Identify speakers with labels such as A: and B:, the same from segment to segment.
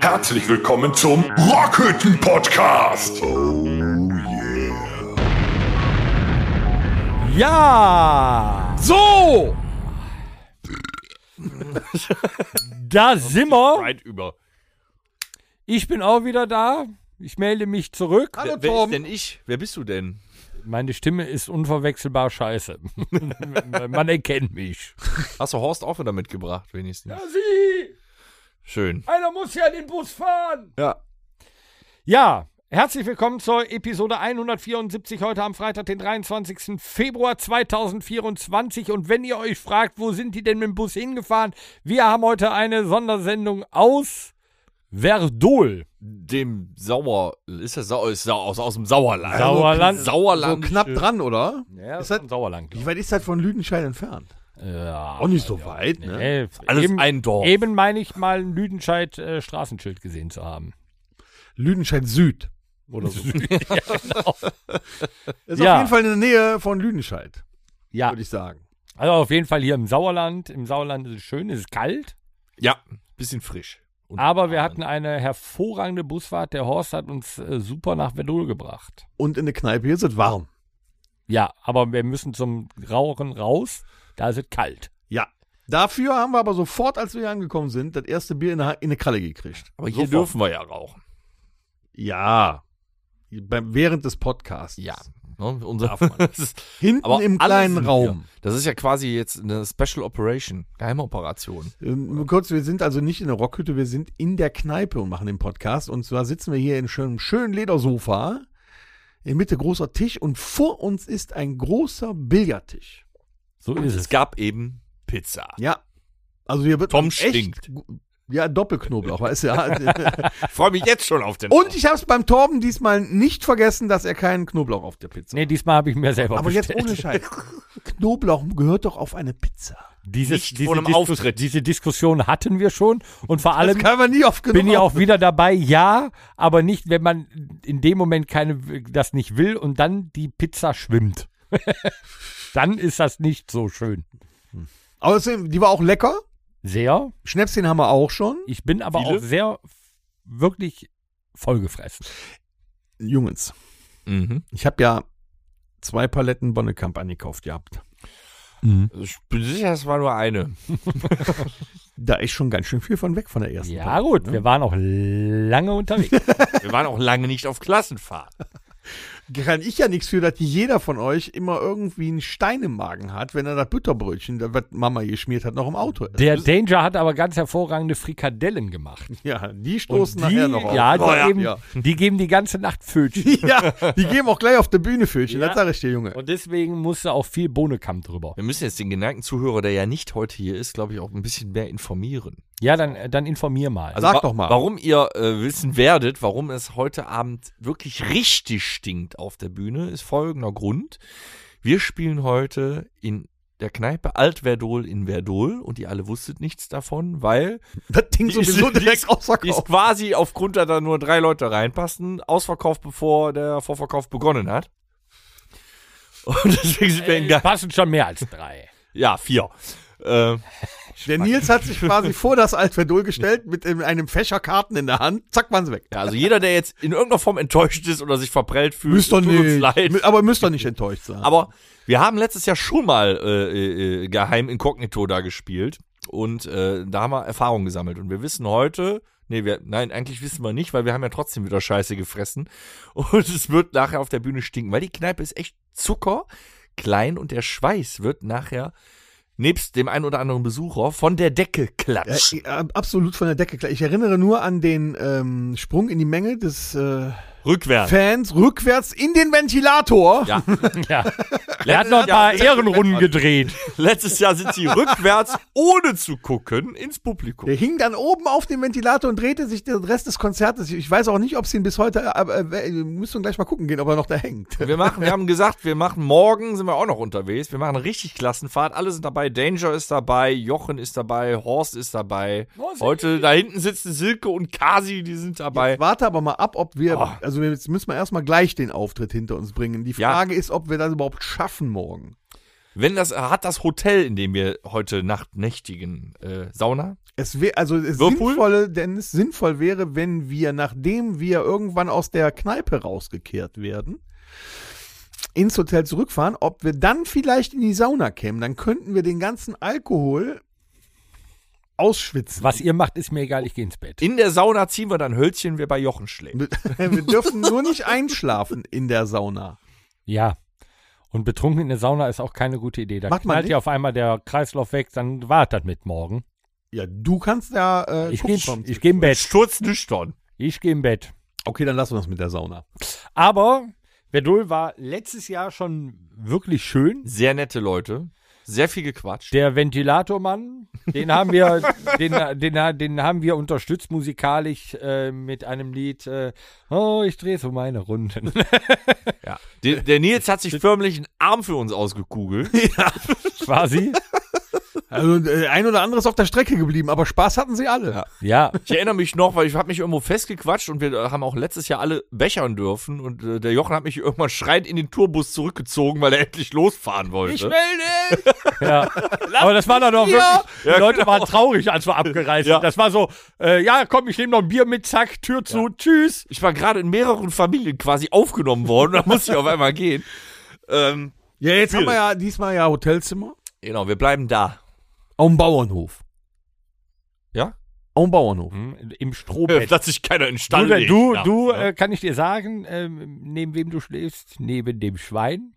A: Herzlich willkommen zum Rockhütten Podcast.
B: Ja!
C: So!
B: Da sind
D: Oh.
B: wir.
C: Right über.
B: Ich bin auch wieder da. Ich melde mich zurück.
C: Hallo, wer, ist denn ich? Wer bist du denn?
B: Meine Stimme ist unverwechselbar scheiße. Man erkennt mich.
C: Hast du Horst auch wieder mitgebracht, wenigstens?
B: Sie!
C: Schön.
B: Einer muss ja den Bus fahren!
C: Ja.
B: Ja, herzlich willkommen zur Episode 174 heute am Freitag, den 23. Februar 2024. Und wenn ihr euch fragt, wo sind die denn mit dem Bus hingefahren? Wir haben heute eine Sondersendung aus Verdol.
C: Dem Sauer. Ist das Sauer? Ist Sauer aus, aus dem Sauerland.
B: Sauerland.
C: Sauerland.
D: So Oh, knapp dran, oder?
B: Ja,
D: Ist das-
B: Sauerland.
D: Wie weit ist das von Lüdenscheid entfernt?
B: Ja,
D: Auch nicht so weit, ne?
B: Nee,
C: Alles
B: Äh, eben,
C: ein Dorf.
B: eben meine ich mal ein Lüdenscheid äh, Straßenschild gesehen zu haben.
D: Lüdenscheid Süd oder so. Ist
B: Ja.
D: auf jeden Fall in der Nähe von Lüdenscheid,
B: Ja,
D: würde ich sagen.
B: also auf jeden Fall hier im Sauerland. Im Sauerland ist es schön, es ist kalt.
C: Ja. Bisschen frisch. Und
B: Aber wir hatten eine hervorragende Busfahrt. Der Horst hat uns äh, super nach Verdol gebracht.
D: Und in der Kneipe hier ist es warm.
B: Ja, aber wir müssen zum Rauchen raus. Da ist es kalt.
D: Ja. Dafür haben wir aber sofort, als wir hier angekommen sind, das erste Bier in der, Ha- in der Kralle gekriegt.
C: Aber hier
D: Sofort.
C: dürfen wir ja rauchen.
D: Ja. Beim, während des Podcasts.
C: Ne? Unser das ist,
D: Hinten
C: aber
D: im
C: alle
D: kleinen
C: sind
D: Raum.
C: Hier. Das ist ja quasi jetzt eine Special Operation. Geheimoperation.
D: Ähm, nur kurz, wir sind also nicht in der Rockhütte, wir sind in der Kneipe und machen den Podcast. Und zwar sitzen wir hier in einem schönen Ledersofa, in Mitte großer Tisch und vor uns ist ein großer Billardtisch.
B: So ist
C: Es
B: es.
C: gab eben Pizza.
D: Ja. Also hier wird
C: Tom
D: uns echt
C: stinkt.
D: gu- Ja, Doppelknoblauch, weißt du. Ja.
C: Ich freue mich jetzt schon auf den
D: Und ich habe es beim Torben diesmal nicht vergessen, dass er keinen Knoblauch auf der Pizza
B: Nee, diesmal habe ich mir selber
D: hat. Aber jetzt
B: bestellt.
D: ohne Scheiß. Knoblauch gehört doch auf eine Pizza.
B: Dieses,
C: Nicht vor
B: diese,
C: einem
B: Diskus-
C: Auftritt.
B: diese Diskussion hatten wir schon. Und vor
D: Das
B: allem
D: kann man nie oft genug
B: bin ich auch wieder dabei, ja, aber nicht, wenn man in dem Moment keine, das nicht will und dann die Pizza schwimmt. dann ist das nicht so schön.
D: Außerdem, die war auch lecker.
B: Sehr.
D: Schnäpschen haben wir auch schon.
B: Ich bin aber
C: Viele?
B: auch sehr f- wirklich vollgefressen.
D: Jungens,
C: Mhm.
D: Ich habe ja zwei Paletten Bonnekamp angekauft gehabt.
C: Also Ich bin sicher, es war nur eine.
D: Da ist schon ganz schön viel von weg von der ersten.
B: Ja
D: Palette,
B: gut,
D: ne?
B: wir waren auch lange unterwegs.
C: Wir waren auch lange nicht auf Klassenfahrt.
D: Kann ich ja nichts für, dass jeder von euch immer irgendwie einen Stein im Magen hat, wenn er das Butterbrötchen, das was Mama geschmiert hat, noch im Auto ist.
B: Der Danger hat aber ganz hervorragende Frikadellen gemacht.
D: Ja, die
B: Und
D: stoßen
B: die,
D: nachher noch auf.
B: ja, die,
D: Oh, ja,
B: geben,
D: ja.
B: die geben die ganze Nacht Fötchen.
D: ja, die geben auch gleich auf der Bühne Fötchen,
B: Ja.
D: das sage ich dir, Junge.
B: Und deswegen musste auch viel Bohnenkamm drüber.
C: Wir müssen jetzt den geneigten Zuhörer, der ja nicht heute hier ist, glaube ich, auch ein bisschen mehr informieren. Also
B: Ja, dann, dann informier mal.
D: Sag doch mal.
C: Warum ihr äh, wissen werdet, warum es heute Abend wirklich richtig stinkt auf der Bühne, ist folgender Grund. Wir spielen heute in der Kneipe Alt-Verdol in Verdol und ihr alle wusstet nichts davon, weil
D: Das Ding sowieso direkt
C: die ist
D: ausverkauft.
C: quasi aufgrund, dass da nur drei Leute reinpassen, ausverkauft, bevor der Vorverkauf begonnen hat. Und deswegen sind wir in
B: Es
C: der,
B: passen schon mehr als drei.
C: ja, vier. Äh,
D: Der Nils hat sich quasi vor das Altverdol gestellt mit in- einem Fächer Karten in der Hand. Zack, waren sie weg.
C: Ja, also jeder, der jetzt in irgendeiner Form enttäuscht ist oder sich verprellt fühlt,
D: Müsst doch
C: tut uns
D: nicht,
C: leid.
D: aber müsst doch nicht enttäuscht sein.
C: Aber wir haben letztes Jahr schon mal äh, äh, geheim inkognito da gespielt und äh, da haben wir Erfahrung gesammelt und wir wissen heute, nee, wir, nein, eigentlich wissen wir nicht, weil wir haben ja trotzdem wieder Scheiße gefressen und es wird nachher auf der Bühne stinken, weil die Kneipe ist echt Zucker klein und der Schweiß wird nachher nebst dem einen oder anderen Besucher von der Decke
D: Ja,
C: klatschen.
D: ich- ab- absolut von der Decke klar. Ich erinnere nur an den ähm, Sprung in die Menge des äh,
C: Rückwärts.
D: Fans rückwärts in den Ventilator.
C: Ja.
B: Ja. Er hat noch ein paar Ehrenrunden gedreht.
C: Letztes Jahr sind sie rückwärts, ohne zu gucken, ins Publikum.
D: Der hing dann oben auf dem Ventilator und drehte sich den Rest des Konzertes. Ich weiß auch nicht, ob sie ihn bis heute, aber äh, wir müssen gleich mal gucken gehen, ob er noch da hängt.
C: Wir, machen, wir haben gesagt, wir machen morgen, sind wir auch noch unterwegs. Wir machen richtig Klassenfahrt. Alle sind dabei. Danger ist dabei, Jochen ist dabei, Horst ist dabei. Heute da hinten sitzen Silke und Kasi, die sind dabei.
D: Jetzt warte aber mal ab, ob wir,
C: Ah.
D: also wir- jetzt müssen wir erstmal gleich den Auftritt hinter uns bringen. Die
C: Ja.
D: Frage ist, ob wir das überhaupt schaffen morgen.
C: Wenn das, hat das Hotel, in dem wir heute Nacht nächtigen, äh, Sauna?
D: Es wär, also es
C: Whirlpool?
D: sinnvolle, denn es sinnvoll wäre, wenn wir, nachdem wir irgendwann aus der Kneipe rausgekehrt werden, ins Hotel zurückfahren, ob wir dann vielleicht in die Sauna kämen, dann könnten wir den ganzen Alkohol ausschwitzen.
B: Was ihr macht, ist mir egal, ich gehe ins Bett.
C: In der Sauna ziehen wir dann Hölzchen, wer bei Jochen schlägt.
D: Wir, wir dürfen nur nicht einschlafen in der Sauna.
B: Ja. Und betrunken in der Sauna ist auch keine gute Idee. Da
D: Macht man
B: knallt
D: nicht?
B: ja auf einmal der Kreislauf weg, dann wartet mit morgen.
D: Ja, du kannst da. Äh,
B: Ich gehe
D: gucken, vom-
B: ich geh im Bett.
C: Sturz nüchtern.
B: Ich gehe im Bett.
D: okay, dann lassen wir das mit der Sauna.
B: Aber Verdol war letztes Jahr schon wirklich schön.
C: Sehr nette Leute. Sehr viel gequatscht.
B: Der Ventilatormann, den haben wir, den, den, den haben wir unterstützt musikalisch äh, mit einem Lied. Äh, oh, ich drehe so meine Runden.
C: ja. der, der Nils hat sich förmlich einen Arm für uns ausgekugelt.
B: Quasi.
D: Also äh, ein oder andere ist auf der Strecke geblieben, aber Spaß hatten sie alle.
B: Ja.
C: Ich erinnere mich noch, weil ich habe mich irgendwo festgequatscht und wir haben auch letztes Jahr alle bechern dürfen und äh, der Jochen hat mich irgendwann schreiend in den Tourbus zurückgezogen, weil er endlich losfahren wollte.
B: Ich melde! Ja. Aber das war dann doch wirklich. Die Leute waren traurig, als wir abgereist sind.
C: genau. Ja.
B: Das war so, äh, ja, komm, ich nehme noch ein Bier mit, zack, Tür zu, tschüss.
C: Ich war gerade in mehreren Familien quasi aufgenommen worden, da musste ich auf einmal gehen. Ähm,
D: Ja, jetzt haben wir ja diesmal ja Hotelzimmer.
C: genau, wir bleiben da.
D: Auf dem um Bauernhof.
C: Ja?
D: Auf dem Bauernhof.
B: Hm, Im Strohbett.
C: Dass sich keiner in den
B: Du,
C: Stall legt
B: du,
C: nachts,
B: du
C: ne?
B: äh, kann ich dir sagen, ähm, neben wem du schläfst? Neben dem Schwein.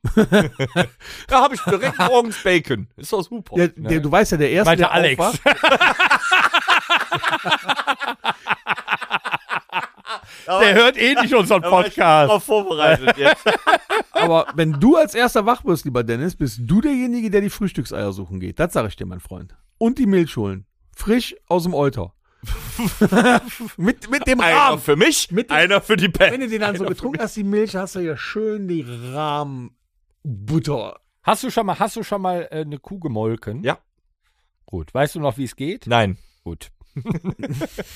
C: Da habe ich direkt morgens Bacon. Ist doch super.
D: Der, der, du weißt ja, der erste,
B: Meinte
D: der
B: Alex.
D: aufwacht,
B: Der hört eh nicht unseren Podcast.
C: Darauf vorbereitet jetzt.
D: aber wenn du als erster wach wirst, lieber Dennis, bist du derjenige, der die Frühstückseier suchen geht. Das sage ich dir, mein Freund. Und die Milch holen. Frisch aus dem Euter. mit, mit dem
C: Einer
D: Rahmen.
C: für mich,
D: Mit-
C: einer für die
D: Wenn
C: Pelle.
D: du den dann so getrunken hast, die Milch, hast du ja schön die Rahmbutter.
B: Hast du schon mal, hast du schon mal äh, eine Kuh gemolken?
C: Ja.
B: Gut. Weißt du noch, wie es geht?
C: Nein,
B: Gut.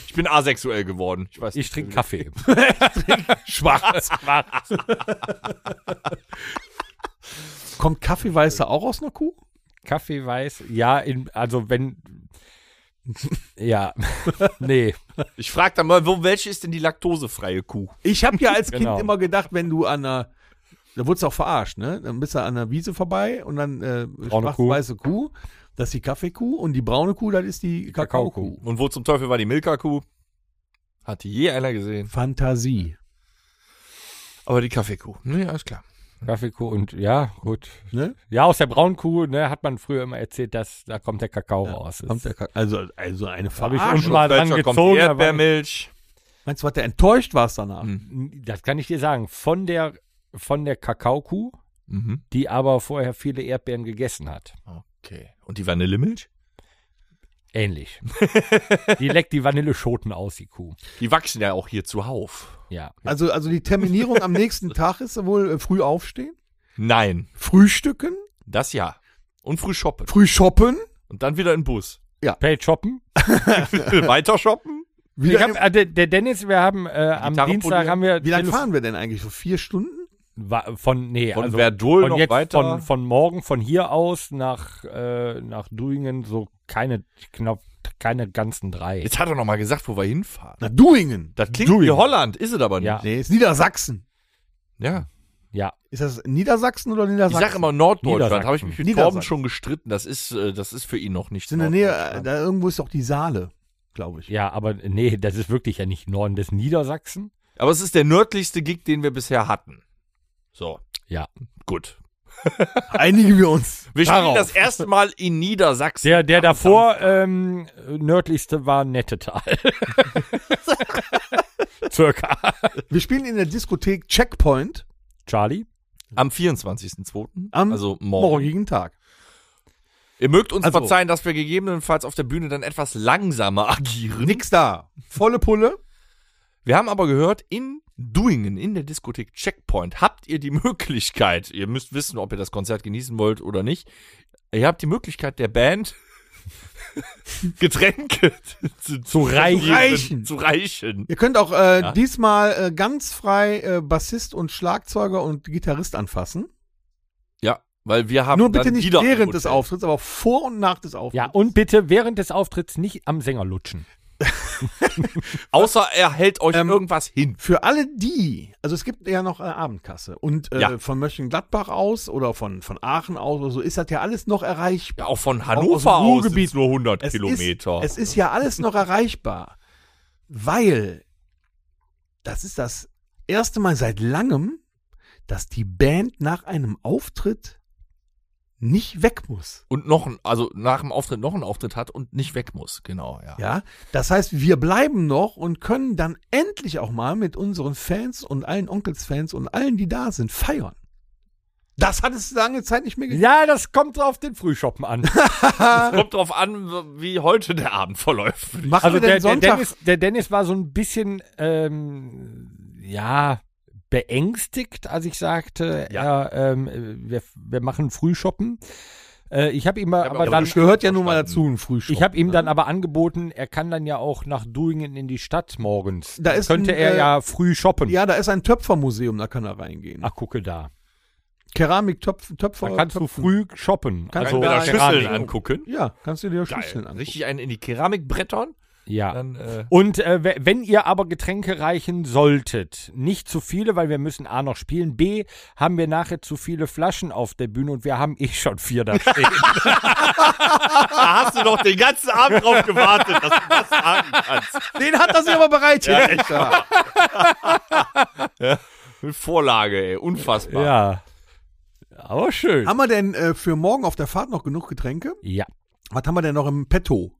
C: ich bin asexuell geworden. Ich weiß
B: Ich
C: nicht.
B: trinke Kaffee.
D: Schwarz. Kommt Kaffeeweißer auch aus einer Kuh?
B: Kaffee weiß. Ja, in, also wenn. Ja. nee.
C: Ich frage dann mal, wo, welche ist denn die laktosefreie Kuh?
D: Ich habe ja als Kind
B: Genau.
D: immer gedacht, wenn du an einer, da wurdest du auch verarscht, ne? Dann bist du an der Wiese vorbei und dann äh,
B: Kuh.
D: weiße Kuh, das ist die Kaffeekuh und die braune Kuh, das ist die Kakaokuh.
C: Und wo zum Teufel war die Milka-Kuh? Hat die je einer gesehen?
D: Fantasie.
C: Aber die Kaffeekuh. Nee, alles klar.
B: Kaffeekuh und ja, gut.
D: Ne?
B: Ja, aus der Braunkuh ne, hat man früher immer erzählt, dass da kommt der Kakao raus. Das
D: Kommt der Ka- also, also eine
B: hab ich
D: Verarschung.
B: unten mal dran
C: Welcher kommt
B: gezogen. da war ich-
C: Erdbeermilch.
D: Meinst du, was der enttäuscht war danach?
C: Mhm.
B: Das kann ich dir sagen. Von der, von der Kakaokuh,
C: Mhm.
B: die aber vorher viele Erdbeeren gegessen hat.
C: Okay. Und die Vanillemilch?
B: Ähnlich. die leckt die Vanilleschoten aus, die Kuh.
C: Die wachsen ja auch hier zuhauf.
B: Ja.
D: Also, also die Terminierung am nächsten Tag ist wohl äh, früh aufstehen,
C: Nein,
D: frühstücken,
C: das ja. Und früh shoppen.
D: früh shoppen,
C: Und dann wieder in den Bus.
B: Pay shoppen.
C: Weiter shoppen?
B: Ich
D: wieder
B: hab, äh, der, der Dennis, wir haben äh, am
C: Gitarre
B: Dienstag
C: polieren.
B: haben wir
D: Wie lange
B: Telefon-
D: fahren wir denn eigentlich? So vier Stunden?
B: Wa- von nee,
C: Von
B: also
C: Verdol
B: von
C: noch
B: jetzt
C: weiter?
B: Von, von morgen von hier aus nach äh, nach Duingen so keine knapp keine ganzen drei.
C: Jetzt hat er noch mal gesagt, wo wir hinfahren.
D: Na, Duingen.
C: Das klingt wie Holland, ist es aber nicht.
B: Ja.
D: Nee, ist Niedersachsen.
C: ja.
B: Ja,
D: Ist das Niedersachsen oder
C: Ich
D: Niedersachsen?
C: sag immer Norddeutschland,
B: Niedersachsen.
C: habe ich mich mit
D: Niedersachsen.
C: Torben schon gestritten. Das ist, äh, das ist für ihn noch nicht
D: Ist in der Nähe, äh, da irgendwo ist auch die Saale, glaube ich.
B: ja, aber nee, das ist wirklich ja nicht Norden des Niedersachsen.
C: Aber es ist der nördlichste Gig, den wir bisher hatten. So.
B: Ja.
C: Gut.
D: Einigen wir uns.
C: Wir
B: Darauf.
C: spielen das erste Mal in Niedersachsen.
B: Der der davor ähm, nördlichste war Nettetal. Circa.
D: Wir spielen in der Diskothek Checkpoint
B: Charlie,
C: Am 24.02.
D: Am
C: also morgen.
D: morgigen Tag.
C: Ihr mögt uns
D: Also-
C: verzeihen, dass wir gegebenenfalls auf der Bühne dann etwas langsamer agieren.
D: Nix da. Volle Pulle.
C: Wir haben aber gehört, in Doingen, in der Diskothek Checkpoint, habt ihr die Möglichkeit, ihr müsst wissen, ob ihr das Konzert genießen wollt oder nicht, ihr habt die Möglichkeit der Band Getränke zu, zu
B: reichen.
C: reichen. Zu reichen.
D: Ihr könnt auch äh,
C: Ja.
D: diesmal äh, ganz frei äh, Bassist und Schlagzeuger und Gitarrist anfassen.
C: Ja, Weil wir haben
D: Nur bitte
C: dann
D: nicht
C: wieder ein
D: während des
C: Hotel.
D: Auftritts, aber vor und nach des Auftritts.
B: Ja, und bitte während des Auftritts nicht am Sänger lutschen.
C: Außer er hält euch
D: Ähm,
C: irgendwas hin.
D: Für alle die, also es gibt ja noch äh, Abendkasse und äh,
C: Ja.
D: von Mönchengladbach aus oder von, von Aachen aus oder so ist das ja alles noch erreichbar.
C: Ja, auch von
D: aus dem
C: Hannover aus
D: Ruhrgebiet.
C: sind's nur 100
D: Es
C: Kilometer.
D: Ist, es ist ja alles noch erreichbar, weil das ist das erste Mal seit langem, dass die Band nach einem Auftritt nicht weg muss.
C: und noch, ein- also nach dem Auftritt noch einen Auftritt hat und nicht weg muss. Genau, ja.
D: Ja, das heißt, wir bleiben noch und können dann endlich auch mal mit unseren Fans und allen Onkels-Fans und allen, die da sind, feiern. Das hat es lange Zeit nicht mehr gegeben.
B: Ja, das kommt auf den Frühschoppen an.
C: Es kommt drauf an, wie heute der Abend verläuft. würde ich
D: Machen
B: Also
D: wir denn
B: der, der,
D: Sonntag?
B: Dennis, der Dennis war so ein bisschen, ähm, ja, beängstigt, als ich sagte,
C: Ja.
B: er, ähm, wir, wir machen Frühschoppen. Äh, ich habe ihm
C: Ja,
B: aber,
C: aber
B: dann,
D: das gehört ja nun mal dazu, ein Frühstück. ne?
B: ich habe ihm dann aber angeboten, er kann dann ja auch nach Duingen in die Stadt morgens.
D: Da ist
B: könnte
D: ein,
B: er
D: äh,
B: ja früh shoppen.
D: ja, da ist ein Töpfermuseum, da kann er reingehen.
B: Ach, gucke da.
D: Keramiktöpfer. Töpfer,
B: Da kannst du
D: Töpfen.
B: früh shoppen.
D: Kannst
C: Wenn
D: Also,
C: wir da
D: nein.
C: Schüsseln
B: Keramik.
C: angucken.
D: Ja, kannst du dir
C: Geil.
D: Schlüsseln an.
C: Richtig einen in die Keramik brettern.
B: Ja.
C: Dann, äh,
B: Und äh, we- wenn ihr aber Getränke reichen solltet, nicht zu viele, weil wir müssen A noch spielen, B haben wir nachher zu viele Flaschen auf der Bühne und wir haben eh schon vier da stehen.
C: da Ah, hast du noch den ganzen Abend drauf gewartet, dass du das sagen kannst.
D: Den hat er sich aber bereit.
C: Ja,
D: Ja, ja.
C: Mit Vorlage, ey. Unfassbar.
B: ja. Aber schön.
D: Haben wir denn äh, für morgen auf der Fahrt noch genug Getränke?
B: Ja.
D: Was haben wir denn noch im Petto?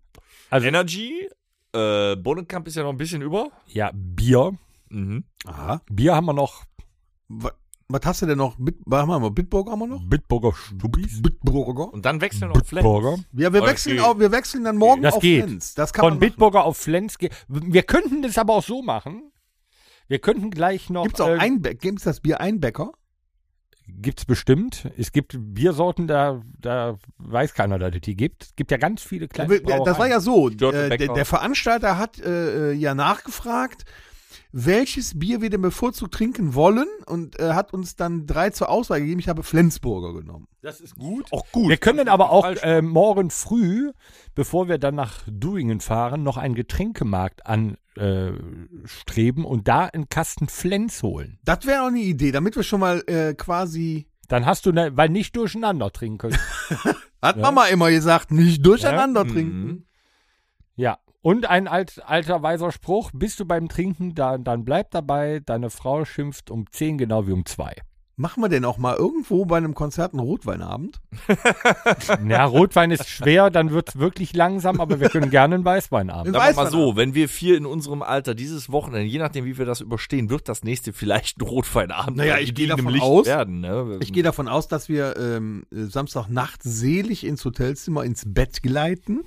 C: Also Energy, äh, Bodenkamp ist ja noch ein bisschen über.
B: Ja, Bier.
C: Mhm.
D: Aha.
B: Bier haben wir noch.
D: Was, was hast du denn noch? Bit, was haben wir noch? Bitburger haben wir noch?
B: Bitburger Stubis.
D: Bitburger?
C: Und dann wechseln wir auf
B: Bitburger.
C: Flens.
D: Ja, wir
C: Okay.
D: wechseln, auf, wir wechseln dann morgen
B: Oh, Das
D: auf
B: geht.
D: Flens. Das kann
B: Von
D: man machen.
B: Bitburger auf Flens. ge- Wir könnten das aber auch so machen. Wir könnten gleich noch.
D: Gibt's auch
B: äh,
D: Einbeck? Gibt's das Bier Einbecker?
B: Gibt's bestimmt. Es gibt Biersorten, da, da weiß keiner, dass es die gibt. Es gibt ja ganz viele kleine
D: Das war
B: Brauereien.
D: ja so. Äh,
C: Dörte
D: der,
C: Becker.
D: der Veranstalter hat äh, äh, ja nachgefragt, welches Bier wir denn bevorzugt trinken wollen und äh, hat uns dann drei zur Auswahl gegeben. Ich habe Flensburger genommen.
B: Das ist gut.
C: Auch gut. also
B: Wir können aber auch
C: falsch
B: äh, morgen früh, bevor wir dann nach Duingen fahren, noch einen Getränkemarkt anstreben und da einen Kasten Flens holen.
D: Das wäre auch eine Idee, damit wir schon mal äh, quasi.
B: Dann hast du, ne, weil nicht durcheinander trinken können.
D: Hat Mama immer gesagt, nicht durcheinander trinken.
C: Mhm.
B: ja. Und ein alt, alter weiser Spruch, bist du beim Trinken, da, dann bleib dabei, deine Frau schimpft um 10 genau wie um 2.
D: Machen wir denn auch mal irgendwo bei einem Konzert einen Rotweinabend?
B: Ja, Rotwein ist schwer, dann wird's wirklich langsam, aber wir können gerne einen Weißwein haben.
C: Sagen wir
D: Weiß
C: mal
D: man
C: so, wenn wir vier in unserem Alter dieses Wochenende, je nachdem wie wir das überstehen, wird das nächste vielleicht ein Rotweinabend
D: Naja,
C: bei
D: ich gehe
C: gediegenem
D: davon aus.
C: werden. Ne?
D: Ich gehe davon aus, dass wir ähm, Samstagnacht selig ins Hotelzimmer ins Bett gleiten.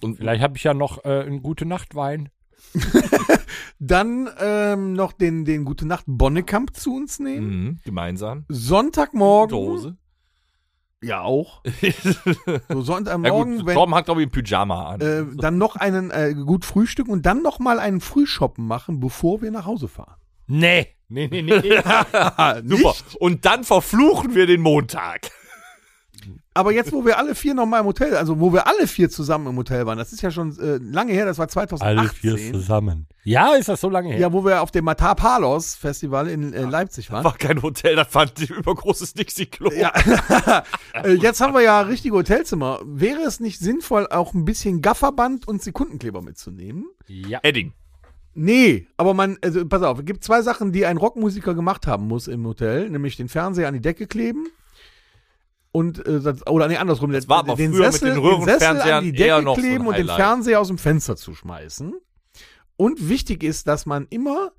C: und
B: Vielleicht habe ich ja noch äh, einen gute Nachtwein.
D: Dann ähm, noch den, den Gute Nacht Bonnekamp zu uns nehmen.
C: Mhm, gemeinsam.
D: Sonntagmorgen.
C: Dose.
D: Ja, auch. So
C: Ja gut,
D: Sonntagmorgen, wenn,
C: Torben hat glaube ich ein Pyjama an.
D: äh, dann noch einen äh, gut Frühstück und dann noch mal einen Frühshoppen machen, bevor wir nach Hause fahren.
B: Nee. Nee, nee, nee.
C: Super. Und dann verfluchen wir den Montag.
D: Aber jetzt, wo wir alle vier nochmal im Hotel, also wo wir alle vier zusammen im Hotel waren, das ist ja schon äh, lange her, das war 2018.
B: Alle vier zusammen. Ja, ist das so lange her?
D: Ja, wo wir auf dem Matar Palos Festival in äh, Leipzig waren.
C: War kein Hotel, das fand ich übergroßes Dixie-Klo.
D: Ja. Äh, jetzt haben wir ja richtige Hotelzimmer. Wäre es nicht sinnvoll, auch ein bisschen Gafferband und Sekundenkleber mitzunehmen?
B: Ja.
C: Edding.
D: Nee, aber man, also pass auf, es gibt zwei Sachen, die ein Rockmusiker gemacht haben muss im Hotel, nämlich den Fernseher an die Decke kleben und äh, das, oder nee, andersrum, das
C: war aber früher mit den Röhrenfernsehern
D: an die
C: eher
D: Decke
C: noch so ein
D: kleben und den
C: Highlight.
D: Fernseher aus dem Fenster zu schmeißen. Und wichtig ist, dass man immer,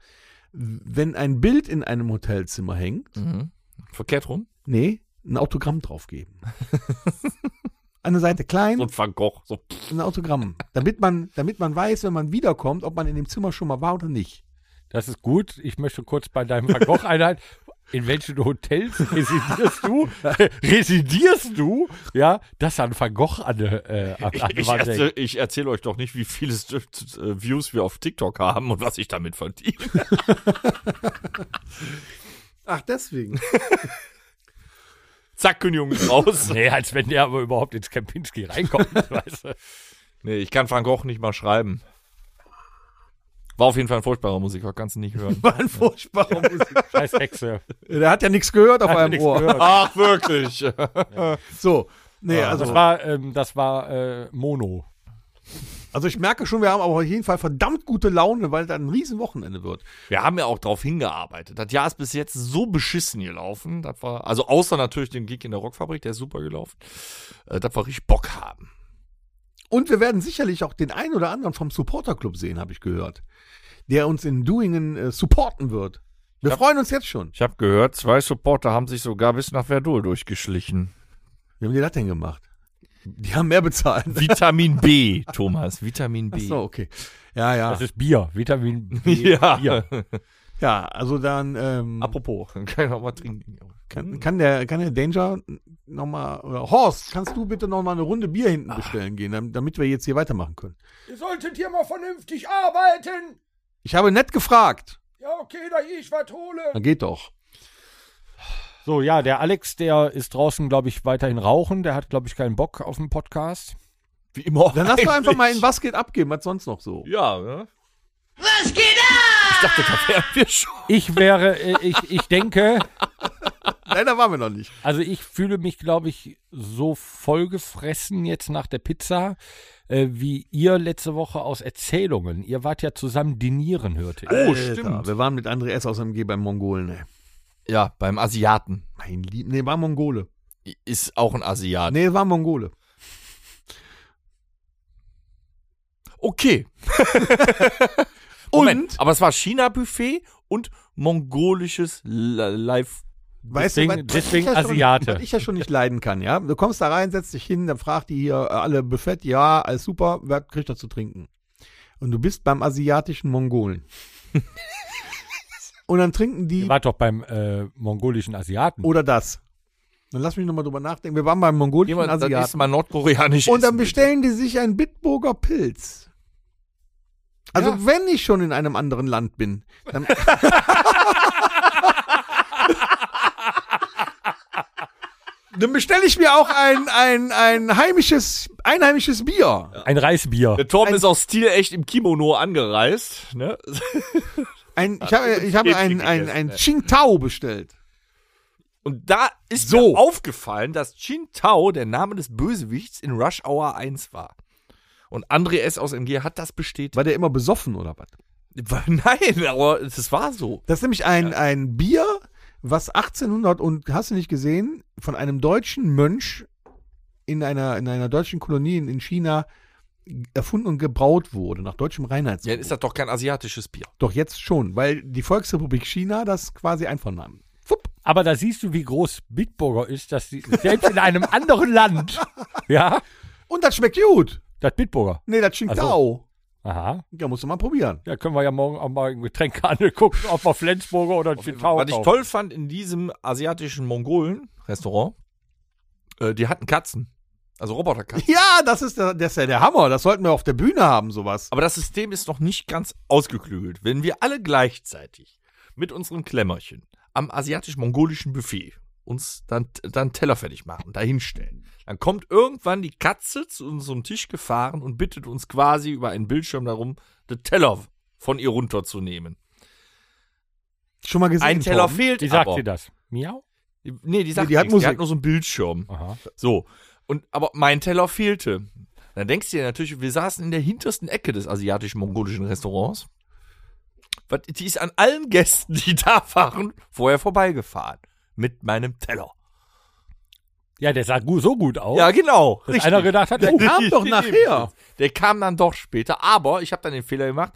D: wenn ein Bild in einem Hotelzimmer hängt,
C: Mhm. Verkehrt rum.
D: nee, ein Autogramm draufgeben. An der Seite klein,
C: So ein Van Gogh. So.
D: ein Autogramm. Damit man, damit man weiß, wenn man wiederkommt, ob man in dem Zimmer schon mal war oder nicht.
B: Das ist gut. Ich möchte kurz bei deinem Van Gogh einhalten. In welchen Hotels residierst du? residierst du? Ja, dass an Van Gogh an, der, äh, an, an
C: Ich,
B: der
C: ich,
B: Wand hängt.
C: erzähl, ich erzähle euch doch nicht, wie viele St- St- äh, Views wir auf TikTok haben und was ich damit verdiene.
D: Ach, deswegen.
C: Sackgenjungen raus.
B: Nee, als wenn der aber überhaupt ins Kempinski reinkommt, weißt du.
C: nee, ich kann Frank Koch nicht mal schreiben. War auf jeden Fall ein furchtbarer Musiker, kannst du nicht hören.
D: War ein furchtbarer Musik.
B: Scheiß Hexe.
D: Der hat ja nichts gehört auf
B: Hat
D: einem
B: nichts
D: Ohr.
B: gehört.
C: Ach, wirklich?
D: So. Nee, also,
B: Das war, ähm, das war äh, Mono.
D: also ich merke schon, wir haben aber auf jeden Fall verdammt gute Laune, weil es ein Riesenwochenende wird.
C: Wir haben ja auch drauf hingearbeitet. Das Jahr ist bis jetzt so beschissen gelaufen. Das war, also außer natürlich den Gig in der Rockfabrik, der ist super gelaufen. Äh, Das war richtig Bock haben.
D: Und wir werden sicherlich auch den einen oder anderen vom Supporterclub sehen, habe ich gehört. Der uns in Doingen äh, supporten wird. Wir freuen uns jetzt schon.
C: Ich habe gehört, zwei Supporter haben sich sogar bis nach Verdol durchgeschlichen.
D: Wie haben die das denn gemacht? Die haben mehr bezahlt.
C: Vitamin B, Thomas, Vitamin
D: Ach
C: B.
D: so, okay. Ja, ja.
B: Das ist Bier. Vitamin B.
C: Ja.
B: Bier.
D: Ja, also dann ähm,
C: Apropos, kann ich noch mal trinken. Hm.
D: kann, kann, der, kann der Danger nochmal, oder Horst, kannst du bitte nochmal eine Runde Bier hinten bestellen gehen, dam- damit wir jetzt hier weitermachen können?
B: Ihr solltet hier mal vernünftig arbeiten.
D: Ich habe nett gefragt.
B: Ja, okay, da ich was hole.
D: Na, geht doch.
B: So, ja, der Alex, der ist draußen, glaube ich, weiterhin rauchen. Der hat, glaube ich, keinen Bock auf den Podcast.
C: Wie immer.
D: Dann lass doch einfach mal in Was geht abgeben, was sonst noch so.
C: Ja, ne?
E: Was geht ab?
C: Ich dachte, da wären wir schon.
B: Ich wäre, äh, ich, ich denke,
D: Nein, da waren wir noch nicht.
B: also ich fühle mich, glaube ich, so vollgefressen jetzt nach der Pizza, äh, wie ihr letzte Woche aus Erzählungen. Ihr wart ja zusammen dinieren, hörte ich.
C: Oh,
D: Alter, wir waren mit André S. aus MG beim Mongolen, ey.
C: Ja, beim Asiaten.
D: Mein Lieb, nee, war Mongole.
C: Ist auch ein Asiat.
D: Nee, war Mongole.
C: Okay.
D: Und,
C: aber es war China-Buffet und mongolisches La- Live.
D: weißt
B: Deswegen-
D: was- was
B: deswegen
D: ich ja schon-
B: Asiate.
D: Was ich ja schon nicht leiden kann, ja. Du kommst da rein, setzt dich hin, dann fragt die hier äh, alle Buffet, ja, alles super, wer kriegt das zu trinken? Und du bist beim asiatischen Mongolen. Und dann trinken die
B: Ihr wart doch beim äh, mongolischen Asiaten.
D: oder das. Dann lass mich nochmal drüber nachdenken. Wir waren beim mongolischen
C: Jemand, das
D: Asiaten.
C: ist mal nordkoreanisch.
D: Und dann
C: essen,
D: bestellen die sich einen Bitburger Pilz. Also
B: Ja.
D: wenn ich schon in einem anderen Land bin, dann, dann bestelle ich mir auch ein, ein, ein heimisches, einheimisches Bier.
B: Ein Reisbier.
C: Der Torben ist auch stilecht im Kimono angereist. Ne?
D: Ein, ich habe ich habe
C: Hähnchen
D: ein, ein,
C: gegessen,
D: ein
C: ey.
D: Qingtao bestellt.
C: Und da ist
D: So.
C: mir aufgefallen, dass Chin Tao der Name des Bösewichts in Rush Hour 1 war. Und André S. aus MG hat das bestätigt.
D: War der immer besoffen oder was?
C: Nein, aber das war so.
D: Das ist nämlich ein, ein Bier, was 1800 und hast du nicht gesehen, von einem deutschen Mönch in einer, in einer deutschen Kolonie in, in China erfunden und gebraut wurde, nach deutschem
C: Ja,
D: Reinheitsgebot.
C: ist das doch kein asiatisches Bier.
D: Doch jetzt schon, weil die Volksrepublik China das quasi einvernahm. Fupp.
B: Aber da siehst du, wie groß Bitburger ist, dass sie selbst in einem anderen Land, ja,
D: Und das schmeckt gut.
B: das Bitburger.
D: Nee, das stinkt
B: Also-
D: auch.
B: Aha.
D: Ja, musst du mal probieren.
B: Ja, können wir ja morgen auch mal im Getränkehandel gucken, ob wir Flensburger oder Chitau
C: Was ich toll fand in diesem asiatischen Mongolen-Restaurant, äh, die hatten Katzen. Also Roboterkatzen.
D: Ja, das ist, der, das ist ja der Hammer. Das sollten wir auf der Bühne haben, sowas.
C: Aber das System ist noch nicht ganz ausgeklügelt. Wenn wir alle gleichzeitig mit unserem Klemmerchen am asiatisch-mongolischen Buffet uns dann, dann Teller fertig machen, dahinstellen, dann kommt irgendwann die Katze zu unserem Tisch gefahren und bittet uns quasi über einen Bildschirm darum, den Teller von ihr runterzunehmen.
D: Schon mal gesehen.
C: Ein Teller
D: Torben?
C: fehlt
B: Wie sagt
C: aber.
B: ihr das? Miau?
C: Nee, die sagt
D: die hat
C: nichts. Die
D: Musik.
C: hat nur so einen Bildschirm.
B: Aha.
C: So. Und, aber mein Teller fehlte. Dann denkst du dir natürlich, wir saßen in der hintersten Ecke des asiatisch-mongolischen Restaurants. Was- Die ist an allen Gästen, die da waren, vorher vorbeigefahren. Mit meinem Teller.
B: Ja, der sah gu- so gut aus,
C: Ja, genau.
B: dass einer gedacht hat, oh,
D: Kam doch nachher.
C: Der kam dann doch später, aber ich habe dann den Fehler gemacht,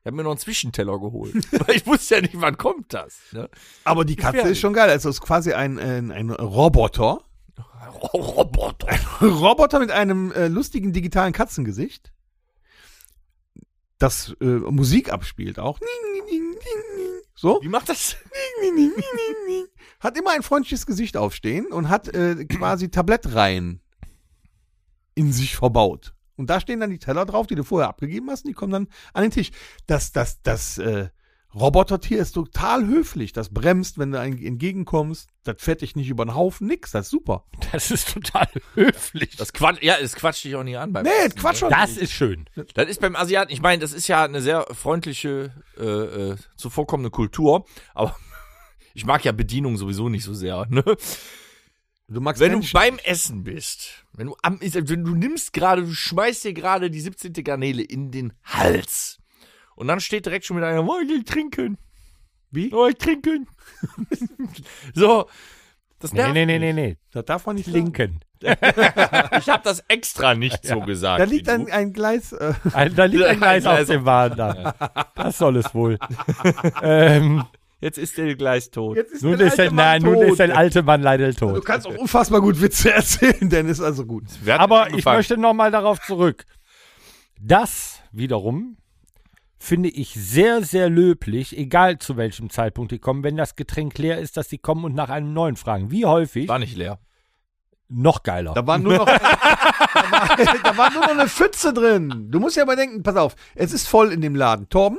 C: ich habe mir noch einen Zwischenteller geholt. Weil ich wusste ja nicht, wann kommt das. Ne?
D: Aber die Katze
C: Gefährlich.
D: ist schon geil. Also es ist quasi ein, ein, ein Roboter.
C: Roboter.
D: Roboter mit einem äh, lustigen digitalen Katzengesicht, das äh, Musik abspielt auch. Ning, ning, ning, ning, ning. So.
C: Wie macht das?
D: Ning, ning, ning, ning, ning. Hat immer ein freundliches Gesicht aufstehen und hat äh, quasi Tablettreihen in sich verbaut. Und da stehen dann die Teller drauf, die du vorher abgegeben hast, und die kommen dann an den Tisch. Das, das, das äh, Robotertier ist total höflich. Das bremst, wenn du einem entgegenkommst. Das fährt dich nicht über den Haufen. Nix. Das ist super.
B: Das ist total höflich.
C: Das Quatsch, ja, es quatscht dich auch nicht an. Beim
D: Nee,
C: Essen,
D: Quatsch
C: ne?
D: schon.
B: Das ist schön.
C: Das ist beim Asiaten, ich meine, das ist ja eine sehr freundliche, äh, äh, zuvorkommende Kultur, aber ich mag ja Bedienung sowieso nicht so sehr. Ne?
D: Du magst
C: Wenn du
D: Menschen.
C: beim Essen bist, wenn du am, ist- wenn du nimmst gerade, du schmeißt dir gerade die 17. Garnele in den Hals. Und dann steht direkt schon mit einer, oh, ich will trinken.
D: Wie?
C: Oh, ich trinken. so. Das
B: Nee,
C: nervt.
B: nee, nee, nee, nee.
D: Das darf man nicht sagen.
B: Linken.
C: Ich habe das extra nicht so gesagt.
D: Da
C: wie
D: liegt
C: du.
D: ein, ein Gleis. Äh,
B: Ein, Also, da liegt ein Gleis
C: Ein Gleis
B: auf dem Wagen da. Das soll es wohl. ähm,
C: Jetzt ist der gleich tot.
D: jetzt ist
B: nun,
D: der
B: ist
D: alte
B: der, nein,
D: Mann
B: nun
D: tot.
B: ist der alte Mann leider tot.
D: Du kannst auch unfassbar gut Witze erzählen, Dennis. Also gut.
C: Wer hat
B: Aber
C: denn
B: ich
C: angefangen?
B: möchte nochmal darauf zurück. Das wiederum finde ich sehr, sehr löblich, egal zu welchem Zeitpunkt die kommen, wenn das Getränk leer ist, dass die kommen und nach einem neuen fragen. Wie häufig?
C: War nicht leer.
B: Noch geiler.
D: Da war nur noch, da war, da war nur noch eine Pfütze drin. Du musst ja aber denken, pass auf, es ist voll in dem Laden. Torben,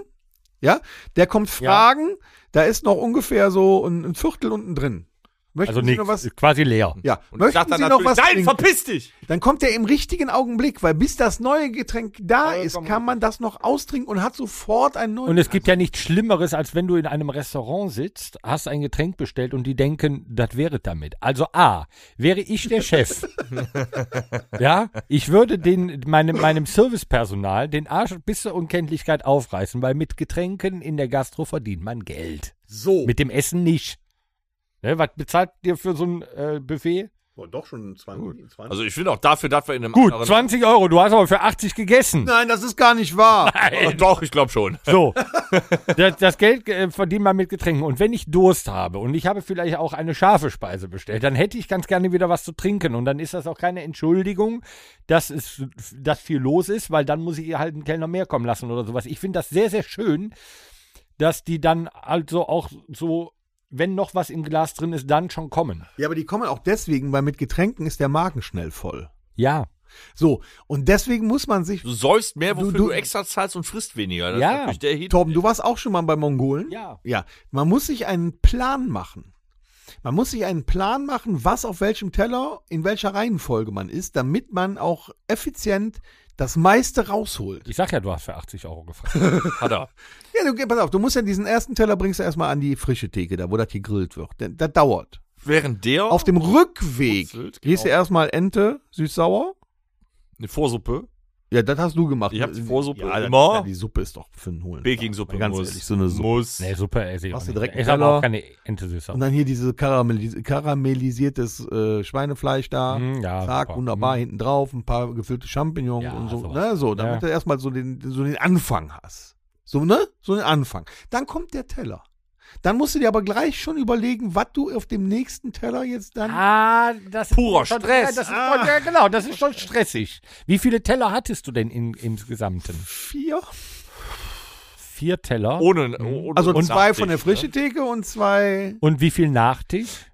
D: ja, der kommt fragen, da ist noch ungefähr so ein, ein Viertel unten drin. Möchten
B: also
D: Sie noch
B: nichts,
D: was?
B: quasi leer.
D: Ja,
C: ich sag
D: möchten
C: dann
D: Sie noch
C: natürlich,
D: was
C: Nein,
D: trinken?
C: verpiss dich!
D: Dann kommt er im richtigen Augenblick, weil bis das neue Getränk da ist, kann man das noch austrinken und hat sofort ein neues.
B: Und es gibt ja nichts Schlimmeres, als wenn du in einem Restaurant sitzt, hast ein Getränk bestellt und die denken, das wäre damit. Also A, wäre ich der Chef. ja, ich würde den, meinem, meinem Servicepersonal den Arsch bis zur Unkenntlichkeit aufreißen, weil mit Getränken in der Gastro verdient man Geld.
D: so.
B: Mit dem Essen nicht. Ne, was bezahlt ihr für so ein äh, Buffet?
D: Boah, doch schon 20. 20.
C: Also ich finde auch dafür, dass wir in einem
B: Gut,
C: anderen...
B: 20 Euro, du hast aber für 80 gegessen.
D: Nein, das ist gar nicht wahr.
C: Oh, doch, ich glaube schon.
B: So, das, das Geld äh, verdient man mit Getränken. Und wenn ich Durst habe und ich habe vielleicht auch eine scharfe Speise bestellt, dann hätte ich ganz gerne wieder was zu trinken. Und dann ist das auch keine Entschuldigung, dass, es, dass viel los ist, weil dann muss ich ihr halt einen Kellner mehr kommen lassen oder sowas. Ich finde das sehr, sehr schön, dass die dann also auch so, wenn noch was im Glas drin ist, dann schon kommen.
D: Ja, aber die kommen auch deswegen, weil mit Getränken ist der Magen schnell voll.
B: Ja,
D: So, und deswegen muss man sich.
C: Du säufst mehr, wofür du,
D: Du- du-
C: extra zahlst und frisst weniger. Das
B: Ja.
C: ist natürlich der Hit.
D: Torben, du warst auch schon mal bei Mongolen?
B: Ja.
D: Ja. Man muss sich einen Plan machen. Man muss sich einen Plan machen, was auf welchem Teller, in welcher Reihenfolge man ist, damit man auch effizient das meiste rausholt.
B: ich sag ja, du hast für 80 Euro gefragt.
C: Hat er.
D: Ja, du, pass auf, du musst ja diesen ersten Teller bringst du erstmal an die frische Theke, da wo das gegrillt wird. Denn Das dauert.
C: Während der
D: Auf dem
B: Oh,
D: Rückweg
C: Putzelt,
D: gehst du
B: genau.
D: erstmal Ente, süß-sauer.
C: eine Vorsuppe,
D: Ja, das hast du gemacht. Äh,
C: Ich hab die Vorsuppe
D: ja, das-
C: immer.
D: Ja, die Suppe ist doch für den Holen.
C: Baking-Suppe
D: Ganz
C: muss.
D: ehrlich, so eine Suppe.
C: muss.
B: Nee, super, esse ich auch
D: Machst du
B: nicht.
D: direkt
B: Ich
D: einen
B: habe auch
D: Teller?
B: keine Ente süßer.
D: Und dann hier dieses karamellis karamellisiertes äh, Schweinefleisch da.
B: Mhm, ja,
D: Zack,
B: super.
D: wunderbar, hinten drauf, ein paar gefüllte Champignons
B: Ja,
D: und so.
B: sowas.
D: Ne, so, damit
B: Ja.
D: du erstmal so den, so den Anfang hast. So, ne? So den Anfang. Dann kommt der Teller. Dann musst du dir aber gleich schon überlegen, was du auf dem nächsten Teller jetzt dann.
B: Ah, das
C: Purer
B: ist schon,
C: Stress. Ah.
B: Das ist, ja, genau, das ist schon stressig. Wie viele Teller hattest du denn in, insgesamten?
D: Vier.
B: Vier Teller.
C: Ohne, ohne ne?
D: Also
C: ohne
D: zwei von der
C: Nachtisch,
B: ne?
D: frischen Theke und zwei.
B: Und wie viel Nachtisch?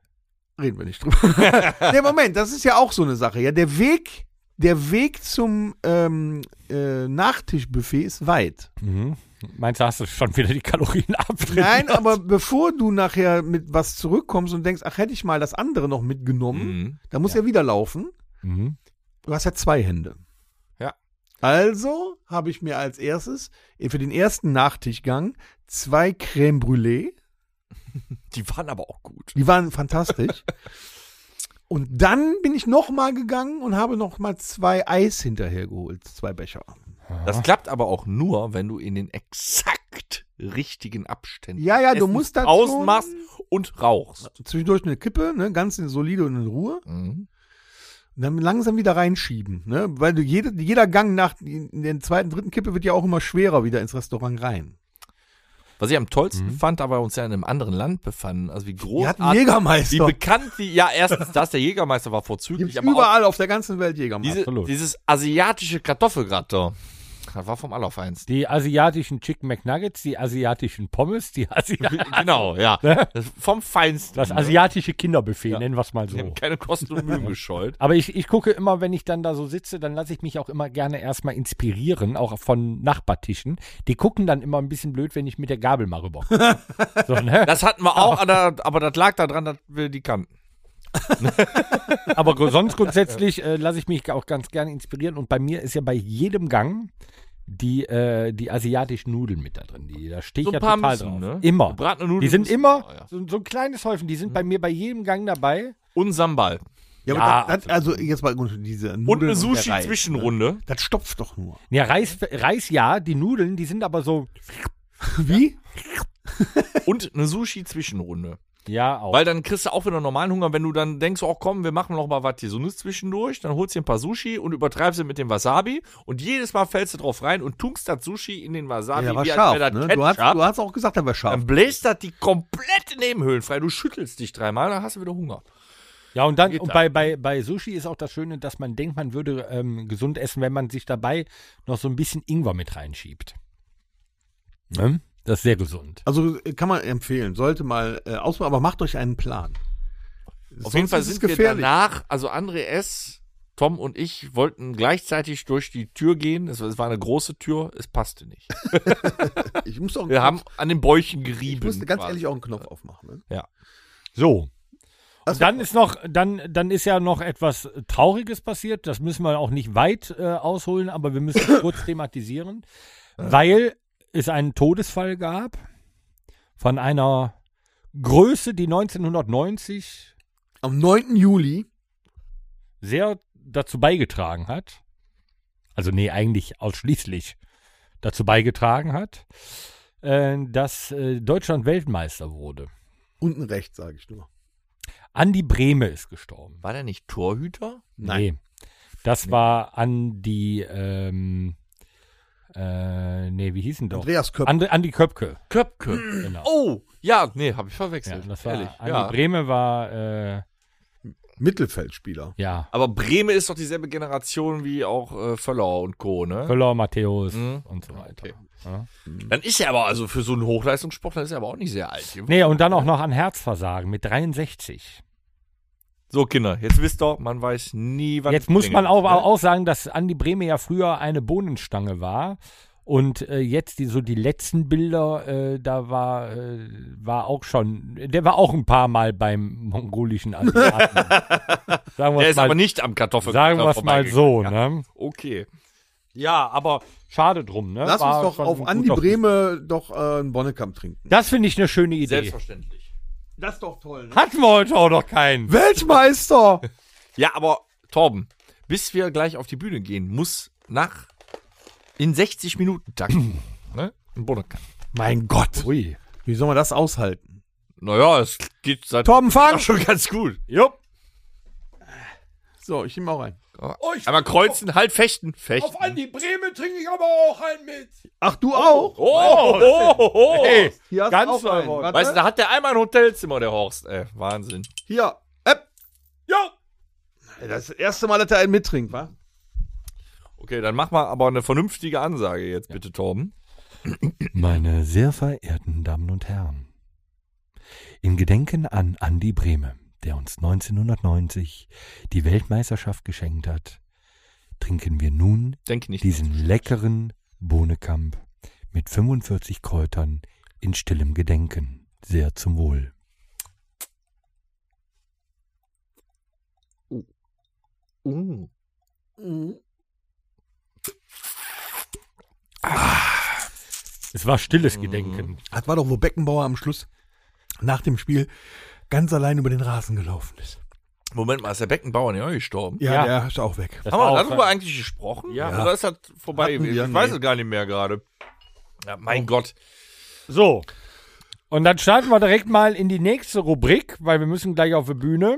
D: Reden wir nicht drüber. nee, Moment, das ist ja auch so eine Sache. Ja, der Weg, der Weg zum ähm, äh, Nachtischbuffet ist weit.
B: Mhm. Meinst du, hast du schon wieder die Kalorien ab?
D: Nein, aber bevor du nachher mit was zurückkommst und denkst, ach, hätte ich mal das andere noch
C: Ne?
D: mitgenommen,
C: Mhm.
D: da muss ja. wieder laufen.
B: Mhm.
D: Du hast ja zwei Hände.
C: Ja.
D: Also habe ich mir als erstes äh, für den ersten Nachtischgang zwei Crème Brûlée,
C: Die waren aber auch gut.
D: die waren fantastisch. und dann bin ich nochmal gegangen und habe nochmal zwei Eis hinterhergeholt, zwei Becher.
C: Das klappt aber auch nur, wenn du in den exakt richtigen Abständen
D: Ja, ja, du
C: Essens
D: musst das
C: ausmachst und rauchst.
D: Zwischendurch eine Kippe, ne, ganz solide und in Ruhe.
C: Mhm.
D: Und dann langsam wieder reinschieben, ne? Weil du jede, jeder Gang nach in den zweiten, dritten Kippe wird ja auch immer schwerer wieder ins Restaurant rein.
C: Was ich am tollsten fand, aber uns ja in einem anderen Land befanden. Also wie
D: Mhm. Wir
C: großartig.
D: hatten
C: Wie
D: Jägermeister.
C: bekannt die, ja, erstens das, der Jägermeister war vorzüglich,
D: Gibt's
C: aber auch
D: überall auf der ganzen Welt Jägermeister.
C: diese,
B: absolut.
C: dieses asiatische Kartoffelgratter. Das war vom Allerfeinsten.
B: Die asiatischen Chicken McNuggets, die asiatischen Pommes, die Asiat
C: genau, ja. Das ist vom Feinsten.
B: Ne? das
C: ne?
B: asiatische Kinderbuffet, nennen wir es mal
C: Die haben
B: so.
C: keine Kosten und Mühen gescheut.
B: Aber ich, ich gucke immer, wenn ich dann da so sitze, dann lasse ich mich auch immer gerne erstmal inspirieren, auch von Nachbartischen. Die gucken dann immer ein bisschen blöd, wenn ich mit der Gabel mal rüber. so, ne?
C: Das hatten wir auch, aber, aber das lag daran, dass wir die kannten.
B: Aber gru- sonst grundsätzlich äh, lasse ich mich auch ganz gerne inspirieren. Und bei mir ist ja bei jedem Gang die, äh, die asiatischen Nudeln mit da drin. Die, da stehe ich
C: So ein
B: ja
C: paar
B: total
C: müssen,
B: drauf.
C: ne?
B: Immer.
C: Gebratene Nudeln
B: die sind
C: müssen-
B: immer
C: Ah, ja. Mhm.
B: so, so ein kleines Häufchen. Die sind bei mir bei jedem Gang dabei.
C: Und Sambal.
D: Ja,
B: Ja,
D: aber das, das, also jetzt mal diese
C: Und
D: Nudeln
C: eine
D: der Reis,
C: Sushi-Zwischenrunde.
D: ne? Das stopft doch nur.
B: Ja, Reis,
C: Mhm.
B: Reis ja, die Nudeln, die sind aber so.
D: Wie?
C: Und eine Sushi-Zwischenrunde.
B: Ja, auch.
C: Weil dann kriegst du auch wieder normalen Hunger, wenn du dann denkst, oh komm, wir machen noch mal was Gesundes zwischendurch, dann holst du dir ein paar Sushi und übertreibst es mit dem Wasabi und jedes Mal fällst du drauf rein und tunkst das Sushi in den Wasabi,
D: Ja, war
C: wie als
D: scharf.
C: wär das
D: Ne? Du,
C: Ketchup.
D: hast, du hast auch gesagt, er war scharf.
C: dann bläst das die komplette Nebenhöhlen frei, du schüttelst dich dreimal, dann hast du wieder Hunger.
B: Ja, und dann
C: Geht
B: und
C: da.
B: bei, bei, bei Sushi ist auch das Schöne, dass man denkt, man würde ähm, gesund essen, wenn man sich dabei noch so ein bisschen Ingwer mit reinschiebt. Ne? Das ist sehr gesund.
D: Also äh, kann man empfehlen. Sollte mal äh, ausprobieren, aber macht euch einen Plan.
C: Auf
D: Sonst
C: jeden Fall
D: ist es
C: sind wir danach, also André S., Tom und ich wollten gleichzeitig durch die Tür gehen. Es war- es war eine große Tür, es passte nicht.
D: Ich muss auch
C: Wir haben an den Bäuchen gerieben.
D: ich musste ganz
C: quasi.
D: ehrlich auch einen Knopf aufmachen. Ne?
B: So.
D: Also-
B: Und dann ist noch, dann, dann ist ja noch etwas Trauriges passiert. Das müssen wir auch nicht weit äh, ausholen, aber wir müssen es kurz thematisieren, weil es einen Todesfall gab von einer Größe, die 1990
D: Am 9. Juli,
B: sehr dazu beigetragen hat, also nee, eigentlich ausschließlich dazu beigetragen hat, äh, dass äh, Deutschland Weltmeister wurde.
D: unten rechts, sage ich nur.
B: Andi Brehme ist gestorben.
C: War der nicht Torhüter?
D: Nein.
B: Nee, das war Andi, ähm, äh, nee, wie hießen doch?
D: Andreas Köpp.
B: Andre, Andi Köpke,
C: Köpke.
B: genau.
C: Oh, ja, nee, habe ich
B: ja,
C: verwechselt.
B: das war,
C: ehrlich.
B: Andi
C: Ja.
B: Brehme war, äh,
D: Mittelfeldspieler.
B: ja,
C: Aber Breme ist doch dieselbe Generation wie auch äh, Völler und Co. Ne?
B: Völler, Matthäus
C: Mhm.
B: und so weiter.
C: Okay.
B: Ja.
C: Dann ist er aber, also für so einen Hochleistungssportler ist er aber auch nicht sehr alt.
B: Nee, und dann auch noch an Herzversagen mit 63.
C: So, Kinder, jetzt wisst ihr, man weiß nie, wann.
B: Jetzt
C: die
B: muss
C: Dinge
B: man auch,
C: sind, ne?
B: auch sagen, dass Andi Brehme ja früher eine Bohnenstange war. Und äh, jetzt die, so die letzten Bilder, äh, da war, äh, war auch schon, der war auch ein paar Mal beim mongolischen Asiaten. sagen wir
C: Der
B: es
C: ist aber
B: mal,
C: nicht am Kartoffel.
B: sagen wir's mal so, ne?
C: Okay.
B: Ja, aber schade drum, ne?
D: Lass
B: War
D: uns doch
B: schon
D: auf
B: gut
D: Andi
B: aufgestellt.
D: Brehme doch äh, einen Bonnekamp trinken.
B: Das finde ich eine schöne Idee.
C: Selbstverständlich.
D: Das ist doch toll. ne?
B: Hatten wir heute auch noch keinen.
D: Weltmeister!
C: Ja, aber Torben, bis wir gleich auf die Bühne gehen, muss nach in 60 Minuten Takt. ne? Ein Bodenkampf.
D: mein Gott.
B: Ui.
D: Wie soll man das aushalten?
C: Naja, es geht seit
D: Torben
C: Ach,
D: Fang!
C: schon ganz gut.
B: Jupp.
D: So, ich nehme auch einen.
C: Einmal kreuzen, halt fechten, fechten.
B: Brehme trinke ich aber auch einen mit.
D: Ach, du auch?
C: Oh, oh, oh, oh.
B: Hey,
D: Hier hast
B: ganz
D: du auch einen.
B: neu.
D: Warte.
C: Weißt du, da hat der einmal ein Hotelzimmer, der Horst. Ey, Wahnsinn.
D: Hier. Äpp.
B: Ja.
D: Das, ist das erste Mal, dass er einen mittrinkt, wa?
C: Okay, dann mach mal aber eine vernünftige Ansage jetzt bitte, Torben.
B: Meine sehr verehrten Damen und Herren, in Gedenken an Andi Brehme, der uns 1990 die Weltmeisterschaft geschenkt hat, trinken wir nun
C: Denke nicht.
B: diesen leckeren Bohnekamp mit 45 Kräutern in stillem Gedenken. Sehr zum Wohl.
C: Uh.
B: Ah. Es war stilles Gedenken.
D: Das war doch, wo Beckenbauer am Schluss nach dem Spiel ganz allein über den Rasen gelaufen ist.
C: Moment mal, ist der Beckenbauer nicht auch gestorben?
D: Ja,
B: Ja.
D: der ist auch weg.
B: Das
C: Haben
B: war
C: wir
B: auch-
C: darüber eigentlich gesprochen?
B: Ja.
C: Oder ist das vorbei
D: Hatten
C: gewesen?
D: wir,
C: ich weiß
D: nee.
C: es gar nicht mehr gerade. Oh. Ja, mein Gott.
B: So. Und dann starten wir direkt mal in die nächste Rubrik, weil wir müssen gleich auf die Bühne.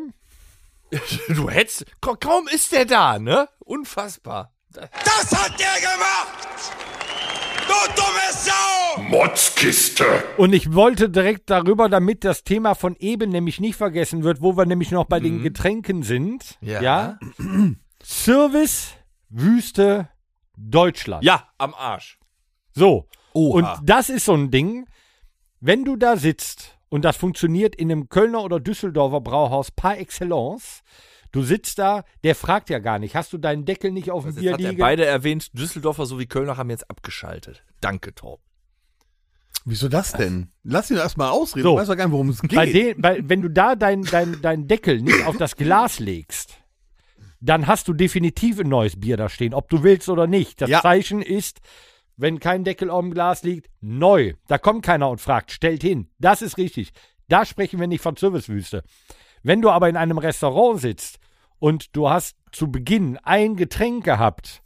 C: Du hättest. ka- Kaum ist der da, ne? Unfassbar.
E: Das hat der gemacht! Du dumme Sau!
A: Motzkiste.
B: Und ich wollte direkt darüber, damit das Thema von eben nämlich nicht vergessen wird, wo wir nämlich noch bei
C: Mhm.
B: den Getränken sind.
C: Ja.
B: Service, Wüste, Deutschland.
C: Ja, am Arsch.
B: So.
D: Oha.
B: Und das ist so ein Ding, wenn du da sitzt und das funktioniert in einem Kölner oder Düsseldorfer Brauhaus par excellence, du sitzt da, der fragt ja gar nicht, hast du deinen Deckel nicht auf dem
C: Jetzt
B: Bier
C: hat er
B: liegen?
C: beide erwähnt, Düsseldorfer sowie Kölner haben jetzt abgeschaltet. Danke, Torben.
D: Wieso das denn? Lass ihn doch erstmal ausreden.
B: So.
D: Ich weiß doch gar nicht, worum es geht.
B: Bei den, bei, wenn du da deinen dein, dein Deckel nicht auf das Glas legst, dann hast du definitiv ein neues Bier da stehen, ob du willst oder nicht. Das
D: Ja.
B: Zeichen ist, wenn kein Deckel auf dem Glas liegt, neu. Da kommt keiner und fragt, stellt hin. Das ist richtig. Da sprechen wir nicht von Servicewüste. Wenn du aber in einem Restaurant sitzt und du hast zu Beginn ein Getränk gehabt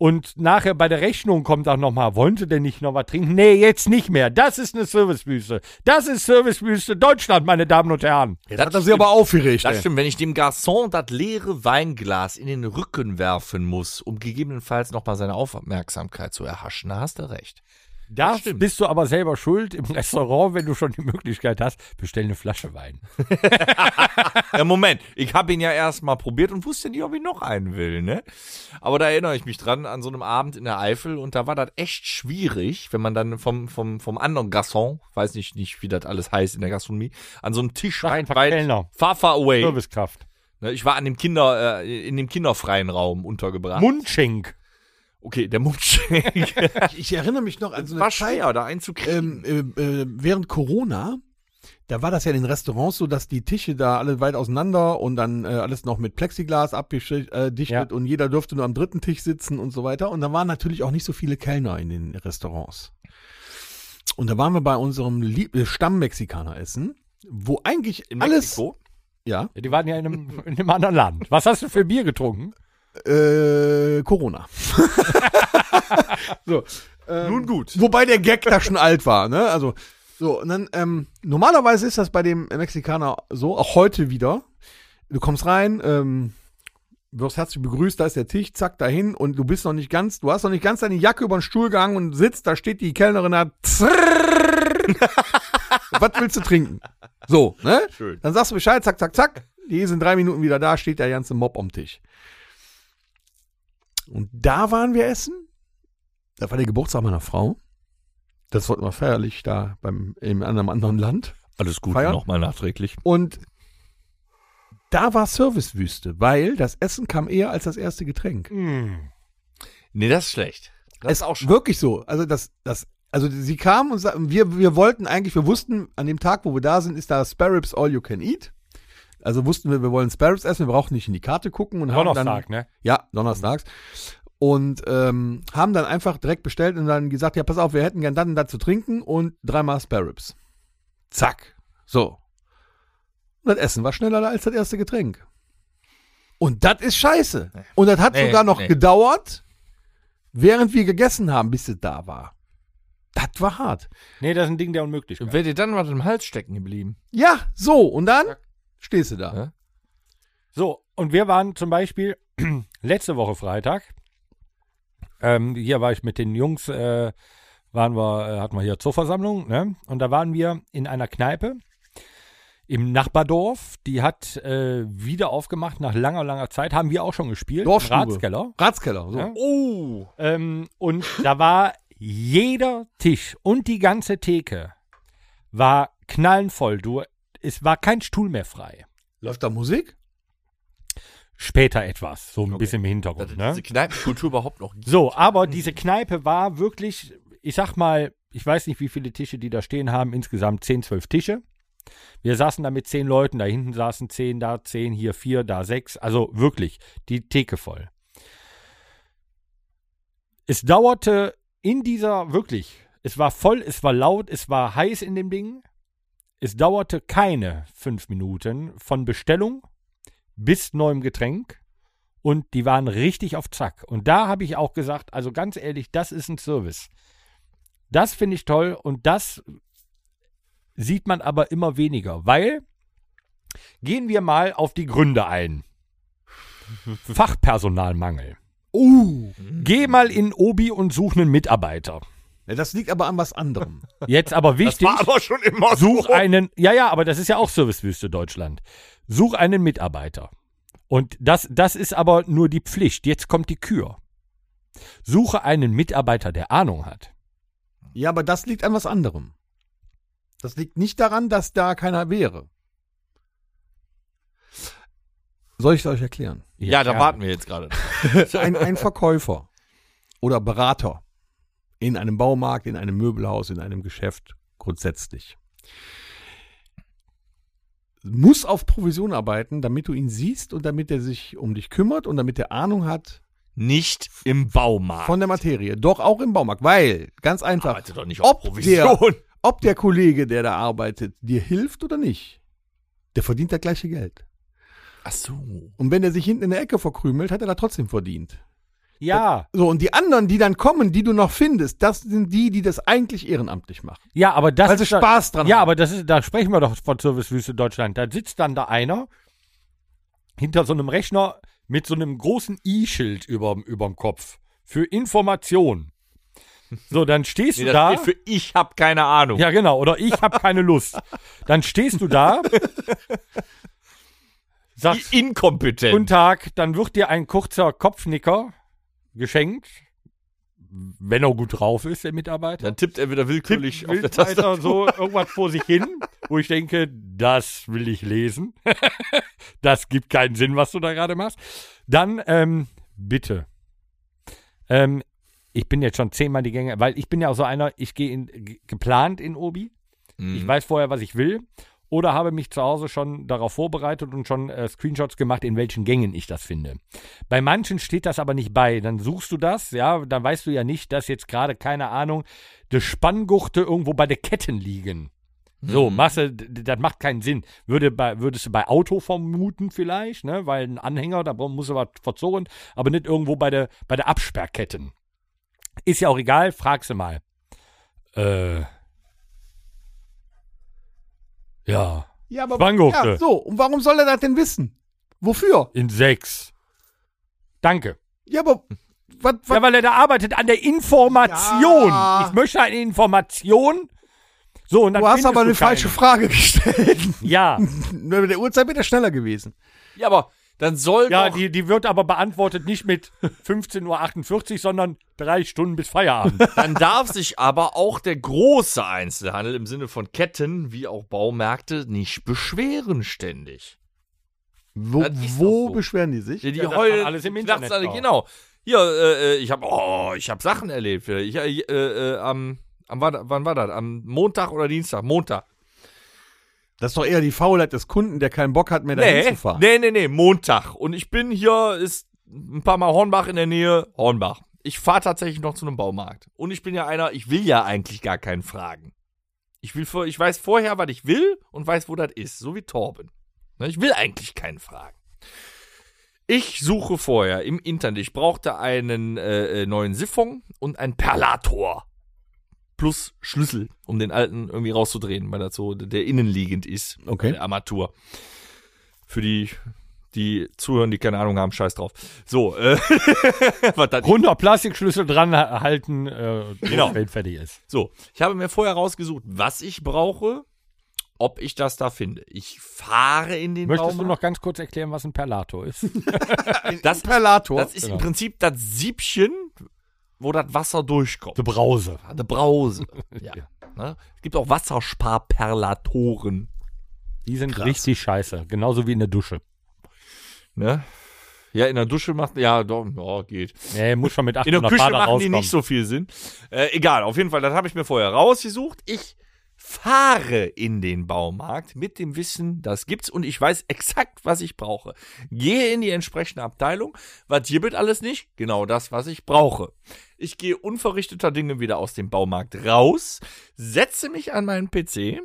B: und nachher bei der Rechnung kommt auch nochmal, wollen Sie denn nicht noch was trinken? Nee, jetzt nicht mehr. Das ist eine Servicewüste. Das ist Servicewüste Deutschland, meine Damen und Herren.
D: Jetzt hat er sie aber aufgeregt.
C: Das
D: ey.
C: stimmt, wenn ich dem Garçon das leere Weinglas in den Rücken werfen muss, um gegebenenfalls nochmal seine Aufmerksamkeit zu erhaschen, da hast du recht.
B: Da
C: stimmt.
B: bist du aber selber schuld im Restaurant, wenn du schon die Möglichkeit hast, bestell eine Flasche Wein.
C: Ja, Moment, ich habe ihn ja erstmal probiert und wusste nicht, ob ich noch einen will, ne? Aber da erinnere ich mich dran an so einem Abend in der Eifel und da war das echt schwierig, wenn man dann vom, vom, vom anderen Garçon, weiß nicht, nicht, wie das alles heißt in der Gastronomie, an so einem Tisch weit,
B: einfach
C: weit,
B: Kellner.
C: far, far away.
B: Servicekraft.
C: Ne, Ich war an dem Kinder, äh, in dem kinderfreien Raum
D: Ah.
C: untergebracht.
B: Mundschenk.
C: Okay, der Mundschenk.
D: Ich erinnere mich noch an so eine
C: war schwer, da einzukriegen.
D: ähm, äh, äh, während Corona, da war das ja in den Restaurants so, dass die Tische da alle weit auseinander und dann äh, alles noch mit Plexiglas abgedichtet äh, dichtet
B: Ja.
D: und jeder durfte nur am dritten Tisch sitzen und so weiter. Und da waren natürlich auch nicht so viele Kellner in den Restaurants. Und da waren wir bei unserem Lieb- äh, Stammmexikaner essen, wo eigentlich
C: in
D: alles,
C: Mexiko.
D: ja,
B: Ja, Die waren ja in einem, in einem anderen Land. Was hast du für Bier getrunken?
D: äh, Corona. so,
C: Nun gut.
D: Wobei der Gag da schon alt war, ne? Also, so, und dann, ähm, normalerweise ist das bei dem Mexikaner so, auch heute wieder. Du kommst rein, ähm, wirst herzlich begrüßt, da ist der Tisch, zack, dahin und du bist noch nicht ganz, du hast noch nicht ganz deine Jacke über den Stuhl gehangen und sitzt, da steht die Kellnerin da. zrrrr. Was willst du trinken? So, ne?
C: Schön.
D: Dann sagst du Bescheid, zack, zack, zack. Die sind drei Minuten wieder da, steht der ganze Mob am Tisch. Und da waren wir essen. Da war der Geburtstag meiner Frau. Das wollten wir feierlich da beim, in einem anderen Land.
C: Alles gut,
D: Feiern?
C: nochmal nachträglich.
D: Und da war Servicewüste, weil das Essen kam eher als das erste Getränk. Mm.
C: Nee, das ist schlecht. Das
D: es ist auch schon. Wirklich so. Also das, das, also sie kam und sa- wir, wir wollten eigentlich, wir wussten, an dem Tag, wo wir da sind, ist da Spare Ribs All You Can Eat. Also wussten wir, wir wollen Spare Ribs essen, wir brauchen nicht in die Karte gucken und haben dann
B: Donnerstag, ne?
C: Mhm.
D: Ja, donnerstags. Und ähm, haben dann einfach direkt bestellt und dann gesagt, ja, pass auf, wir hätten gern dann und dann zu trinken und dreimal Spare Ribs. Zack. So. Und das Essen war schneller als das erste Getränk. Und das ist scheiße. Und das hat
C: Nee,
D: sogar noch
C: nee.
D: gedauert, während wir gegessen haben, bis es da war. Das war hart.
B: Nee, das ist ein Ding der Unmöglichkeit.
C: Wäre dir dann was im Hals stecken geblieben?
D: Ja, so. Und dann stehst du da.
C: Ja.
B: So, und wir waren zum Beispiel letzte Woche Freitag. Ähm, hier war ich mit den Jungs, äh, waren wir, äh, hatten wir hier zur Versammlung, ne? Und da waren wir in einer Kneipe im Nachbardorf. Die hat äh, wieder aufgemacht nach langer, langer Zeit. Haben wir auch schon gespielt. im
D: Dorfstube.
B: Ratskeller.
D: Ratskeller. So.
B: Ja.
C: Oh.
B: Ähm, und da war jeder Tisch und die ganze Theke war knallenvoll. Du, es war kein Stuhl mehr frei.
D: Läuft da Musik?
B: Später etwas, so ein bisschen im Hintergrund. Ne?
C: Diese Kneipenkultur überhaupt noch.
B: So, aber diese Kneipe war wirklich, ich sag mal, ich weiß nicht, wie viele Tische die da stehen haben, insgesamt 10, 12 Tische. Wir saßen da mit 10 Leuten, da hinten saßen 10, da 10, hier 4, da 6, also wirklich, die Theke voll. Es dauerte in dieser, wirklich, es war voll, es war laut, es war heiß in dem Ding. Es dauerte keine fünf Minuten von Bestellung bis neuem Getränk und die waren richtig auf Zack. Und da habe ich auch gesagt, also ganz ehrlich, das ist ein Service. Das finde ich toll und das sieht man aber immer weniger, weil gehen wir mal auf die Gründe ein. Fachpersonalmangel.
D: Uh.
B: Geh mal in Obi und such einen Mitarbeiter.
D: Ja, das liegt aber an was anderem.
B: Jetzt aber wichtig.
C: aber schon immer
B: Such einen, ja, ja, aber das ist ja auch Servicewüste Deutschland. Such einen Mitarbeiter. Und das, das ist aber nur die Pflicht. Jetzt kommt die Kür. Suche einen Mitarbeiter, der Ahnung hat.
D: Ja, aber das liegt an was anderem. Das liegt nicht daran, dass da keiner wäre. Soll ich es euch erklären?
C: Ja, da
B: gerne.
C: warten wir jetzt gerade.
D: Ein, ein Verkäufer oder Berater in einem Baumarkt, in einem Möbelhaus, in einem Geschäft grundsätzlich muss auf Provision arbeiten, damit du ihn siehst und damit er sich um dich kümmert und damit er Ahnung hat
C: Nicht im Baumarkt.
D: von der Materie. Doch auch im Baumarkt, weil ganz einfach,
C: Arbeitet doch nicht auf
D: ob der,
C: Provision.
D: ob der Kollege, der da arbeitet, dir hilft oder nicht, der verdient das gleiche Geld.
C: Ach so.
D: Und wenn er sich hinten in der Ecke verkrümelt, hat er da trotzdem verdient.
B: Ja,
D: So, und die anderen, die dann kommen, die du noch findest, das sind die, die das eigentlich ehrenamtlich machen.
B: ja, aber das
D: Weil sie
B: ist da-
D: Spaß dran
B: Ja,
D: haben.
B: aber das ist, da sprechen wir doch von Servicewüste Deutschland. Da sitzt dann da einer hinter so einem Rechner mit so einem großen I-Schild überm, überm Kopf für Information. So, dann stehst
C: Nee,
B: du
C: das
B: da.
C: steht für ich hab keine Ahnung.
B: Ja, genau. Oder ich habe keine Lust. Dann stehst du da,
C: I-
B: sagst
C: Inkompetent.
B: Guten Tag, dann wird dir ein kurzer Kopfnicker geschenkt, wenn er gut drauf ist, der Mitarbeiter.
C: dann tippt er wieder willkürlich auf der
B: Wild
C: Taste.
B: weiter so irgendwas vor sich hin, wo ich denke, das will ich lesen. das gibt keinen Sinn, was du da gerade machst. Dann, ähm, bitte. Ähm, ich bin jetzt schon zehnmal die Gänge, weil ich bin ja auch so einer, ich gehe in, ge- geplant in Obi.
C: Mhm.
B: Ich weiß vorher, was ich will. Oder habe mich zu Hause schon darauf vorbereitet und schon äh, Screenshots gemacht, in welchen Gängen ich das finde. Bei manchen steht das aber nicht bei. Dann suchst du das, ja, dann weißt du ja nicht, dass jetzt gerade, keine Ahnung, die Spanngurte irgendwo bei den Ketten liegen. So, Masse, das macht keinen Sinn. Würde bei, würdest du bei Auto vermuten vielleicht, ne? Weil ein Anhänger, da brauch- muss er was verzogen, aber nicht irgendwo bei der bei der Absperrketten. Ist ja auch egal, frag sie mal. Äh. Ja,
D: Ja, aber
B: Spangurte.
D: ja, so, und warum soll er das denn wissen? Wofür?
B: in sechs. Danke.
D: Ja, aber was, was,
B: Ja, weil er da arbeitet an der Information.
D: Ja.
B: Ich möchte eine Information. So, und dann
D: du hast
B: findest
D: aber eine
B: du keine.
D: falsche Frage gestellt.
B: Ja,
D: Wenn Mit der Uhrzeit wäre er schneller gewesen.
C: Ja, aber dann soll
B: ja
C: doch
B: die, die wird aber beantwortet nicht mit 15.48 Uhr, sondern drei Stunden bis Feierabend.
C: Dann darf sich aber auch der große Einzelhandel im Sinne von Ketten wie auch Baumärkte nicht beschweren ständig.
D: Wo,
C: Das ist
D: wo
C: doch so.
D: beschweren die sich?
C: Die, die
B: Ja, das
C: heulen-
B: kann alles im
C: die
B: Internet
C: lachen alle,
B: auch.
C: genau. Hier, äh, äh, ich habe oh, ich habe Sachen erlebt. Ich, äh, äh, äh, am, am war da- wann war das? Am Montag oder Dienstag? Montag.
D: Das ist doch eher die Faulheit des Kunden, der keinen Bock hat, mehr dahin
C: Nee,
D: zu fahren.
C: nee, nee, nee, Montag. Und ich bin hier, ist ein paar Mal Hornbach in der Nähe. Hornbach. Ich fahre tatsächlich noch zu einem Baumarkt. Und ich bin ja einer, ich will ja eigentlich gar keinen fragen. Ich, will, vor- ich weiß vorher, was ich will und weiß, wo das ist. So wie Torben. Ne, Ich will eigentlich keinen fragen. Ich suche vorher im Internet. Ich brauchte einen äh, äh, neuen Siphon und einen Perlator. Plus Schlüssel, um den alten irgendwie rauszudrehen, weil das so der innenliegend ist.
D: Okay.
C: Der Armatur. Für die, die zuhören, die keine Ahnung haben, scheiß drauf. So, äh, was das
B: Runder Plastikschlüssel dran ha- halten, äh,
C: Genau.
B: wenn fertig ist.
C: So, ich habe mir vorher rausgesucht, was ich brauche, ob ich das da finde. Ich fahre in den
B: Möchtest du
C: Baumarkt.
B: noch ganz kurz erklären, was ein Perlator ist?
C: das,
D: Perlator.
C: das ist
B: Genau.
C: im Prinzip das Siebchen, wo das Wasser durchkommt.
B: Die Brause.
C: Eine Brause. ja.
B: Ja.
C: Ne? Es gibt auch Wassersparperlatoren.
B: Die sind richtig scheiße. Genauso wie in der Dusche.
C: Ne? Ja, in der Dusche macht. Ja, doch, ja, geht.
B: Nee, muss schon mit
C: In der
B: 800
C: Küche
B: Grad
C: machen
B: rauskommen.
C: die nicht so viel Sinn. Äh, egal, auf jeden Fall, das habe ich mir vorher rausgesucht. Ich fahre in den Baumarkt mit dem Wissen, das gibt's und ich weiß exakt, was ich brauche. Gehe in die entsprechende Abteilung. Was hier wird alles nicht? Genau das, was ich brauche. Ich gehe unverrichteter Dinge wieder aus dem Baumarkt raus, setze mich an meinen PC.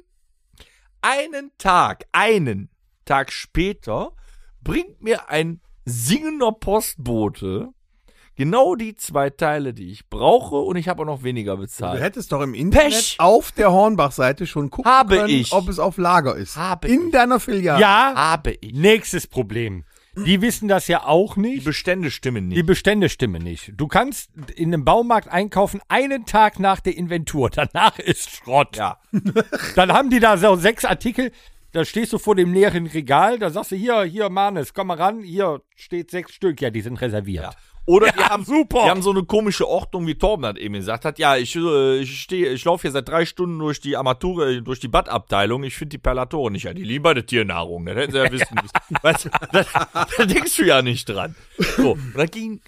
C: Einen Tag, einen Tag später bringt mir ein singender Postbote genau die zwei Teile, die ich brauche und ich habe auch noch weniger
D: Du
C: bezahlt.
D: hättest doch im Internet
C: Pech.
D: auf der Hornbach-Seite schon gucken
C: Habe
D: können,
C: ich.
D: ob es auf Lager ist.
C: Habe
D: In
C: ich.
D: deiner Filiale.
B: Ja,
C: Habe ich.
B: nächstes Problem. Die wissen das ja auch
C: Die
B: nicht.
C: Bestände stimmen
B: Die
C: nicht.
B: Bestände stimmen nicht. Du kannst in einem Baumarkt einkaufen einen Tag nach der Inventur. Danach ist Schrott.
C: Ja.
B: Dann haben die da so sechs Artikel. Da stehst du vor dem leeren Regal. Da sagst du, hier, hier, Manes, komm mal ran. Hier steht sechs Stück. Ja, die sind reserviert.
C: ja. Oder die,
B: Ja,
C: haben,
B: super.
C: die haben so eine komische Ordnung, wie Torben hat eben gesagt hat. Ja, ich, äh, ich, stehe- ich laufe hier seit drei Stunden durch die Armatur, äh, durch die Badabteilung. Ich finde die Perlatoren nicht. Ja, die lieben beide Tiernahrung. ne? Das hätten sie ja wissen müssen. Weißt du, da, da denkst du ja nicht dran. So, und dann ging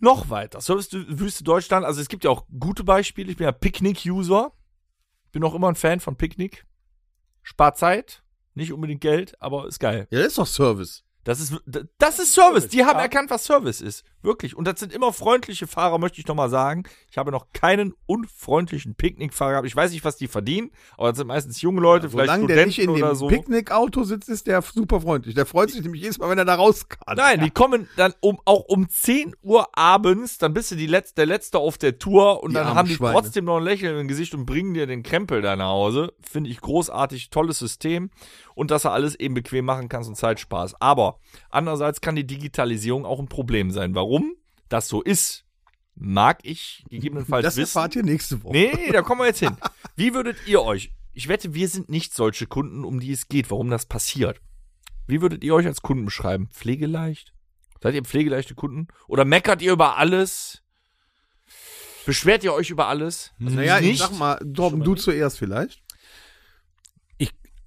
C: noch weiter. Servicewüste Wüste Deutschland. Also es gibt ja auch gute Beispiele. Ich bin ja Picknick-User. Bin auch immer ein Fan von Picknick. Spart Zeit, nicht unbedingt Geld, aber ist geil.
D: Ja, das ist doch Service.
C: Das ist, das ist Service. Die haben erkannt, was Service ist. Wirklich. Und das sind immer freundliche Fahrer, möchte ich nochmal sagen. Ich habe noch keinen unfreundlichen Picknickfahrer gehabt. Ich weiß nicht, was die verdienen, aber das sind meistens junge Leute, vielleicht
D: Solange
C: Studenten
D: der nicht in
C: oder
D: dem
C: so.
D: Picknickauto sitzt, ist der super freundlich. Der freut sich nämlich jedes Mal, wenn er da raus kann.
C: Nein, die kommen dann um, auch um 10 Uhr abends, dann bist du die Letz-, der Letzte auf der Tour und
D: Die
C: dann
D: armen
C: haben die
D: Schweine.
C: trotzdem noch ein Lächeln im Gesicht und bringen dir den Krempel da nach Hause. Finde ich großartig, tolles System und dass du alles eben bequem machen kannst und Zeitspaß. Aber andererseits kann die Digitalisierung auch ein Problem sein. Warum das so ist, mag ich gegebenenfalls
D: das
C: halt wissen.
D: erfahrt ihr nächste Woche.
C: Nee, nee, da kommen wir jetzt hin. Wie würdet ihr euch, ich wette, wir sind nicht solche Kunden, um die es geht, warum das passiert. Wie würdet ihr euch als Kunden beschreiben? Pflegeleicht? Seid ihr pflegeleichte Kunden? Oder meckert ihr über alles? Beschwert ihr euch über alles? Also
D: Naja, ich
C: nicht.
D: sag mal, Torben, du zuerst vielleicht.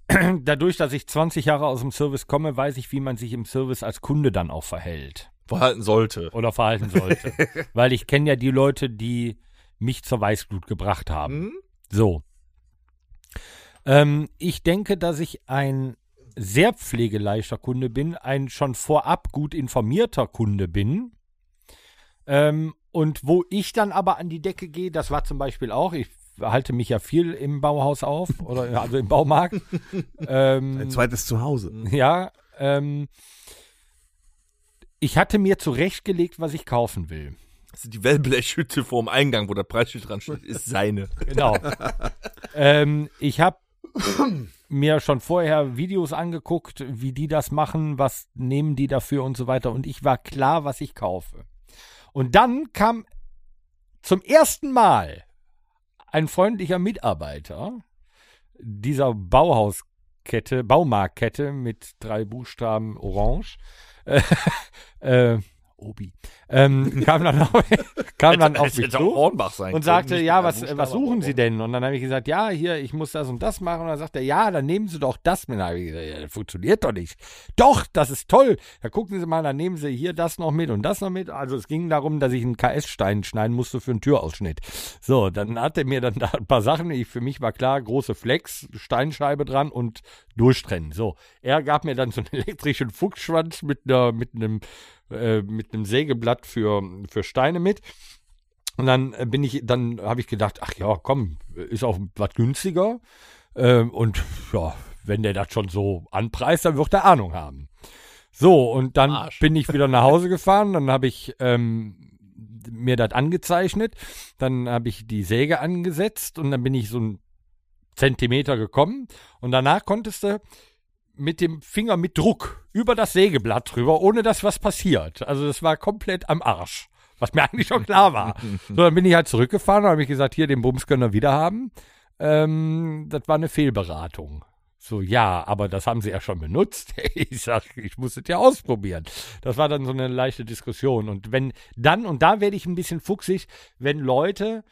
B: Dadurch, dass ich 20 Jahre aus dem Service komme, weiß ich, wie man sich im Service als Kunde dann auch verhält
C: Verhalten sollte.
B: oder verhalten sollte. Weil ich kenne ja die Leute, die mich zur Weißblut gebracht haben.
C: Hm?
B: So. Ähm, ich denke, dass ich ein sehr pflegeleichter Kunde bin, ein schon vorab gut informierter Kunde bin. Ähm, und wo ich dann aber an die Decke gehe, das war zum Beispiel auch, ich halte mich ja viel im Bauhaus auf, oder also im Baumarkt. ähm,
C: Hm.
D: Ein zweites Zuhause.
B: Hm, ja, ähm, ich hatte mir zurechtgelegt, was ich kaufen will.
C: Also die Wellblechhütte vor dem Eingang, wo der Preisschild dran steht, ist seine.
B: Genau. ähm, ich habe mir schon vorher Videos angeguckt, wie die das machen, was nehmen die dafür und so weiter. Und ich war klar, was ich kaufe. Und dann kam zum ersten Mal ein freundlicher Mitarbeiter dieser Bauhauskette, Baumarktkette mit drei Buchstaben Orange. Äh, äh, Obi. Ähm, kam dann auf, kam dann auf
C: Hätte-
B: mich
C: hätte
B: zu
C: auch Hornbach sein
B: und
C: können,
B: sagte,
C: nicht
B: ja,
C: mit
B: was,
C: einem
B: was
C: Buchstaben,
B: suchen
C: aber
B: Sie denn? Und dann habe ich gesagt, ja, hier, ich muss das und das machen. Und dann sagt er, ja, dann nehmen Sie doch das mit. Dann habe ich gesagt, ja, das funktioniert doch nicht. Doch, das ist toll. Da gucken Sie mal, dann nehmen Sie hier das noch mit und das noch mit. Also es ging darum, dass ich einen KS-Stein schneiden musste für einen Türausschnitt. So, dann hat er mir dann da ein paar Sachen. Ich, für mich war klar, große Flex, Steinscheibe dran und durchtrennen. So, er gab mir dann so einen elektrischen Fuchsschwanz mit, einer, mit, einem, äh, mit einem Sägeblatt für, für Steine mit. Und dann äh, bin ich, dann habe ich gedacht, ach ja, komm, ist auch was günstiger. Ähm, und ja, wenn der das schon so anpreist, dann wird er Ahnung haben. So, und dann bin ich wieder nach Hause gefahren, dann habe ich ähm, mir das angezeichnet, dann habe ich die Säge angesetzt und dann bin ich so einen Zentimeter gekommen und danach konntest du mit dem Finger mit Druck über das Sägeblatt drüber, ohne dass was passiert. Also das war komplett am Arsch, was mir eigentlich schon klar war. so, dann bin ich halt zurückgefahren und habe ich gesagt, hier, den Bums können wir wieder haben. Ähm, das war eine Fehlberatung. So, ja, aber das haben sie ja schon benutzt. Ich sag, ich muss es ja ausprobieren. Das war dann so eine leichte Diskussion. Und wenn dann, und da werde ich ein bisschen fuchsig, wenn Leute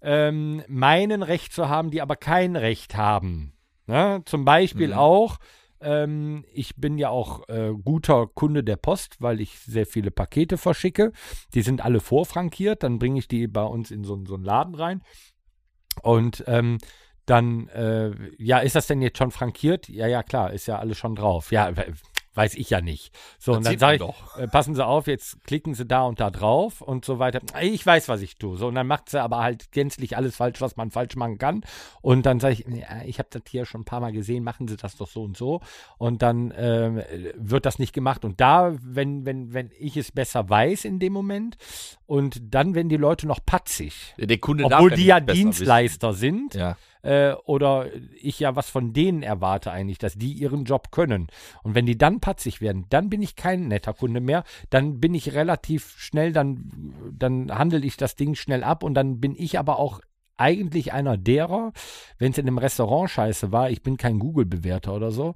B: ähm, meinen Recht zu haben, die aber kein Recht haben. Ne? Zum Beispiel auch, ähm, ich bin ja auch äh, guter Kunde der Post, weil ich sehr viele Pakete verschicke. Die sind alle vorfrankiert, dann bringe ich die bei uns in so, so einen Laden rein. Und ähm, dann, äh, ja, ist das denn jetzt schon frankiert? Ja, ja, klar, ist ja alles schon drauf. Ja, we- weiß ich ja nicht. So,
C: Das
B: und dann
C: sieht man
B: sage ich,
C: doch.
B: äh, passen Sie auf, jetzt klicken Sie da und da drauf und so weiter. Ich weiß, was ich tue. So, und dann macht sie aber halt gänzlich alles falsch, was man falsch machen kann. Und dann sage ich, ja, ich habe das hier schon ein paar Mal gesehen, machen Sie das doch so und so. Und dann ähm, wird das nicht gemacht. Und da, wenn, wenn, wenn ich es besser weiß in dem Moment und dann werden die Leute noch patzig.
C: Der Kunde
B: Obwohl
C: darf
B: die ja
C: nicht besser
B: Dienstleister sind,
C: wissen. Ja.
B: äh, oder ich ja was von denen erwarte eigentlich, dass die ihren Job können. Und wenn die dann patzig werden, dann bin ich kein netter Kunde mehr, dann bin ich relativ schnell, dann, dann handle ich das Ding schnell ab und dann bin ich aber auch eigentlich einer derer, wenn es in einem Restaurant scheiße war, ich bin kein Google-Bewerter oder so,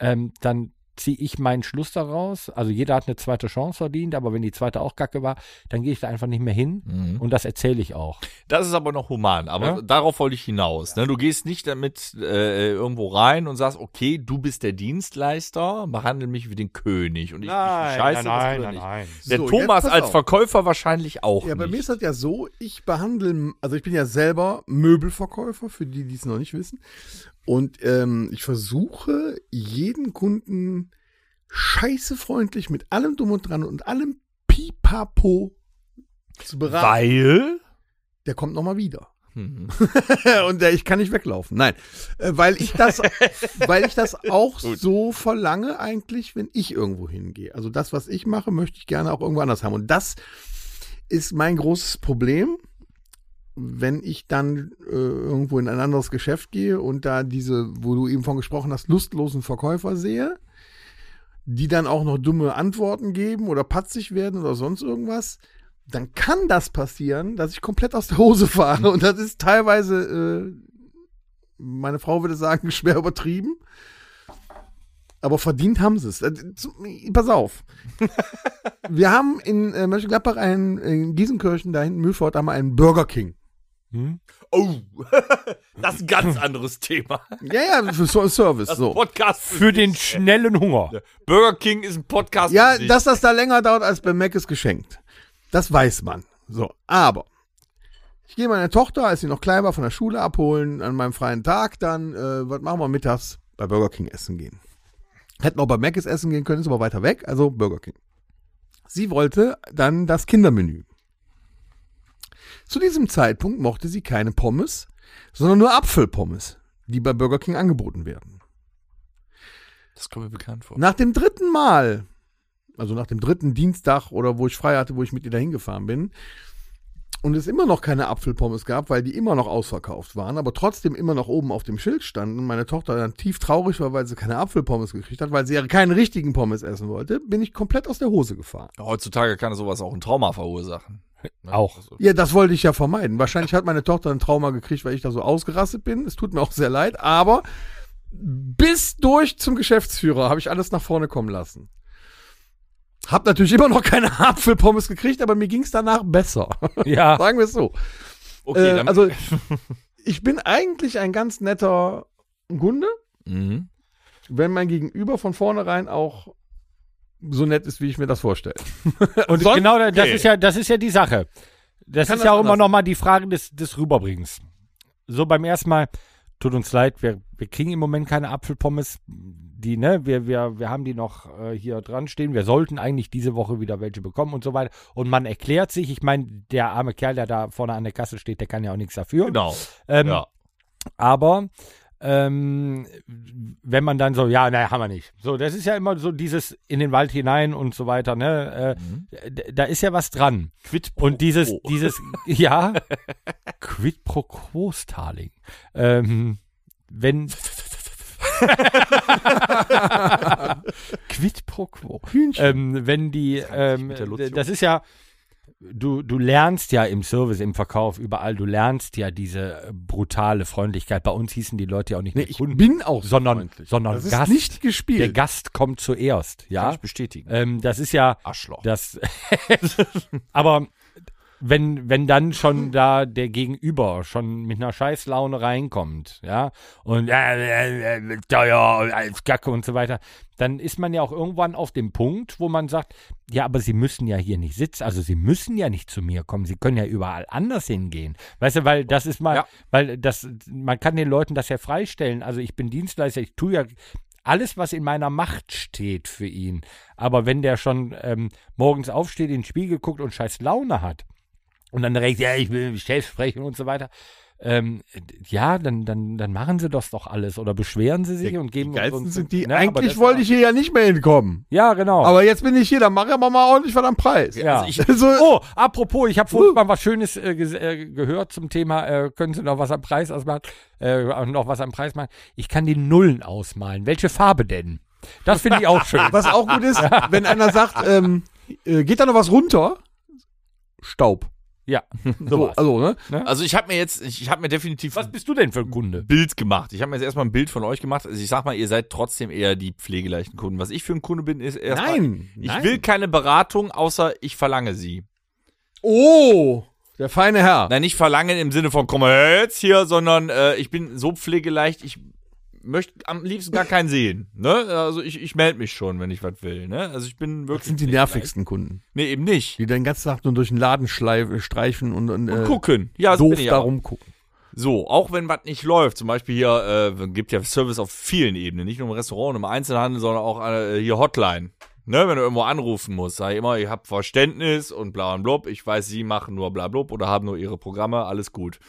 B: ähm, dann ziehe ich meinen Schluss daraus. Also jeder hat eine zweite Chance verdient, aber wenn die zweite auch kacke war, dann gehe ich da einfach nicht mehr hin.
C: Mhm.
B: Und das erzähle ich auch.
C: Das ist aber noch human, aber
B: Ja.
C: darauf wollte ich hinaus. Ne? Du gehst nicht damit äh, irgendwo rein und sagst, okay, du bist der Dienstleister, behandle mich wie den König und ich, ich scheiße das oder nicht. Der
D: So, jetzt
C: Thomas
D: pass
C: als
D: auf.
C: Verkäufer wahrscheinlich auch.
D: Ja, bei mir
C: nicht.
D: ist das ja so, ich behandle, also ich bin ja selber Möbelverkäufer, für die, die es noch nicht wissen. Und ähm, ich versuche, jeden Kunden scheiße freundlich mit allem Dumm und Dran und allem Pipapo zu beraten.
C: weil Hm.
D: Der kommt nochmal wieder. und der, ich kann nicht weglaufen. Nein, äh, weil ich das, weil ich das auch so verlange eigentlich, wenn ich irgendwo hingehe. Also das, was ich mache, möchte ich gerne auch irgendwo anders haben. Und das ist mein großes Problem, wenn ich dann äh, irgendwo in ein anderes Geschäft gehe und da diese, wo du eben von gesprochen hast, lustlosen Verkäufer sehe, die dann auch noch dumme Antworten geben oder patzig werden oder sonst irgendwas, dann kann das passieren, dass ich komplett aus der Hose fahre. Und das ist teilweise, äh, meine Frau würde sagen, schwer übertrieben. Aber verdient haben sie es. Äh, zu- Pass auf. Wir haben in äh, Mönchengladbach einen, in Giesenkirchen, da hinten Mühlfort, haben wir einen Burger King.
C: Oh, das ist ein ganz anderes Thema.
D: Ja, ja, für so Service.
C: Das
D: so.
C: Podcast
B: Für den schnellen Hunger.
C: Burger King ist ein Podcast.
D: Ja,
C: für sich.
D: dass das da länger dauert als bei Mac ist geschenkt. Das weiß man. So, aber ich gehe meine Tochter, als sie noch klein war, von der Schule abholen, an meinem freien Tag dann, äh, was machen wir mittags? Bei Burger King essen gehen. Hätten auch bei Mac ist essen gehen können, ist aber weiter weg, also Burger King. Sie wollte dann das Kindermenü. Zu diesem Zeitpunkt mochte sie keine Pommes, sondern nur Apfelpommes, die bei Burger King angeboten werden.
C: das kommt mir bekannt vor.
D: Nach dem dritten Mal, also nach dem dritten Dienstag oder wo ich frei hatte, wo ich mit ihr dahin gefahren bin, und es immer noch keine Apfelpommes gab, weil die immer noch ausverkauft waren, aber trotzdem immer noch oben auf dem Schild standen und meine Tochter dann tief traurig war, weil sie keine Apfelpommes gekriegt hat, weil sie ja keinen richtigen Pommes essen wollte, bin ich komplett aus der Hose gefahren.
C: Heutzutage kann sowas auch ein Trauma verursachen. Also,
B: Auch.
D: Ja, das wollte ich ja vermeiden. Wahrscheinlich hat meine Tochter ein Trauma gekriegt, weil ich da so ausgerastet bin. Es tut mir auch sehr leid, aber bis durch zum Geschäftsführer habe ich alles nach vorne kommen lassen. Hab natürlich immer noch keine Apfelpommes gekriegt, aber mir ging es danach besser.
B: Ja.
D: Sagen wir es so.
C: Okay,
D: äh,
C: dann-
D: also ich bin eigentlich ein ganz netter Kunde,
C: Mhm.
D: wenn mein Gegenüber von vornherein auch so nett ist, wie ich mir das vorstelle.
B: Und
D: Sonst-
B: genau, das
C: nee.
B: ist ja, das ist ja die Sache. Das
D: Kann
B: ist
D: das
B: ja auch
D: anders
B: immer
D: sein.
B: nochmal die Frage des, des Rüberbringens. So beim ersten Mal, tut uns leid, wir, wir kriegen im Moment keine Apfelpommes. Die, ne, wir, wir, wir haben die noch äh, hier dran stehen. Wir sollten eigentlich diese Woche wieder welche bekommen und so weiter. Und man erklärt sich, ich meine, der arme Kerl, der da vorne an der Kasse steht, der kann ja auch nichts dafür.
C: Genau.
B: Ähm,
C: ja.
B: aber ähm, wenn man dann so, ja, naja, haben wir nicht. So, das ist ja immer so dieses in den Wald hinein und so weiter, ne? Äh, d- Da ist ja was dran.
C: Mhm. Quid pro
B: Und dieses,
C: quo.
B: dieses, ja, quid pro quo, Starling. Ähm, wenn. quid pro quo. Ähm, wenn die, ähm,
C: mit der Lotion.
B: das ist ja, du, du lernst ja im Service, im Verkauf, überall, du lernst ja diese brutale Freundlichkeit. Bei uns hießen die Leute ja auch nicht
D: Nee,
B: mehr
D: ich
B: Kunden,
D: Äh, bin auch
B: sondern,
D: freundlich.
B: sondern
D: das ist
B: Gast.
D: nicht
B: der
D: gespielt.
B: Gast kommt zuerst,
C: Kann
B: ja.
C: ich bestätigen.
B: Ähm, das ist ja,
C: Arschloch.
B: das. aber wenn, wenn dann schon da der Gegenüber schon mit einer Scheißlaune reinkommt, ja, und äh, äh, äh, teuer und alles Kacke und so weiter, dann ist man ja auch irgendwann auf dem Punkt, wo man sagt, ja, aber sie müssen ja hier nicht sitzen, also sie müssen ja nicht zu mir kommen, sie können ja überall anders hingehen. Weißt du, weil das ist mal,
C: Ja.
B: weil das, man kann den Leuten das ja freistellen. Also ich bin Dienstleister, ich tue ja alles, was in meiner Macht steht für ihn. Aber wenn der schon ähm, morgens aufsteht, in den Spiegel guckt und scheiß Laune hat und dann direkt, ja, ich will Chef sprechen und so weiter, ähm, d- ja, dann, dann, dann machen sie das doch alles oder beschweren sie sich und geben
D: Die geilsten
B: uns.
D: sind die.
B: Ne, aber
D: Eigentlich
B: das-
D: wollte ich hier ja nicht mehr hinkommen.
B: Ja, genau.
D: Aber jetzt bin ich hier, dann mach ich aber mal ordentlich was am Preis.
B: Ja.
D: Also ich, so,
B: Oh, apropos, ich habe
D: Uh.
B: vorhin mal was Schönes äh, ges- äh, gehört zum Thema, äh, können Sie noch was am Preis ausmachen? Äh, noch was am Preis machen? Ich kann die Nullen ausmalen. Welche Farbe denn? Das finde ich auch schön.
D: Was auch gut ist, wenn einer sagt, ähm, äh, geht da noch was runter? Staub.
B: Ja.
D: So, also, ne?
C: Also ich habe mir jetzt, ich, ich habe mir definitiv
B: Was bist du denn für ein Kunde?
C: ein Bild gemacht. Ich habe mir jetzt erstmal ein Bild von euch gemacht. Also ich sag mal, ihr seid trotzdem eher die pflegeleichten Kunden. Was ich für ein Kunde bin, ist erstmal.
D: Nein,
C: Ich
D: nein.
C: will keine Beratung, außer ich verlange sie.
D: Oh, der feine Herr.
C: Nein, nicht verlangen im Sinne von komm mal jetzt hier, sondern äh, ich bin so pflegeleicht, ich möchte am liebsten gar keinen sehen. Ne? Also ich, ich melde mich schon, wenn ich was will. Ne? Also ich bin
D: Das
C: wirklich.
D: sind die
C: nicht
D: nervigsten Kunden,
C: leicht. Nee, eben nicht.
D: die den ganzen Tag nur durch den Laden schlei- streifen und, und, äh,
C: Gucken. Ja, so
D: doof
C: bin ich
D: da
C: auch.
D: rumgucken.
C: So, auch wenn was nicht läuft, zum Beispiel hier äh, gibt ja Service auf vielen Ebenen, nicht nur im Restaurant, und im Einzelhandel, sondern auch äh, hier Hotline. Ne, wenn du irgendwo anrufen musst, sag ich immer, ich habe Verständnis und bla und blub. Ich weiß, sie machen nur bla blub oder haben nur ihre Programme, alles gut.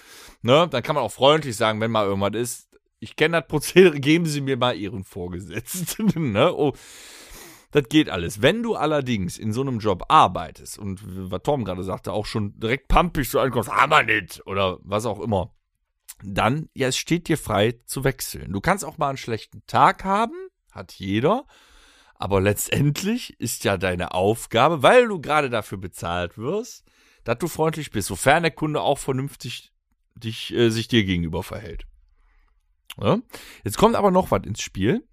C: Ne, dann kann man auch freundlich sagen, wenn mal irgendwas ist, ich kenne das Prozedere, geben Sie mir mal Ihren Vorgesetzten. ne? oh, das geht alles. Wenn du allerdings in so einem Job arbeitest und was Tom gerade sagte, auch schon direkt pampig so ankommst, aber "Ah, nicht oder was auch immer, dann, ja, es steht dir frei zu wechseln. Du kannst auch mal einen schlechten Tag haben, hat jeder, aber letztendlich ist ja deine Aufgabe, weil du gerade dafür bezahlt wirst, dass du freundlich bist, sofern der Kunde auch vernünftig dich, äh, sich dir gegenüber verhält. Ja? Jetzt kommt aber noch was ins Spiel.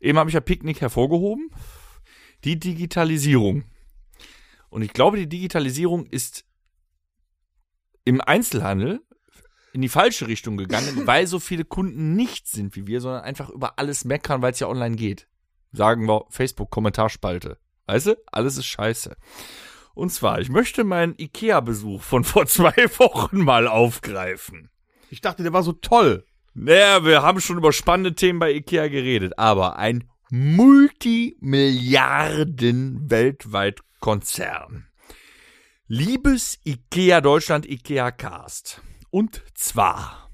C: Eben habe ich ja Picknick hervorgehoben. Die Digitalisierung. Und ich glaube, die Digitalisierung ist im Einzelhandel in die falsche Richtung gegangen, weil so viele Kunden nicht sind wie wir, sondern einfach über alles meckern, weil es ja online geht. Sagen wir Facebook-Kommentarspalte. Weißt du? Alles ist scheiße. Und zwar, ich möchte meinen IKEA-Besuch von vor zwei Wochen mal aufgreifen.
D: Ich dachte, der war so toll.
C: Naja, wir haben schon über spannende Themen bei IKEA geredet, aber ein Multimilliarden weltweit Konzern. Liebes IKEA Deutschland, IKEA Cast. Und zwar,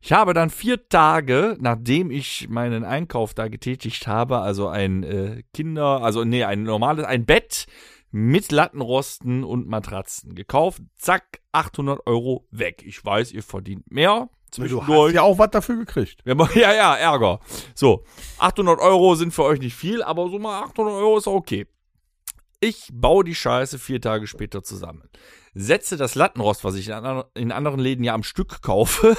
C: ich habe dann vier Tage, nachdem ich meinen Einkauf da getätigt habe, also ein äh, Kinder, also nee, ein normales, ein Bett mit Lattenrosten und Matratzen gekauft. Zack, 800 Euro weg. Ich weiß, ihr verdient mehr.
D: Du hast ja auch was dafür gekriegt.
C: Wir machen, ja, ja, Ärger. So, 800 Euro sind für euch nicht viel, aber so mal 800 Euro ist auch okay. Ich baue die Scheiße vier Tage später zusammen. Setze das Lattenrost, was ich in, andern- in anderen Läden ja am Stück kaufe,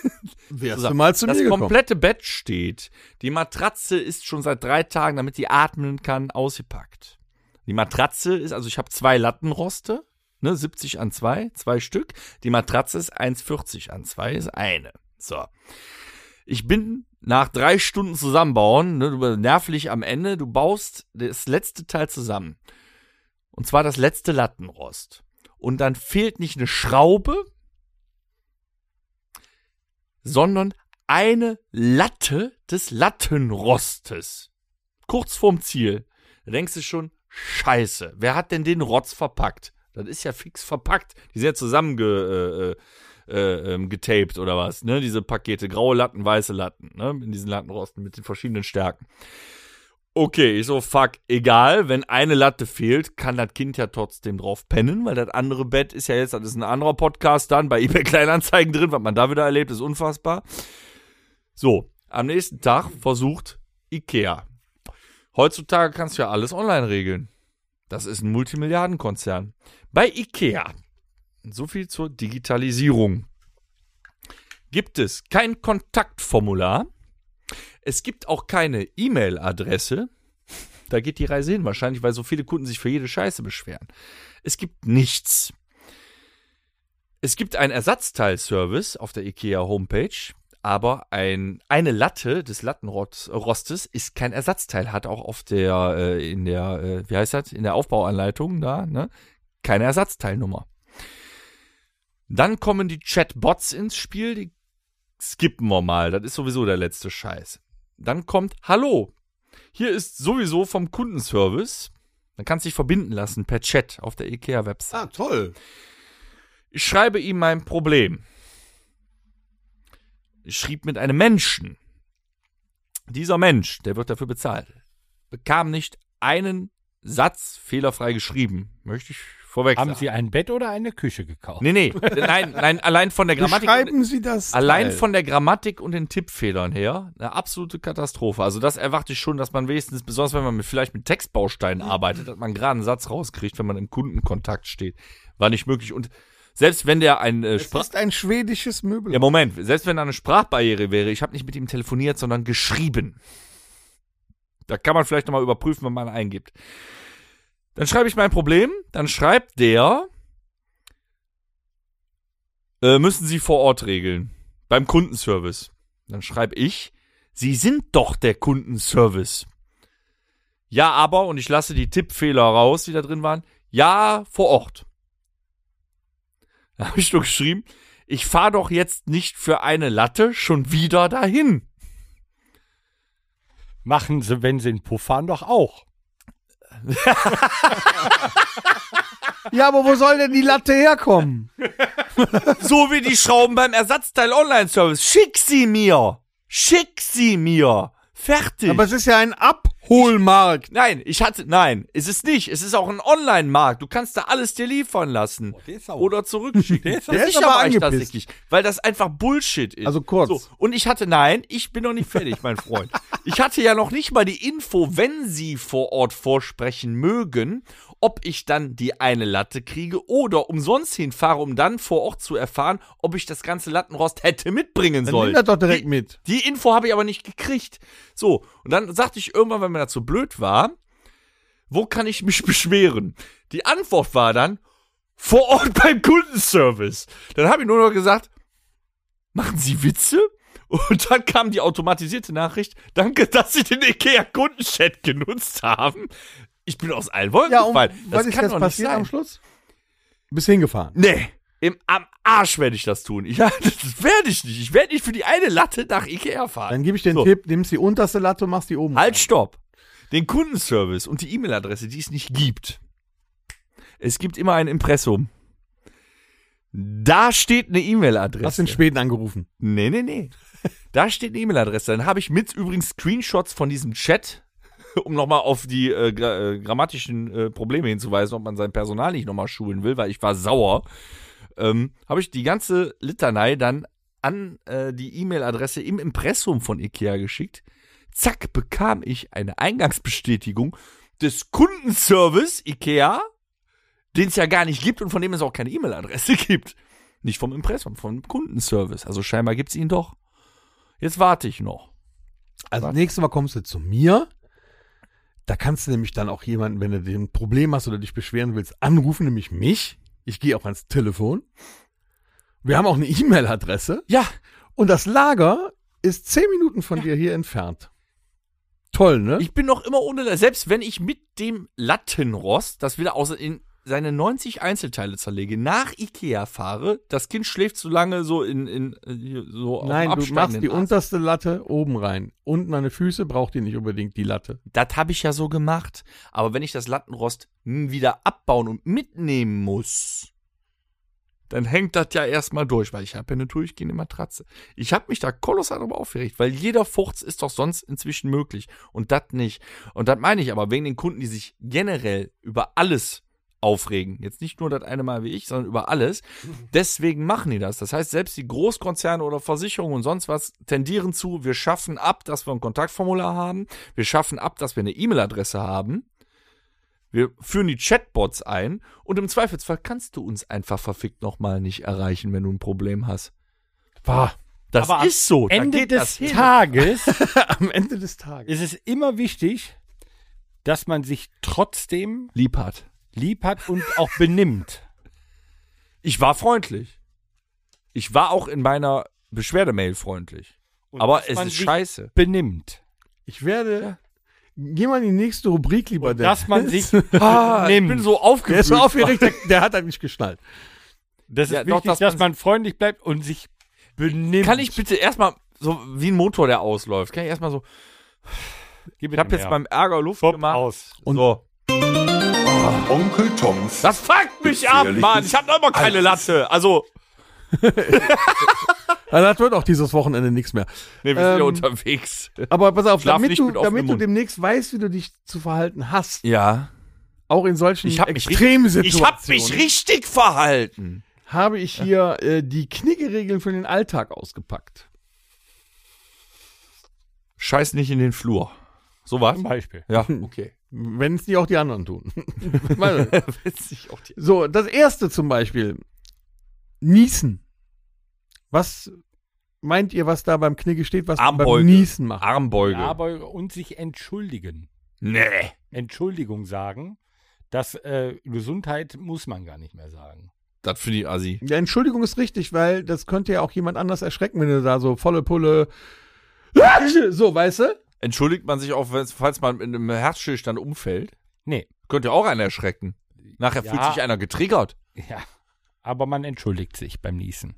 D: Wärst
C: zusammen.
D: du mal zu
C: das
D: mir gekommen.
C: komplette Bett steht. Die Matratze ist schon seit drei Tagen, damit die atmen kann, ausgepackt. Die Matratze ist, also ich habe zwei Lattenroste, ne, 70 an zwei, zwei Stück. Die Matratze ist 1,40 an zwei, ist eine. So. Ich bin nach drei Stunden zusammenbauen, ne, du- nervlich am Ende, du baust das letzte Teil zusammen. Und zwar das letzte Lattenrost. Und dann fehlt nicht eine Schraube, sondern eine Latte des Lattenrostes. Kurz vorm Ziel. Da denkst du schon, scheiße, wer hat denn den Rotz verpackt? Das ist ja fix verpackt. Die sind ja zusammenge... Äh, äh, ähm, getaped oder was, ne? Diese Pakete, graue Latten, weiße Latten, ne? In diesen Lattenrosten mit den verschiedenen Stärken. Okay, ich so, fuck, egal, wenn eine Latte fehlt, kann das Kind ja trotzdem drauf pennen, weil das andere Bett ist ja jetzt, das ist ein anderer Podcast dann, bei eBay Kleinanzeigen drin, was man da wieder erlebt, ist unfassbar. So, am nächsten Tag versucht Ikea. Heutzutage kannst du ja alles online regeln. Das ist ein Multimilliardenkonzern. Bei Ikea, so viel zur Digitalisierung, gibt es kein Kontaktformular. Es gibt auch keine E-Mail-Adresse. Da geht die Reise hin wahrscheinlich, weil so viele Kunden sich für jede Scheiße beschweren. Es gibt nichts. Es gibt einen Ersatzteilservice auf der IKEA Homepage, aber ein, eine Latte des Lattenrostes ist kein Ersatzteil, hat auch auf der, äh, in der, äh, wie heißt das, in der Aufbauanleitung da, ne, keine Ersatzteilnummer. Dann kommen die Chatbots ins Spiel, die skippen wir mal, das ist sowieso der letzte Scheiß. Dann kommt Hallo. Hier ist sowieso vom Kundenservice. Dann kannst du dich verbinden lassen per Chat auf der IKEA-Website.
D: Ah, toll.
C: Ich schreibe ihm mein Problem. Ich schrieb mit einem Menschen. Dieser Mensch, der wird dafür bezahlt, bekam nicht einen Satz fehlerfrei geschrieben. Möchte ich Vorweg.
B: Haben
C: sagen.
B: Sie ein Bett oder eine Küche gekauft?
C: nee, nee. Nein, nein, allein von der Grammatik.
D: Beschreiben Sie das.
C: Allein
D: Teil.
C: von der Grammatik und den Tippfehlern her, eine absolute Katastrophe. Also das erwarte ich schon, dass man wenigstens, besonders wenn man mit, vielleicht mit Textbausteinen arbeitet, dass man gerade einen Satz rauskriegt, wenn man im Kundenkontakt steht. War nicht möglich. Und selbst wenn der ein äh,
D: Es
C: Sprach...
D: ist ein schwedisches Möbel.
C: Ja, Moment. Selbst wenn da eine Sprachbarriere wäre, ich habe nicht mit ihm telefoniert, sondern geschrieben. Da kann man vielleicht nochmal überprüfen, wenn man eingibt. Dann schreibe ich mein Problem, dann schreibt der, äh, müssen Sie vor Ort regeln. Beim Kundenservice. Dann schreibe ich, Sie sind doch der Kundenservice. Ja, aber, und ich lasse die Tippfehler raus, die da drin waren, ja, vor Ort. Da habe ich nur geschrieben, ich fahre doch jetzt nicht für eine Latte schon wieder dahin.
B: Machen Sie, wenn Sie einen Puff fahren, doch auch.
D: ja, aber wo soll denn die Latte herkommen?
C: So wie die Schrauben beim Ersatzteil Online-Service. Schick sie mir. Schick sie mir. Fertig.
D: Aber es ist ja ein Abholmarkt.
C: nein, ich hatte, nein, es ist nicht. Es ist auch ein Online-Markt. Du kannst da alles dir liefern lassen.
B: der ist sauer.
C: Oder zurückschicken. Der ist,
D: Der ist
C: Sicher
D: aber
C: war ich das
D: angepisst.
C: nicht. Weil das einfach Bullshit ist.
D: Also kurz.
C: So, und ich hatte, nein, ich bin noch nicht fertig, mein Freund. Ich hatte ja noch nicht mal die Info, wenn sie vor Ort vorsprechen mögen, ob ich dann die eine Latte kriege oder umsonst hinfahre, um dann vor Ort zu erfahren, ob ich das ganze Lattenrost hätte mitbringen
D: Dann
C: sollen.
D: nimm das doch direkt mit.
C: Die Info habe ich aber nicht gekriegt. So, und dann sagte ich irgendwann, wenn mir dazu blöd war, wo kann ich mich beschweren? Die Antwort war dann, vor Ort beim Kundenservice. Dann habe ich nur noch gesagt, machen Sie Witze? Und dann kam die automatisierte Nachricht, danke, dass Sie den IKEA-Kundenchat genutzt haben. Ich bin aus allen Wolken
D: Ja, und
C: gefallen.
D: was ist jetzt
C: doch
D: passiert
C: sein.
D: am Schluss? Bist hingefahren.
C: Nee. Im, am Arsch werde ich das tun. Ich, das werde ich nicht. Ich werde nicht für die eine Latte nach Ikea fahren.
D: Dann gebe ich den
C: So.
D: Tipp, nimmst die unterste Latte und machst die oben.
C: Halt, stopp. Den Kundenservice und die E-Mail-Adresse, die es nicht gibt. Es gibt immer ein Impressum. Da steht eine E-Mail-Adresse.
D: Hast den Schweden angerufen.
C: Nee, nee, nee. Da steht eine E-Mail-Adresse. Dann habe ich mit übrigens Screenshots von diesem Chat, um nochmal auf die äh, gra äh, grammatischen äh, Probleme hinzuweisen, ob man sein Personal nicht nochmal schulen will, weil ich war sauer. Ähm, habe ich die ganze Litanei dann an äh, die E-Mail-Adresse im Impressum von IKEA geschickt. Zack, bekam ich eine Eingangsbestätigung des Kundenservice IKEA, den es ja gar nicht gibt und von dem es auch keine E-Mail-Adresse gibt. Nicht vom Impressum, vom Kundenservice. Also scheinbar gibt's ihn doch. Jetzt warte ich noch.
D: Also nächstes Mal kommst du zu mir. Da kannst du nämlich dann auch jemanden, wenn du den Problem hast oder dich beschweren willst, anrufen, nämlich mich. Ich gehe auch ans Telefon. Wir haben auch eine E-Mail-Adresse.
C: Ja,
D: Und das Lager ist zehn Minuten von dir hier entfernt. Toll, ne?
C: ich bin noch immer ohne, selbst wenn ich mit dem Lattenrost, das wieder außer in seine 90 Einzelteile zerlege, nach Ikea fahre, das Kind schläft so lange so in, in äh, hier so auf dem
D: Nein, du machst
C: absteigenden
D: die
C: Ast.
D: unterste Latte oben rein. Unten an den Füße braucht die nicht unbedingt die Latte.
C: Das habe ich ja so gemacht. Aber wenn ich das Lattenrost hm, wieder abbauen und mitnehmen muss, dann hängt das ja erstmal durch, weil ich habe ja eine durchgehende Matratze. Ich habe mich da kolossal darüber aufgeregt, weil jeder Furz ist doch sonst inzwischen möglich und das nicht. Und das meine ich aber wegen den Kunden, die sich generell über alles aufregen. Jetzt nicht nur das eine Mal wie ich, sondern über alles. Deswegen machen die das. Das heißt, selbst die Großkonzerne oder Versicherungen und sonst was tendieren zu, wir schaffen ab, dass wir ein Kontaktformular haben, wir schaffen ab, dass wir eine E-Mail-Adresse haben, wir führen die Chatbots ein und im Zweifelsfall kannst du uns einfach verfickt nochmal nicht erreichen, wenn du ein Problem hast.
D: War.
C: Das
B: Aber am
C: ist so. da
B: Ende
C: geht das
B: des
C: hin.
B: Tages
D: Am Ende des Tages.
B: ist es immer wichtig, dass man sich trotzdem
C: Lieb hat.
B: lieb hat und auch benimmt.
C: Ich war freundlich. Ich war auch in meiner Beschwerdemail freundlich. Aber
B: dass
C: es
B: man
C: ist
B: sich-
C: scheiße.
B: Benimmt.
D: Ich werde. Geh mal in die nächste Rubrik lieber,
B: Und dass man
D: Dennis.
B: sich
C: Ah, ich
B: benimmt.
C: bin so Ah,
D: Der
C: aufgewühlt.
D: ist so aufgeregt, der, der hat das nicht geschnallt.
B: Das ist
C: Ja,
B: wichtig,
C: doch, dass
B: dass, man freundlich bleibt und sich benimmt.
C: Kann ich bitte erstmal so wie ein Motor, der ausläuft, kann ich erstmal so. Ich habe jetzt beim Ärger Luft
B: Pop
C: gemacht.
B: aus.
C: Und so.
A: Onkel Toms
C: Das fuckt mich ab,
A: Gefährliches
C: Mann. Ich habe noch immer keine Latte. Also,
D: Also das wird auch dieses Wochenende nichts mehr.
C: nee, wir sind ja
D: Ähm,
C: unterwegs.
D: Aber pass auf,
C: Schlaf
D: damit
C: nicht
D: du,
C: mit offenem
D: damit du
C: Mund.
D: demnächst weißt, wie du dich zu verhalten hast,
C: Ja.
D: Auch in solchen
C: Ich hab mich richtig-
D: Extremsituationen
C: Ich hab mich richtig verhalten.
D: habe ich hier äh, die Kniggeregeln für den Alltag ausgepackt.
C: Scheiß nicht in den Flur. So was?
B: Zum Beispiel.
C: Ja.
D: Okay. Wenn es die auch die anderen tun. Weiß nicht.
C: Witzig auch die.
D: so, das erste zum Beispiel. Niesen. Was meint ihr, was da beim Knigge steht, was man beim
C: Armbeuge.
D: Niesen macht?
C: Armbeuge.
B: Aber und sich entschuldigen.
C: nee.
B: Entschuldigung sagen. Das äh, Gesundheit muss man gar nicht mehr sagen.
C: Das finde ich assi.
D: Ja, Entschuldigung ist richtig, weil das könnte ja auch jemand anders erschrecken, wenn du da so volle Pulle. So, weißt du?
C: Entschuldigt man sich auch, wenn's- falls man in einem Herzstillstand umfällt?
B: Nee.
C: Könnte ja auch einer erschrecken. Nachher
B: Ja.
C: fühlt sich einer getriggert.
B: Ja. Aber man entschuldigt sich beim Niesen.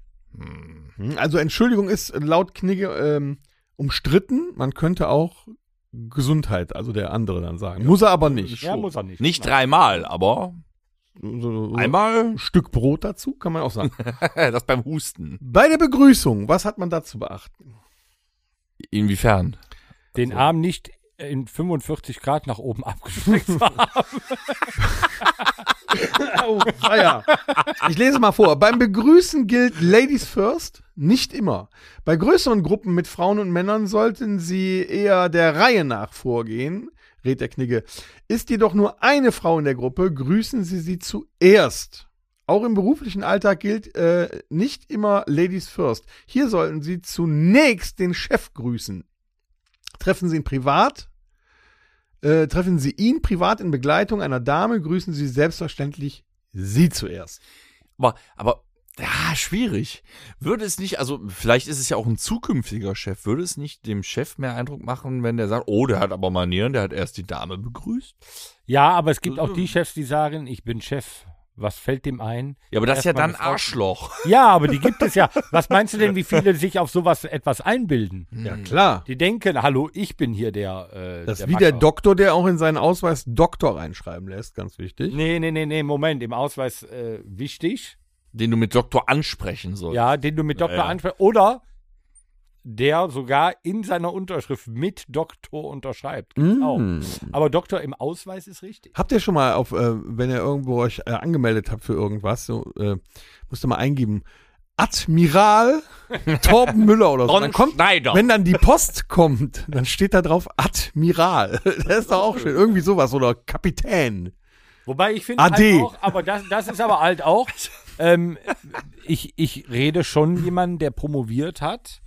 D: Also, Entschuldigung ist laut Knigge ähm, umstritten. Man könnte auch Gesundheit, also der andere dann sagen. Muss er aber nicht.
B: Ja, muss er nicht.
C: Nicht dreimal, aber
D: So, so, so.
C: einmal
D: Ein Stück Brot dazu, kann man auch sagen.
C: das beim Husten.
D: Bei der Begrüßung, was hat man da zu beachten?
C: Inwiefern?
B: Den Arm nicht in 45 Grad nach oben abgestreckt zu haben.
D: Oh, ja. Ich lese mal vor. Beim Begrüßen gilt Ladies first, nicht immer. Bei größeren Gruppen mit Frauen und Männern sollten sie eher der Reihe nach vorgehen, rät der Knigge. Ist jedoch nur eine Frau in der Gruppe, grüßen sie sie zuerst. Auch im beruflichen Alltag gilt äh, nicht immer Ladies first. Hier sollten sie zunächst den Chef grüßen. Treffen sie ihn privat, äh, treffen Sie ihn privat in Begleitung einer Dame, grüßen Sie selbstverständlich sie zuerst.
C: Aber, aber ja, schwierig. Würde es nicht, also vielleicht ist es ja auch ein zukünftiger Chef, würde es nicht dem Chef mehr Eindruck machen, wenn der sagt, oh, der hat aber Manieren, der hat erst die Dame begrüßt?
B: Ja, aber es gibt auch die Chefs, die sagen, ich bin Chef. Was fällt dem ein?
C: Ja, aber das ist ja
B: Erstmal
C: dann
B: eine Frau-
C: Arschloch.
B: Ja, aber die gibt es ja. Was meinst du denn, wie viele sich auf sowas etwas einbilden?
D: Ja, klar.
B: Die denken, hallo, ich bin hier der. Äh,
D: Das ist wie der
B: Macker.
D: Doktor, der auch in seinen Ausweis Doktor reinschreiben lässt, ganz wichtig.
B: Nee, nee, nee, nee, Moment, im Ausweis äh, wichtig.
C: Den du mit Doktor ansprechen sollst.
B: Ja, den du mit Doktor
C: Ja, ja.
B: ansprichst. Oder der sogar in seiner Unterschrift mit Doktor unterschreibt. Gibt's
D: Mm.
B: Auch. Aber Doktor im Ausweis ist richtig.
D: Habt ihr schon mal auf, äh, wenn ihr irgendwo euch äh, angemeldet habt für irgendwas, so, äh, musst ihr mal eingeben, Admiral Torben Müller oder so.
C: Ron
D: Dann kommt,
C: Schneider.
D: wenn dann die Post kommt, dann steht da drauf Admiral. Das ist doch auch schön. Irgendwie sowas oder Kapitän.
B: Wobei ich finde
D: AD.
B: halt auch, aber das, das ist aber alt auch. ähm, ich, ich rede schon jemanden, der promoviert hat.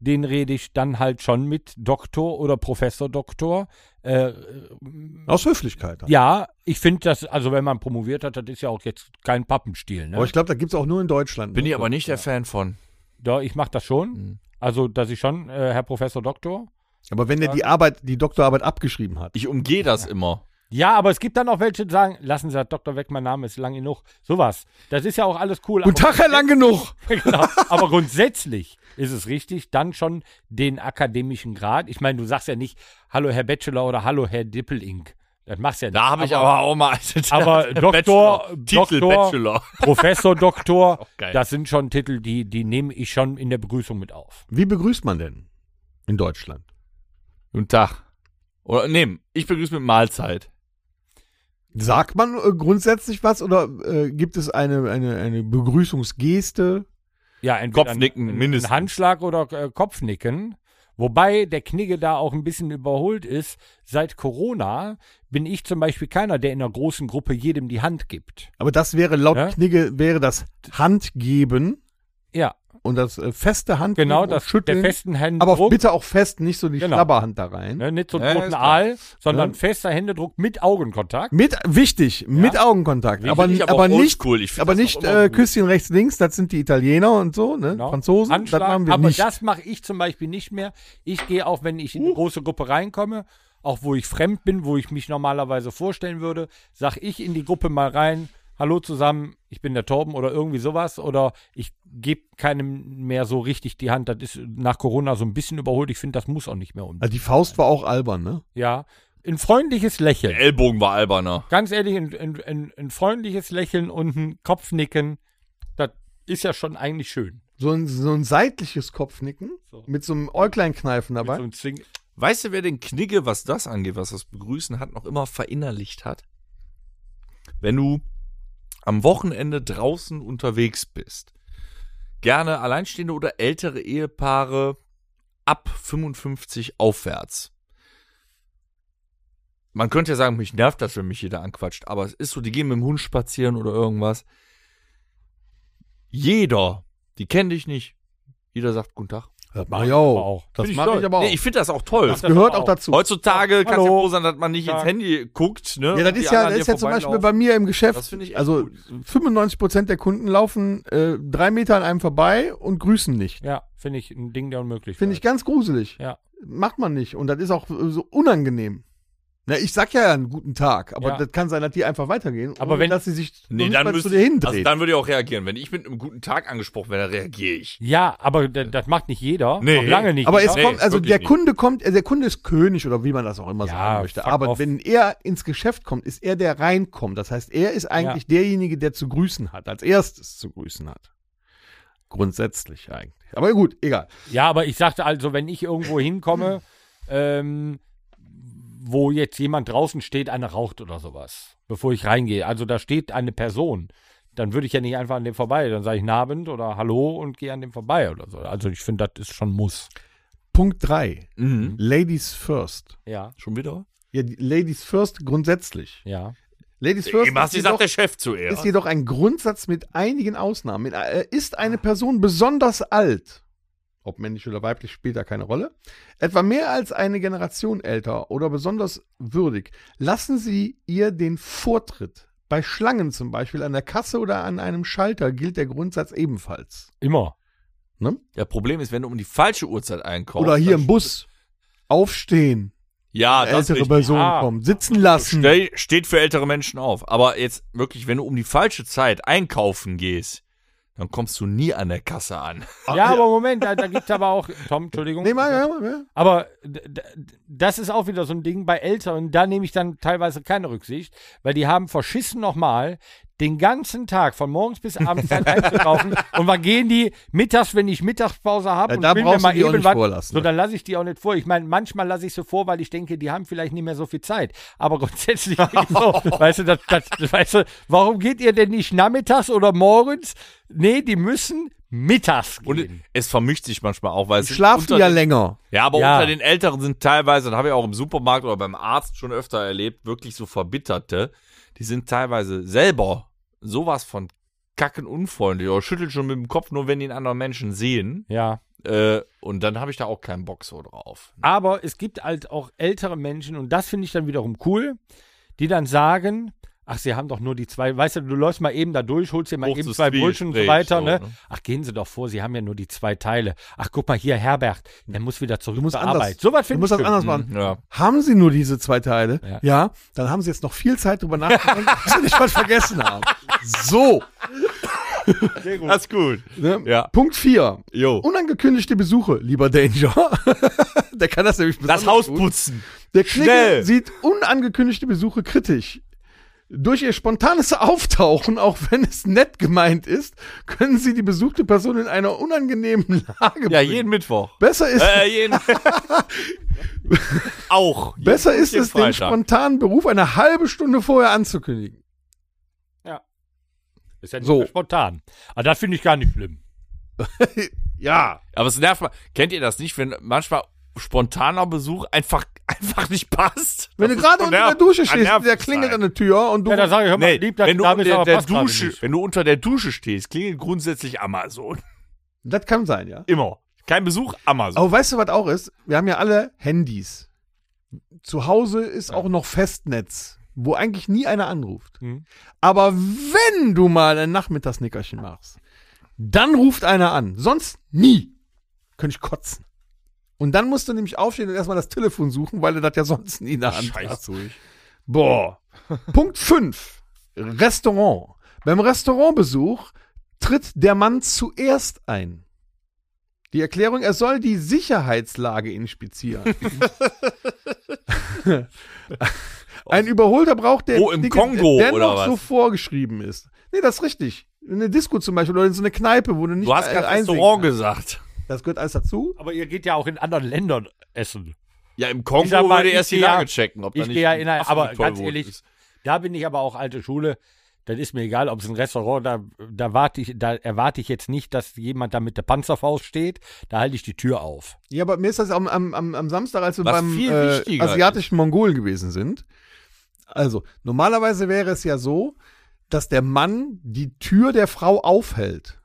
B: Den rede ich dann halt schon mit Doktor oder Professor Doktor. Äh,
D: Aus Höflichkeit.
B: ja, ich finde das, also wenn man promoviert hat, das ist ja auch jetzt kein Pappenstiel. Ne?
D: Aber ich glaube, da gibt's auch nur in Deutschland. ne?
C: Bin ich aber nicht der Fan von.
B: Doch, ich mache das schon.
D: Mhm.
B: Also, dass ich schon, äh, Herr Professor Doktor.
D: Aber wenn er die Arbeit, die Doktorarbeit abgeschrieben hat.
C: Ich umgehe das immer.
B: Ja, aber es gibt dann auch welche, die sagen, lassen Sie, Herr Doktor, weg, mein Name ist lang genug. Sowas. Das ist ja auch alles cool.
D: Guten Tag, Herr lang genug.
B: aber, genau, aber grundsätzlich ist es richtig, dann schon den akademischen Grad. Ich meine, du sagst ja nicht, hallo Herr Bachelor oder hallo Herr Dippelink. Das machst du ja nicht.
C: Da habe ich aber auch mal.
B: aber Doktor,
C: Bachelor, Titel
B: Doktor,
C: Bachelor.
B: Professor Doktor,
C: geil.
B: das sind schon Titel, die, die nehme ich schon in der Begrüßung mit auf.
D: Wie begrüßt man denn in Deutschland?
C: Guten Tag. Oder nee, ich begrüße mit Mahlzeit.
D: Sagt man äh, grundsätzlich was oder äh, gibt es eine, eine, eine Begrüßungsgeste?
B: Ja, entweder
C: Kopfnicken,
B: ein,
C: mindestens.
B: Ein Handschlag oder äh, Kopfnicken. Wobei der Knigge da auch ein bisschen überholt ist. Seit Corona bin ich zum Beispiel keiner, der in einer großen Gruppe jedem die Hand gibt.
D: Aber das wäre laut
B: Ja?
D: Knigge wäre das Handgeben
B: Ja,
D: und das äh, feste Handgeben
B: genau,
D: und
B: das der
D: Schütteln.
B: festen Händedruck.
D: aber bitte auch fest, nicht so die
B: Genau.
D: Schlabberhand da rein.
B: ne, nicht so
C: Ja,
B: einen
C: ja,
B: roten
C: ist klar.
B: Aal, sondern
D: Ja.
B: fester Händedruck mit Augenkontakt.
D: Mit wichtig, mit Augenkontakt, aber,
C: ich aber
D: aber
C: auch
D: nicht
C: oldschool. Ich find
D: aber
C: das auch
D: nicht
C: immer
D: äh,
C: gut.
D: Küsschen rechts links, das sind die Italiener und so, ne?
B: Genau.
D: Franzosen,
B: Handschlag,
D: das machen wir
B: aber
D: nicht. Uh.
B: das mache ich zum Beispiel nicht mehr. Ich gehe auch, wenn ich in eine große Gruppe reinkomme, auch wo ich fremd bin, wo ich mich normalerweise vorstellen würde, sage ich in die Gruppe mal rein, hallo zusammen, ich bin der Torben oder irgendwie sowas oder ich gebe keinem mehr so richtig die Hand. Das ist nach Corona so ein bisschen überholt. Ich finde, das muss auch nicht mehr um.
D: also die Faust war auch albern, ne?
B: Ja, ein freundliches Lächeln.
C: Der Ellbogen war alberner.
B: Ganz ehrlich, ein, ein, ein, ein freundliches Lächeln und ein Kopfnicken, das ist ja schon eigentlich schön.
D: So ein, so ein seitliches Kopfnicken mit so einem Äugleinkneifen
B: Mit
D: dabei.
B: so einem Zwing-
C: Weißt du, wer den Knigge, was das angeht, was das Begrüßen hat, noch immer verinnerlicht hat? wenn du am Wochenende draußen unterwegs bist, gerne alleinstehende oder ältere Ehepaare ab 55 aufwärts. Man könnte ja sagen, mich nervt das, wenn mich jeder anquatscht, aber es ist so, die gehen mit dem Hund spazieren oder irgendwas. Jeder, die kennen dich nicht, jeder sagt Guten Tag.
D: Das mache ich auch.
B: Auch.
D: Das
B: Find ich
D: mache
B: toll.
D: ich aber auch.
C: Nee, ich finde das auch toll.
D: das gehört
B: aber
D: auch
B: auch.
D: dazu.
C: Heutzutage kannst du ja
B: Hallo.
C: froh sein, dass man nicht ins
B: Tag.
C: Handy guckt. Ne?
D: Ja,
C: und
D: das
C: die
D: ist ja,
C: anderen
D: das ist
C: dir
D: ja zum Beispiel bei
C: vorbeilaufen.
D: mir im Geschäft.
C: Das finde ich echt
D: also
C: gut.
D: 95 Prozent der Kunden laufen äh, drei Meter an einem vorbei und grüßen nicht.
B: Ja, finde ich ein Ding der Unmöglichkeit.
D: Finde ich ganz gruselig.
B: Ja.
D: Macht man nicht. Und das ist auch äh, so unangenehm. Na, ich sag ja einen guten Tag, aber
B: Ja.
D: das kann sein, dass die einfach weitergehen.
B: Aber wenn-
D: dass sie sich noch
C: Nee,
D: nicht
C: dann
D: mal zu
C: müsste
D: dir
C: ich, also
D: hindreht.
C: dann würde ich auch reagieren. Wenn ich mit einem guten Tag angesprochen werde, reagiere ich.
B: Ja, aber d- das macht nicht jeder.
C: Nee.
B: Noch lange nicht.
D: aber es
B: jeder.
C: Nee,
D: kommt, also
C: wirklich
D: der
C: nicht.
D: Kunde kommt, äh, der Kunde ist König oder wie man das auch immer
B: Ja,
D: sagen möchte.
B: fuck
D: Aber
B: off.
D: wenn er ins Geschäft kommt, ist er der reinkommt. Das heißt, er ist eigentlich derjenige, der zu grüßen hat, als erstes zu grüßen hat. Grundsätzlich eigentlich. Aber gut, egal.
B: Ja, aber ich sagte also, wenn ich irgendwo hinkomme, ähm, wo jetzt jemand draußen steht, einer raucht oder sowas, bevor ich reingehe, also da steht eine Person, dann würde ich ja nicht einfach an dem vorbei, dann sage ich Nabend oder Hallo und gehe an dem vorbei oder so. Also ich finde, das ist schon Muss.
D: Punkt 3.
C: Mhm.
D: Ladies first.
B: Ja,
C: Schon wieder?
D: Ja, die Ladies first grundsätzlich.
B: ja.
D: Ladies first
C: Eben hast du
D: ist
C: gesagt,
D: jedoch,
C: der Chef zuerst.
D: ist jedoch ein Grundsatz mit einigen Ausnahmen. In- äh, Ist eine Person besonders alt, ob männlich oder weiblich spielt da keine Rolle, etwa mehr als eine Generation älter oder besonders würdig, lassen Sie ihr den Vortritt. Bei Schlangen zum Beispiel an der Kasse oder an einem Schalter gilt der Grundsatz ebenfalls.
B: Immer.
D: Ne?
C: Ja, Problem ist, wenn du um die falsche Uhrzeit einkaufst.
D: Oder hier
C: dann-
D: im Bus aufstehen,
C: Ja, das
D: ältere
C: ist
D: Personen
B: Ah.
D: kommen, sitzen lassen.
C: Stell, steht für ältere Menschen auf. Aber jetzt wirklich, wenn du um die falsche Zeit einkaufen gehst, dann kommst du nie an der Kasse an.
B: ja, aber Moment, da, da gibt es aber auch, Tom, Entschuldigung.
D: Ah, Nee, mal, ja, mal, ja.
B: Aber d- d- das ist auch wieder so ein Ding bei Eltern. Da nehme ich dann teilweise keine Rücksicht, weil die haben verschissen nochmal den ganzen Tag von morgens bis abends Zeit einzukaufen. und wann gehen die mittags, wenn ich Mittagspause habe?
D: Ja,
B: und
D: da
B: will mir
D: brauchst du
B: mal
D: die auch
B: eben
D: nicht
B: was-
D: vorlassen. ne?
B: So, dann lasse ich die auch nicht vor. Ich meine, manchmal lasse ich sie vor, weil ich denke, die haben vielleicht nicht mehr so viel Zeit. Aber grundsätzlich, bin ich so, weißt, du, das, das, weißt du, warum geht ihr denn nicht nachmittags oder morgens? Nee, die müssen mittags gehen.
C: Und es vermischt sich manchmal auch, weil es sind
D: Schlafen
C: unter
D: ja
C: den-
D: länger.
C: Ja, aber
B: Ja.
C: unter den Älteren sind teilweise, das habe ich auch im Supermarkt oder beim Arzt schon öfter erlebt, wirklich so Verbitterte. Die sind teilweise selber sowas von kacken unfreundlich oder schütteln schon mit dem Kopf, nur wenn die einen anderen Menschen sehen.
B: ja.
C: Äh, und dann habe ich da auch keinen Bock so drauf.
B: Aber es gibt halt auch ältere Menschen, und das finde ich dann wiederum cool, die dann sagen, ach, sie haben doch nur die zwei, weißt du, du läufst mal eben da durch, holst dir mal
C: Hoch
B: eben
C: zu
B: zwei Brötchen und so
C: Zwiegespräch,
B: weiter,
C: so,
B: ne?
C: ne?
B: Ach, gehen sie doch vor, sie haben ja nur die zwei Teile. Ach, guck mal hier, Herbert, der muss wieder zurück
D: Du musst
B: zur
D: anders.
B: Arbeit. So was
D: Du
B: finde ich
D: musst das
B: schön. Mhm.
D: anders machen.
C: Mhm, Ja.
D: Haben Sie nur diese zwei Teile?
B: Ja.
D: Ja. dann haben Sie jetzt noch viel Zeit drüber nachzudenken, dass Sie nicht was vergessen haben. So.
C: Das ist gut.
D: Ne?
C: Ja.
D: Punkt 4.
C: Jo.
D: Unangekündigte Besuche, lieber Danger. Der kann das nämlich
C: Das
D: besonders
C: Haus
D: gut.
C: putzen.
D: Der Klingel
C: Schnell.
D: sieht unangekündigte Besuche kritisch. Durch ihr spontanes Auftauchen, auch wenn es nett gemeint ist, können Sie die besuchte Person in einer unangenehmen Lage
C: Ja,
D: bringen.
C: jeden Mittwoch.
D: Besser ist
C: Äh, jeden. auch.
D: Besser
C: Jeden
D: ist es, den
C: Freitag.
D: spontanen Beruf eine halbe Stunde vorher anzukündigen.
B: Ist ja nicht
D: So.
B: so. spontan. Aber das finde ich gar nicht schlimm.
D: Ja.
C: Aber es nervt mal. Kennt ihr das nicht, wenn manchmal spontaner Besuch einfach, einfach nicht passt?
D: Wenn du
C: Das
D: gerade
C: ist
D: unter der
C: nervt-
D: Dusche stehst,
C: nervt
D: der
C: es
D: klingelt
C: halt.
D: an der Tür und du.
B: Ja, da sage ich, hör mal,
C: Nee,
B: lieb, das,
C: wenn, du
B: damit
C: unter
B: aber
C: der
B: passt gerade
C: Dusche,
B: nicht.
C: wenn du unter der Dusche stehst, klingelt grundsätzlich Amazon.
D: das kann sein, ja.
C: Immer. Kein Besuch, Amazon.
D: Aber weißt du, was auch ist? Wir haben ja alle Handys. Zu Hause ist auch noch Festnetz, wo eigentlich nie einer anruft.
B: Mhm.
D: Aber wenn du mal ein Nachmittagsnickerchen machst, dann ruft einer an. Sonst nie. Könnte ich kotzen. Und dann musst du nämlich aufstehen und erstmal das Telefon suchen, weil du das ja sonst nie in der Hand hast.
C: durch.
D: Boah. Punkt 5. Restaurant. Beim Restaurantbesuch tritt der Mann zuerst ein. Die Erklärung, er soll die Sicherheitslage inspizieren. Ein Überholter braucht der
C: Oh, im Kongo
D: dennoch
C: oder was?
D: so vorgeschrieben ist. Nee, das ist richtig. In eine Disco zum Beispiel oder in so eine Kneipe, wo du nicht
C: Du hast
D: äh,
C: gerade
D: einsingen
C: Restaurant
D: kannst.
C: gesagt.
D: Das gehört alles dazu.
B: Aber ihr geht ja auch in anderen Ländern essen.
C: Ja, im
B: Ich sag
C: Kongo
B: mal,
C: würde
B: ich
C: erst die
B: gehe ja-
C: Lage checken, ob da
B: Ich
C: nicht
B: gehe ja
C: ein
B: in ein,
C: Affe
B: aber
C: mit Tollwut
B: ganz ehrlich,
C: ist.
B: Da bin ich aber auch alte Schule. Das ist mir egal, ob es ein Restaurant, da, da, warte ich, da erwarte ich jetzt nicht, dass jemand da mit der Panzerfaust steht. Da halte ich die Tür auf.
D: Ja, aber mir ist das am, am, am, am Samstag, als wir
C: Was
D: beim
C: viel
D: äh,
C: wichtiger
D: asiatischen Mongolen gewesen sind. Also, normalerweise wäre es ja so, dass der Mann die Tür der Frau aufhält.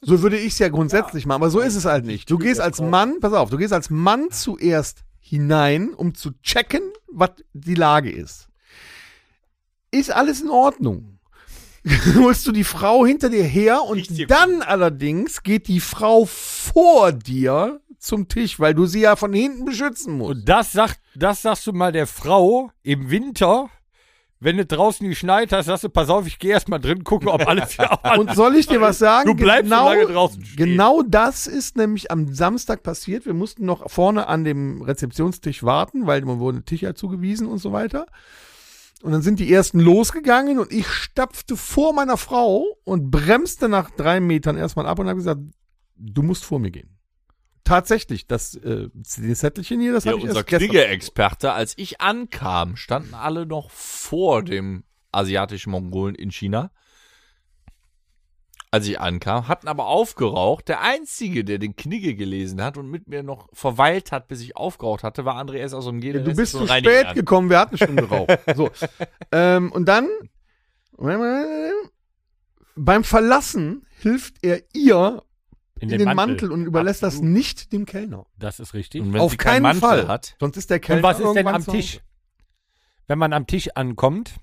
D: so würde ich es ja grundsätzlich machen, aber so ist es halt nicht. Du gehst als Mann, pass auf, du gehst als Mann zuerst hinein, um zu checken, was die Lage ist. Ist alles in Ordnung? Holst du die Frau hinter dir her und
B: um.
D: dann allerdings geht die Frau vor dir zum Tisch, weil du sie ja von hinten beschützen musst.
B: Und das, sagt, das sagst du mal der Frau im Winter, wenn du draußen geschneit hast, sagst du, pass auf, ich gehe erstmal drin, gucke, ob alles hier ob alles-
D: Und soll ich dir was sagen?
B: Du bleibst so lange draußen stehen.
D: Genau das ist nämlich am Samstag passiert. Wir mussten noch vorne an dem Rezeptionstisch warten, weil man wurde Tisch ja zugewiesen und so weiter. Und dann sind die ersten losgegangen und ich stapfte vor meiner Frau und bremste nach drei Metern erstmal ab und habe gesagt, du musst vor mir gehen. Tatsächlich, das äh, das Zettelchen hier, das
C: Ja,
D: habe ich
C: unser
D: erst gestern.
C: Kriegerexperte, als ich ankam, standen alle noch vor dem asiatischen Mongolen in China. Als ich ankam, hatten aber aufgeraucht. Der Einzige, der den Knigge gelesen hat und mit mir noch verweilt hat, bis ich aufgeraucht hatte, war Andreas aus dem
D: Ja, du bist zu spät gekommen, wir hatten schon geraucht. So. ähm, und dann beim Verlassen hilft er ihr in, den, Mantel. und überlässt das nicht dem Kellner.
B: Das ist richtig.
C: Und wenn
D: Auf
C: sie keinen
D: keinen
C: Mantel
D: Fall.
C: hat,
D: Sonst ist der Kellner
B: Und was ist denn
D: irgendwann
B: am
D: zu Hause.
B: Tisch? Wenn man am Tisch ankommt,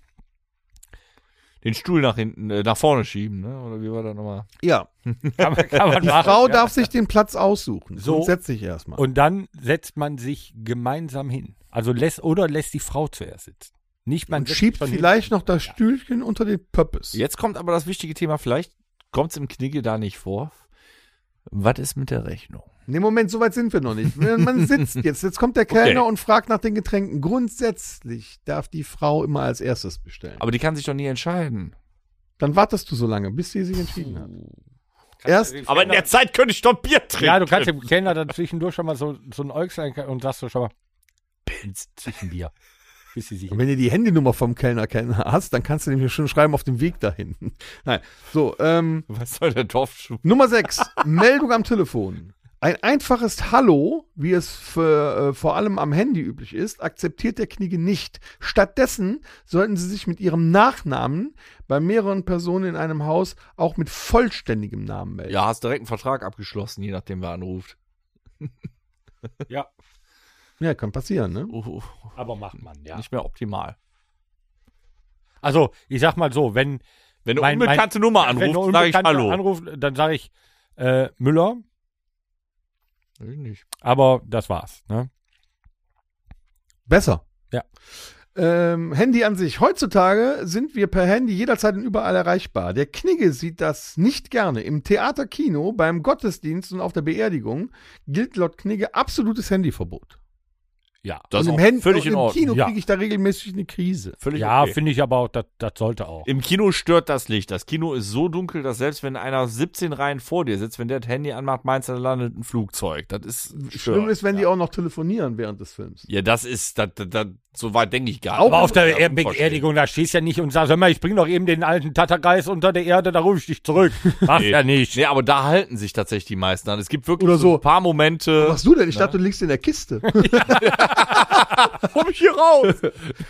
C: den Stuhl nach hinten, äh, nach vorne schieben, ne? Oder wie war das nochmal?
D: Ja,
B: kann man, kann man
D: die
B: machen.
D: Frau darf sich den Platz aussuchen.
B: So.
D: Grundsätzlich erstmal.
B: Und dann setzt man sich gemeinsam hin. Also lässt oder lässt die Frau zuerst sitzen. Nicht man
D: Und
B: setzt
D: schiebt
B: sich schon
D: vielleicht noch das Stühlchen unter den Pöppes.
C: Jetzt kommt aber das wichtige Thema, vielleicht kommt es im Knigge da nicht vor. Was ist mit der Rechnung?
D: Nee, Moment, so weit sind wir noch nicht. Man sitzt jetzt. Jetzt kommt der Kellner und fragt nach den Getränken. Grundsätzlich darf die Frau immer als erstes bestellen.
C: Aber die kann sich doch nie entscheiden.
D: Dann wartest du so lange, bis sie sich entschieden hat. Erst,
C: Aber in der Zeit könnte ich doch Bier trinken.
B: hin. Ja, du kannst dem Kellner dann zwischendurch schon mal so, so ein Äugstein und sagst du schon mal, Pilz, Zwischenbier. Bis sie sich
D: wenn du die Handynummer vom Kellner kenn- hast, dann kannst du nämlich schon schreiben auf dem Weg dahin. Nein. So, ähm,
C: Was soll der Dorfschuh?
D: Nummer 6. Meldung am Telefon. Ein einfaches Hallo, wie es für, äh, vor allem am Handy üblich ist, akzeptiert der Kniege nicht. Stattdessen sollten sie sich mit ihrem Nachnamen bei mehreren Personen in einem Haus auch mit vollständigem Namen melden.
C: Ja, hast direkt einen Vertrag abgeschlossen, je nachdem, wer anruft.
B: Ja,
D: ja kann passieren, ne?
C: Uh,
B: aber macht man, ja.
C: Nicht mehr optimal.
B: Also, ich sag mal so, wenn,
C: Wenn eine
B: Mein- mein-
C: unbekannte Nummer
B: wenn eine
C: anruft, sage ich
B: Unbekannte
C: Hallo.
B: anruft, dann sage ich äh, Müller,
C: Ich nicht.
B: aber das war's. Ne?
D: Besser.
B: Ja.
D: Ähm, Handy an sich. Heutzutage sind wir per Handy jederzeit und überall erreichbar. Der Knigge sieht das nicht gerne. Im Theater, Kino, beim Gottesdienst und auf der Beerdigung gilt laut Knigge absolutes Handyverbot.
B: Ja.
C: Das ist auch
D: und im, Hand-
C: völlig
D: und
C: in
D: im
C: Ordnung.
D: Kino
B: Ja.
D: kriege ich da regelmäßig eine Krise.
C: Völlig
B: ja,
C: okay.
B: finde ich aber auch, das, das sollte auch.
C: Im Kino stört das Licht. Das Kino ist so dunkel, dass selbst wenn einer 17 Reihen vor dir sitzt, wenn der das Handy anmacht, meinst du, da landet ein Flugzeug. Das ist
D: Schlimm
C: stört.
D: ist, wenn die auch noch telefonieren während des Films.
C: Ja, das ist, das, das, das, so weit denke ich gar
D: Auch
C: nicht.
B: Aber auf der
C: Ja,
B: Be- Beerdigung, da stehst du ja nicht und sagst, hör mal, ich bring doch eben den alten Tattergeist unter der Erde, da rufe ich dich zurück. Machst
C: Nee.
B: ja nicht.
C: Nee, aber da halten sich tatsächlich die meisten an. Es gibt wirklich
D: Oder so.
C: ein paar Momente.
D: Was machst du denn? Ich dachte, du liegst in der Kiste.
C: komm ich hier raus?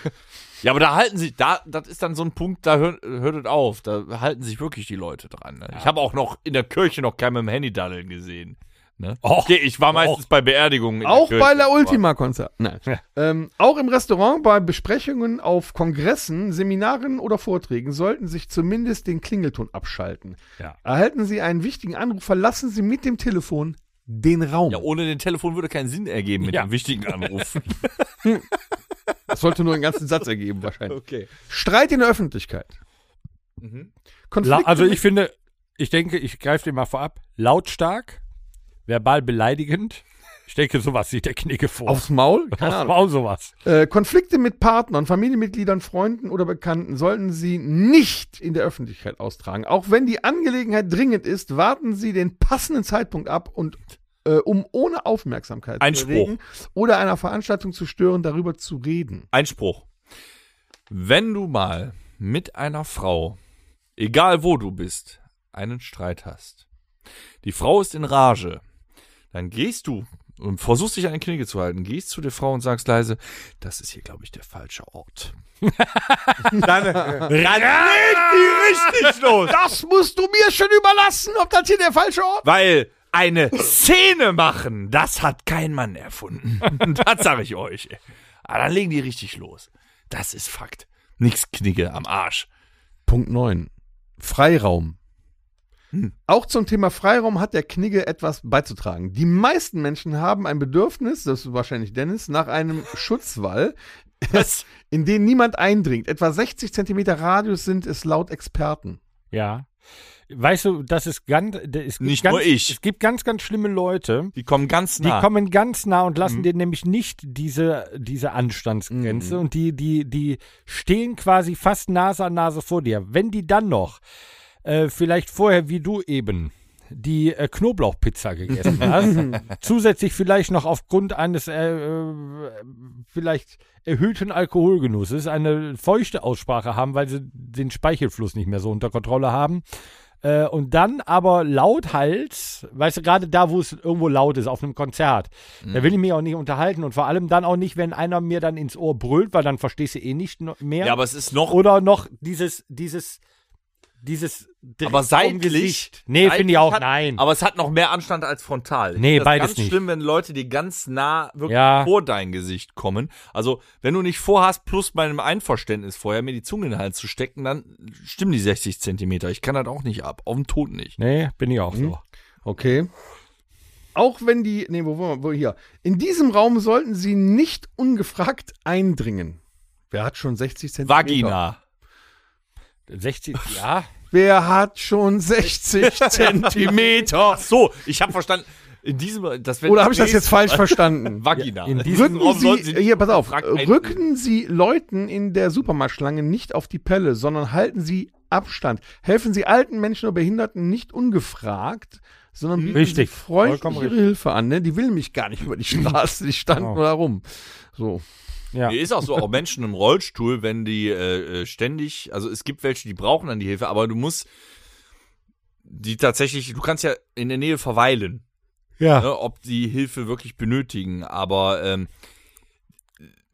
C: ja, aber da halten sich, da, das ist dann so ein Punkt, da hört, hört es auf. Da halten sich wirklich die Leute dran. Ne? Ich habe auch noch in der Kirche noch keinen mit dem Handy daddeln gesehen. Ne?
B: Och,
C: okay, ich war meistens bei Beerdigungen. in
D: Auch
C: der
D: bei
C: Kirche,
D: La
C: aber-
D: Ultima-Konzert. Nein. ähm, auch im Restaurant, bei Besprechungen auf Kongressen, Seminaren oder Vorträgen sollten sich zumindest den Klingelton abschalten.
B: Ja.
D: Erhalten Sie einen wichtigen Anruf, verlassen Sie mit dem Telefon den Raum.
C: Ja, ohne den Telefon würde keinen Sinn ergeben mit
B: Ja.
C: dem wichtigen Anruf.
D: Das sollte nur einen ganzen Satz ergeben, wahrscheinlich. Streit in der Öffentlichkeit.
B: La
C: Mhm.
D: Konflikte
B: also ich
D: mit-
B: finde, ich denke, ich greife den mal vorab. Lautstark, verbal beleidigend. Ich denke, sowas sieht der Knicke vor.
D: aufs Maul? Keine Ahnung.
B: Bau sowas.
D: Äh, Konflikte mit Partnern, Familienmitgliedern, Freunden oder Bekannten sollten Sie nicht in der Öffentlichkeit austragen. Auch wenn die Angelegenheit dringend ist, warten Sie den passenden Zeitpunkt ab und äh, um ohne Aufmerksamkeit
C: Einspruch.
D: zu erregen oder einer Veranstaltung zu stören, darüber zu reden.
C: Einspruch. Wenn du mal mit einer Frau, egal wo du bist, einen Streit hast, die Frau ist in Rage, dann gehst du und versuchst dich an den Knigge zu halten, gehst zu der Frau und sagst leise, das ist hier, glaube ich, der falsche Ort.
D: Richtig los. Das musst du mir schon überlassen, ob das hier der falsche Ort
C: Weil eine Szene machen, das hat kein Mann erfunden. das sage ich euch. Aber dann legen die richtig los. Das ist Fakt. Nix Knigge am Arsch.
D: Punkt 9. Freiraum. Auch zum Thema Freiraum hat der Knigge etwas beizutragen. Die meisten Menschen haben ein Bedürfnis, das ist wahrscheinlich Dennis, nach einem Schutzwall,
C: Das,
D: in den niemand eindringt. Etwa 60 Zentimeter Radius sind es laut Experten.
B: Ja. Weißt du, das ist ganz. Das ist
C: Nicht
B: ganz,
C: nur ich.
B: Es gibt ganz, ganz schlimme Leute,
C: die kommen ganz
B: die
C: nah. Mhm.
B: kommen ganz nah und lassen dir nämlich nicht diese, diese Anstandsgrenze und die, die, die stehen quasi fast Nase an Nase vor dir. Wenn die dann noch, äh, vielleicht vorher wie du eben, die äh, Knoblauchpizza gegessen hast, zusätzlich vielleicht noch aufgrund eines äh, äh, vielleicht erhöhten Alkoholgenusses eine feuchte Aussprache haben, weil sie den Speichelfluss nicht mehr so unter Kontrolle haben, äh, und dann aber laut halt, weißt du, gerade da, wo es irgendwo laut ist, auf einem Konzert,
C: Mhm.
B: da will ich mich auch nicht unterhalten und vor allem dann auch nicht, wenn einer mir dann ins Ohr brüllt, weil dann verstehst du eh nicht no- mehr.
C: Ja, aber es ist noch.
B: Oder noch dieses, dieses, dieses Dreck
C: aber
B: vom
C: seitlich.
B: Gesicht. Nee, finde ich
C: seitlich
B: auch,
C: hat,
B: nein.
C: Aber es hat noch mehr Anstand als frontal. Ich
B: Nee,
C: find das
B: beides
C: ganz
B: nicht.
C: schlimm, wenn Leute dir ganz nah wirklich
B: Ja.
C: vor dein Gesicht kommen. Also, wenn du nicht vorhast, plus meinem Einverständnis vorher mir die Zunge in den Hals zu stecken, dann stimmen die 60 Zentimeter. Ich kann das auch nicht ab. Auf den Tod nicht.
B: nee, bin ich auch so.
D: Okay. Auch wenn die, nee, wo, wo, wo hier? In diesem Raum sollten sie nicht ungefragt eindringen. Wer hat schon 60 Zentimeter?
C: Vagina. Hm?
B: 60, ja.
D: Wer hat schon 60 Zentimeter?
C: Ach so, ich habe verstanden. In diesem, das wär- äh,
D: Oder habe ich das jetzt falsch verstanden?
C: Vagina.
B: In diesem
D: Rücken
C: Raum
D: Sie,
C: sollten Sie
D: hier, pass auf,
C: gefragt
D: rücken Sie Leuten in der Supermarktschlange nicht auf die Pelle, sondern halten Sie Abstand. Helfen Sie alten Menschen oder Behinderten nicht ungefragt, sondern bieten
B: Richtig.
D: Sie freundlich
B: Vollkommen
D: ihre
B: richtig.
D: Hilfe an. Ne? Die will mich gar nicht über die Straße, die standen
B: Genau.
D: nur da rum. So.
B: ja.
C: Mir ist auch so, auch Menschen im Rollstuhl, wenn die äh, äh, ständig, also es gibt welche, die brauchen dann die Hilfe, aber du musst die tatsächlich, du kannst ja in der Nähe verweilen,
B: ja.
C: ne, ob die Hilfe wirklich benötigen, aber ähm,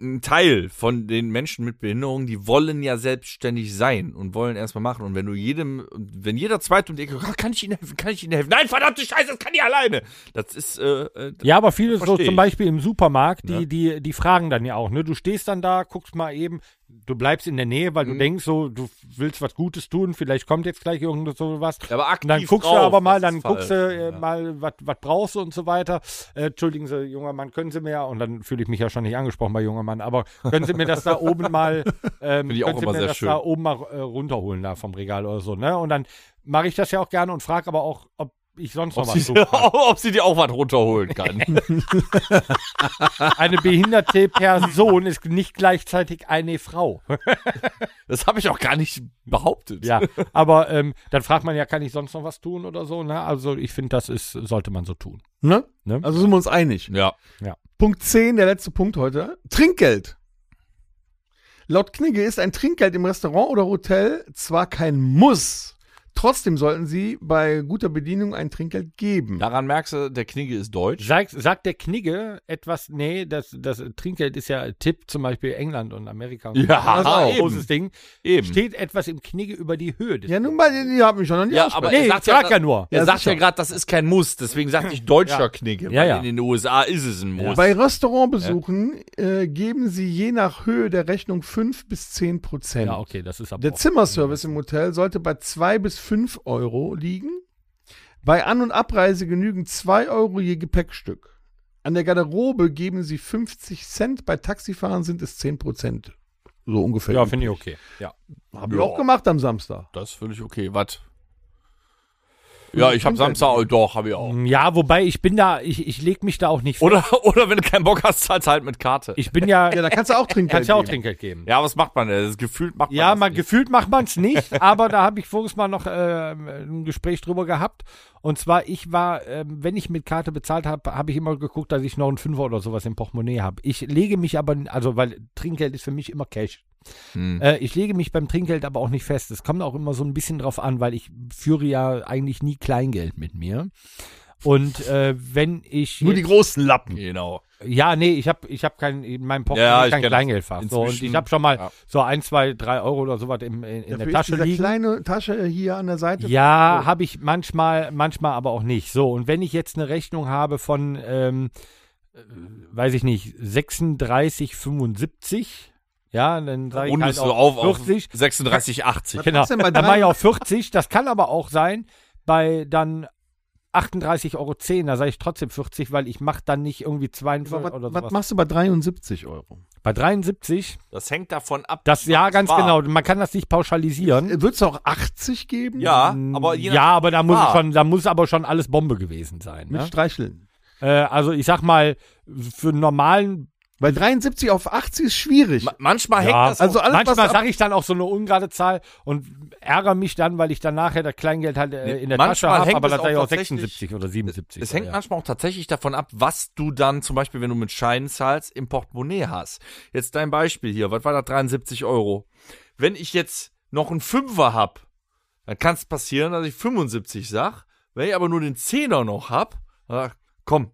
C: ein Teil von den Menschen mit Behinderung, die wollen ja selbstständig sein und wollen erstmal machen und wenn du jedem, wenn jeder zweite um die Ecke, "Ah, kann ich ihnen helfen, kann ich ihnen helfen, nein, verdammte Scheiße, das kann die alleine, das ist, äh, äh,
B: Ja, aber viele so
C: Versteh
B: zum
C: ich.
B: Beispiel im Supermarkt, die,
C: Ne?
B: die, die fragen dann ja auch, ne? Du stehst dann da, guckst mal eben, du bleibst in der Nähe, weil du
C: Mhm.
B: denkst so, du willst was Gutes tun, vielleicht kommt jetzt gleich irgend so was.
C: aber aktiv
B: Und dann guckst du
C: drauf,
B: aber mal,
C: das
B: dann
C: ist
B: guckst du
C: falsch,
B: äh,
C: ja.
B: mal, was was brauchst du und so weiter. Äh, Entschuldigen Sie, junger Mann, können Sie mir, ja- und dann fühle ich mich ja schon nicht angesprochen bei junger Mann, aber können Sie mir das da oben mal, ähm,
C: Finde ich auch
B: können Sie
C: immer
B: mir
C: sehr
B: das
C: schön.
B: da oben mal äh, runterholen da vom Regal oder so, ne? Und dann mache ich das ja auch gerne und frage aber auch, ob ich sonst noch
C: ob
B: was
C: sie,
B: suche.
C: ob sie dir auch was runterholen kann.
B: Eine behinderte Person ist nicht gleichzeitig eine Frau.
C: Das habe ich auch gar nicht behauptet.
B: Ja, aber ähm, dann fragt man ja, kann ich sonst noch was tun oder so. Ne? Also ich finde, das ist sollte man so tun.
D: Ne?
B: Ne?
D: Also sind wir uns einig.
C: Ja.
D: Punkt 10, der letzte Punkt heute. Trinkgeld. Laut Knigge ist ein Trinkgeld im Restaurant oder Hotel zwar kein Muss. Trotzdem sollten Sie bei guter Bedienung ein Trinkgeld geben.
C: Daran merkst du, der Knigge ist deutsch.
B: Sagt, sagt der Knigge etwas? Nee, das, das Trinkgeld ist ja Tipp zum Beispiel England und Amerika. Und
C: Ja,
B: das ist auch ein
C: eben.
B: großes Ding.
C: Eben.
B: Steht etwas im Knigge über die Höhe des?
D: Ja, nun mal, ihr habt mich schon noch nicht
C: Ja,
D: aussprechen.
C: aber
B: nee,
C: er
B: ich
C: sagt ja,
B: frag
C: dass-
B: ja nur.
C: Er
D: Ja,
C: sagt ja
D: sicher.
C: gerade, das ist kein Muss. Deswegen sagt ich deutscher Knigge.
B: Ja,
C: weil
B: ja.
C: In den USA ist es ein Muss.
D: Bei Restaurantbesuchen äh, geben Sie je nach Höhe der Rechnung 5 bis 10 Prozent.
B: Ja, okay, das ist aber.
D: Der
B: auch-
D: Zimmerservice im Hotel sollte bei 2 bis 5 Euro liegen. Bei An- und Abreise genügen 2 Euro je Gepäckstück. An der Garderobe geben sie 50 Cent, bei Taxifahren sind es 10 Prozent. So ungefähr.
B: ja, finde ich okay. Ja.
D: Hab ich
C: Ja.
D: auch gemacht am Samstag.
C: das ist völlig okay. Was? Ja, ich habe Samstag. oh, Doch, habe ich auch.
B: ja, wobei ich bin da, ich, ich lege mich da auch nicht. fest.
C: Oder, oder wenn du keinen Bock hast, zahlst halt mit Karte.
B: Ich bin ja,
D: Ja, da kannst du auch trinken.
B: kannst ja auch Trinkgeld geben.
C: ja, was macht man denn? Das Gefühl macht man
B: Ja,
C: das
B: man,
C: nicht.
B: gefühlt macht man es nicht, aber da habe ich voriges Mal noch äh, ein ähm, Gespräch drüber gehabt. Und zwar, ich war, ähm, wenn ich mit Karte bezahlt habe, habe ich immer geguckt, dass ich noch einen Fünfer oder sowas im Portemonnaie habe. Ich lege mich aber, also weil Trinkgeld ist für mich immer Cash.
C: Hm.
B: Äh, ich lege mich beim Trinkgeld aber auch nicht fest. Es kommt auch immer so ein bisschen drauf an, weil ich führe ja eigentlich nie Kleingeld mit mir. Und äh, wenn ich
D: Nur die großen Lappen.
C: Genau.
B: ja, nee, ich habe ich hab kein, in meinem Portemonnaie
C: Ja, ich
B: kein
C: kenn das.
B: Kleingeldfach. So, und
C: Inzwischen-
B: ich habe schon mal
C: ja.
B: so ein, zwei, drei Euro oder sowas im, in, in der
D: Dafür
B: Tasche
D: ist diese
B: liegen.
D: kleine Tasche hier an der Seite.
B: Ja, habe ich manchmal, manchmal aber auch nicht. So, und wenn ich jetzt eine Rechnung habe von, ähm, äh, weiß ich nicht, 36, 75, ja, dann sage ich halt
C: Rundest du
B: auch
C: auf, auf
B: 40.
C: 36, 80.
B: Genau,
D: Was denn bei
B: dann
D: drei-
B: mache ich auch 40. Das kann aber auch sein bei dann 38,10 Euro. Da sage ich trotzdem 40, weil ich mache dann nicht irgendwie 42
D: Aber
B: oder
D: was, was
B: sowas.
D: machst du bei 73 Euro?
B: bei 73,
C: Das hängt davon ab.
B: das, ja,
C: was
B: ganz
C: war.
B: genau. Man kann das nicht pauschalisieren. Mm,
D: Wird es Äh, auch 80 geben?
C: Mm, Ja, aber je nach-
B: ja, aber da muss,
C: war.
B: schon, da muss aber schon alles Bombe gewesen sein.
D: Mit
B: Ne?
D: Streicheln.
B: Äh, also ich sag mal, für einen normalen,
D: Weil 73 auf 80 ist schwierig.
C: Ma- Manchmal hängt
B: Ja,
C: das
D: also alles, was
B: manchmal
D: ab-
B: sage ich dann auch so eine ungerade Zahl und ärgere mich dann, weil ich dann nachher das Kleingeld halt äh,
C: Nee,
B: in der Tasche
C: manchmal
B: habe,
C: hängt
B: aber
C: es
B: das sage ich
C: auch
B: auch
C: tatsächlich-
B: 76 oder 77.
C: Es hängt
B: ja.
C: manchmal auch tatsächlich davon ab, was du dann zum Beispiel, wenn du mit Scheinen zahlst, im Portemonnaie hast. Jetzt dein Beispiel hier, was war das? 73 Euro. Wenn ich jetzt noch einen Fünfer hab, dann kann es passieren, dass ich 75 sag. Wenn ich aber nur den Zehner noch hab, dann sag ich, komm,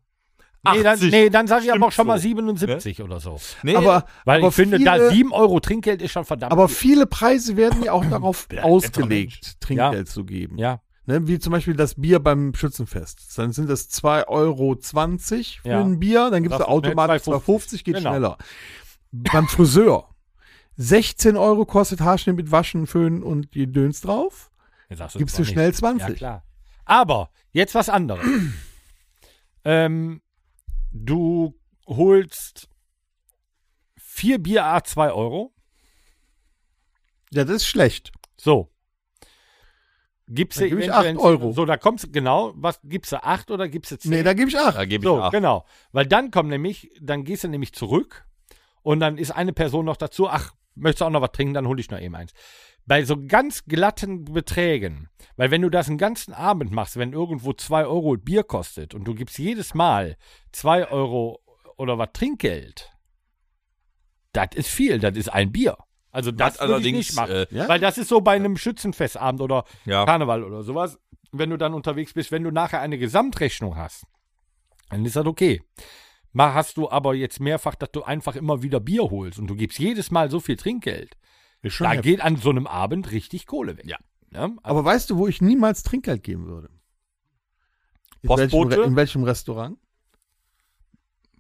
C: 80.
B: Nee, dann, nee, dann sage ich aber auch schon mal
C: so.
B: 77
C: Ne?
B: oder so.
C: Nee,
D: aber,
B: Weil
D: aber
B: ich finde,
D: viele,
B: da 7 Euro Trinkgeld ist schon verdammt.
D: aber viele Preise werden ja auch darauf ausgelegt,
B: Ja.
D: Trinkgeld zu geben.
B: ja,
D: Ne, wie zum Beispiel das Bier beim Schützenfest. Dann sind das 2,20 Euro für
B: Ja.
D: ein Bier, dann gibt's da
B: Sagst du schnell
D: automatisch
B: 2,50,
D: 2,50, geht
B: genau.
D: schneller. beim Friseur. 16 Euro kostet Haarschnitt mit Waschen, Föhn und die Döns drauf.
B: Dann sagst
D: Gibst
B: zwar
D: du
B: nicht.
D: schnell
B: Ja,
D: 20.
B: klar. Aber jetzt was anderes. ähm, du holst vier Bier A 2 Euro.
D: ja das ist schlecht.
B: So. Gibst du
D: Dann geb ich
B: eventuell-
D: acht Euro.
B: So, da kommst du genau, was gibst du 8 oder gibst du 10?
D: Nee, da gebe ich 8.
C: da gebe ich
B: so,
C: acht.
B: genau. Weil dann kommt nämlich, dann gehst du nämlich zurück und dann ist eine Person noch dazu, ach, möchtest du auch noch was trinken, dann hole ich noch eben eins. Bei so ganz glatten Beträgen, weil wenn du das einen ganzen Abend machst, wenn irgendwo 2 Euro Bier kostet und du gibst jedes Mal 2 Euro oder was Trinkgeld, das ist viel, das ist ein Bier. Also das
C: Was
B: würde ich
C: allerdings,
B: nicht machen.
C: äh,
D: ja.
B: Weil das ist so bei einem Schützenfestabend oder
C: Ja.
B: Karneval oder sowas, wenn du dann unterwegs bist, wenn du nachher eine Gesamtrechnung hast, dann ist das okay. Mal hast du aber jetzt mehrfach, dass du einfach immer wieder Bier holst und du gibst jedes Mal so viel Trinkgeld.
D: Ist schon
B: Da
D: heftig.
B: geht an so einem Abend richtig Kohle weg.
C: Ja.
B: Ne? Also,
D: Aber weißt du, wo ich niemals Trinkgeld geben würde? In welchem,
C: Postbote?
D: Re- in welchem Restaurant?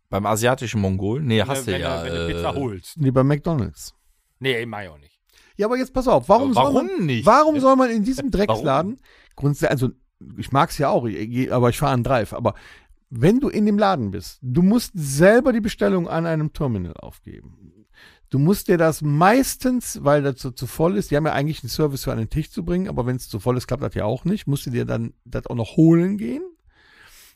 C: Beim asiatischen Mongolen? Nee, hast
B: wenn,
C: du ja.
B: wenn du
C: äh,
B: Pizza holst.
D: Nee, bei McDonalds.
B: Nee, mach ich auch nicht.
D: Ja, aber jetzt pass auf, warum,
C: Aber warum
D: soll man,
C: nicht?
D: Warum soll man in diesem Drecksladen grundsätzlich, also ich mag's ja auch, ich geh- aber ich fahre einen Drive, aber wenn du in dem Laden bist, du musst selber die Bestellung an einem Terminal aufgeben. Du musst dir das meistens, weil das so zu voll ist, die haben ja eigentlich einen Service für an den Tisch zu bringen, aber wenn es zu voll ist, klappt das ja auch nicht, musst du dir dann das auch noch holen gehen.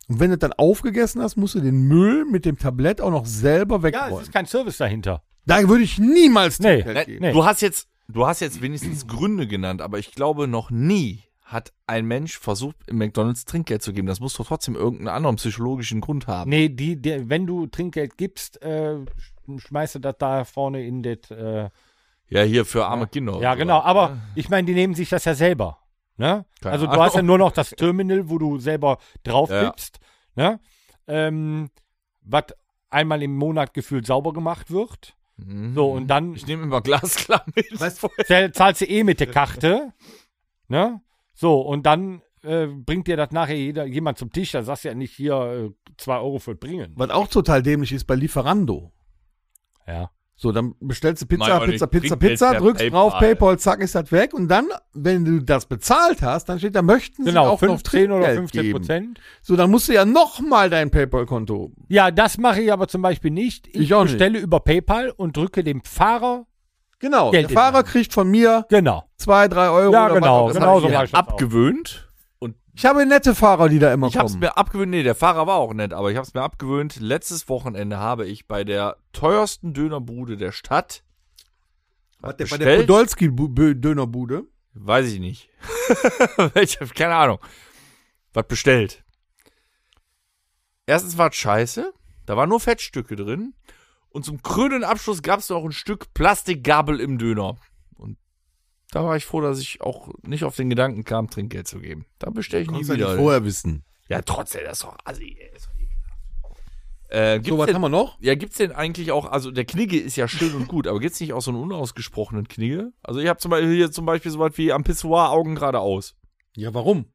D: Und wenn du dann aufgegessen hast, musst du den Müll mit dem Tablett auch noch selber
B: Ja, es
D: wegräumen.
B: ist kein Service dahinter.
D: da würde ich niemals
B: Nee,
D: Trinkgeld
C: Ne,
D: geben.
B: Nee.
C: Du hast jetzt, du hast jetzt wenigstens Gründe genannt, aber ich glaube, noch nie hat ein Mensch versucht, im McDonalds Trinkgeld zu geben. Das muss doch trotzdem irgendeinen anderen psychologischen Grund haben.
B: Nee, die, der- wenn du Trinkgeld gibst, äh, sch- schmeißt du das da vorne in das. Äh,
C: Ja, hier für arme Kinder.
B: ja, genau. Aber ich meine, die nehmen sich das ja selber. Ne?
C: Keine
B: Also du
C: Ahnung.
B: hast ja nur noch das Terminal, wo du selber drauf
C: Ja.
B: tippst, ne? ähm, was einmal im Monat gefühlt sauber gemacht wird.
D: Mhm.
B: So, und dann
C: Mhm. Ich nehme immer Glasklar mit.
D: Weißt du,
B: zahl- zahlst du eh mit der Karte. Ne? So, und dann äh, bringt dir das nachher jeder, jemand zum Tisch, da sagst du ja nicht hier 2 Euro für bringen.
D: Was auch total dämlich ist bei Lieferando.
B: Ja.
D: So, dann bestellst du
C: Mach ich
D: Pizza,
C: auch
D: Pizza,
C: nicht.
D: Pizza,
C: Bringt
D: Pizza,
C: per
D: drückst
C: PayPal.
D: drauf, PayPal, zack, ist das weg. Und dann, wenn du das bezahlt hast, dann steht da, möchten sie
B: Genau,
D: auch noch
B: 15 oder
D: Trinkgeld
B: 15
D: geben.
B: Prozent.
D: So, dann musst du ja nochmal dein PayPal-Konto.
B: Ja, das mache ich aber zum Beispiel nicht. Ich,
D: Ich auch nicht.
B: bestelle über PayPal und drücke dem Fahrer.
D: Genau,
B: Geld
D: der Fahrer kriegt von mir
B: Genau.
D: zwei, drei Euro.
B: Ja,
D: oder
B: genau,
D: was auch immer.
B: genau so
C: ich
B: mach
C: mir
B: ich das auch.
C: abgewöhnt.
D: Ich habe nette Fahrer, die da immer
C: Ich habe es
D: kommen.
C: mir abgewöhnt. Nee, der Fahrer war auch nett, aber ich habe es mir abgewöhnt. Letztes Wochenende habe ich bei der teuersten Dönerbude der Stadt,
D: Was, der- Bei der
C: bestellt.
D: Podolski-Dönerbude.
C: weiß ich nicht, welche, keine Ahnung, was bestellt. Erstens war es scheiße, da waren nur Fettstücke drin. Und zum krönenden Abschluss gab es noch ein Stück Plastikgabel im Döner. Und da war ich froh, dass ich auch nicht auf den Gedanken kam, Trinkgeld zu geben. Da bestelle ich nie
D: Kannst du ja
C: wieder.
D: nicht vorher wissen.
C: Ja, trotzdem, das ist doch assi. Ey. ist doch ekelhaft. Äh,
D: So,
C: gibt's
D: was
C: denn,
D: haben wir noch?
C: ja, gibt's denn eigentlich auch, also der Knigge ist ja schön und gut, aber gibt's nicht auch so einen unausgesprochenen Knigge? Also ich habe zum Beispiel hier zum Beispiel sowas wie am Pissoir Augen geradeaus.
D: Ja, warum?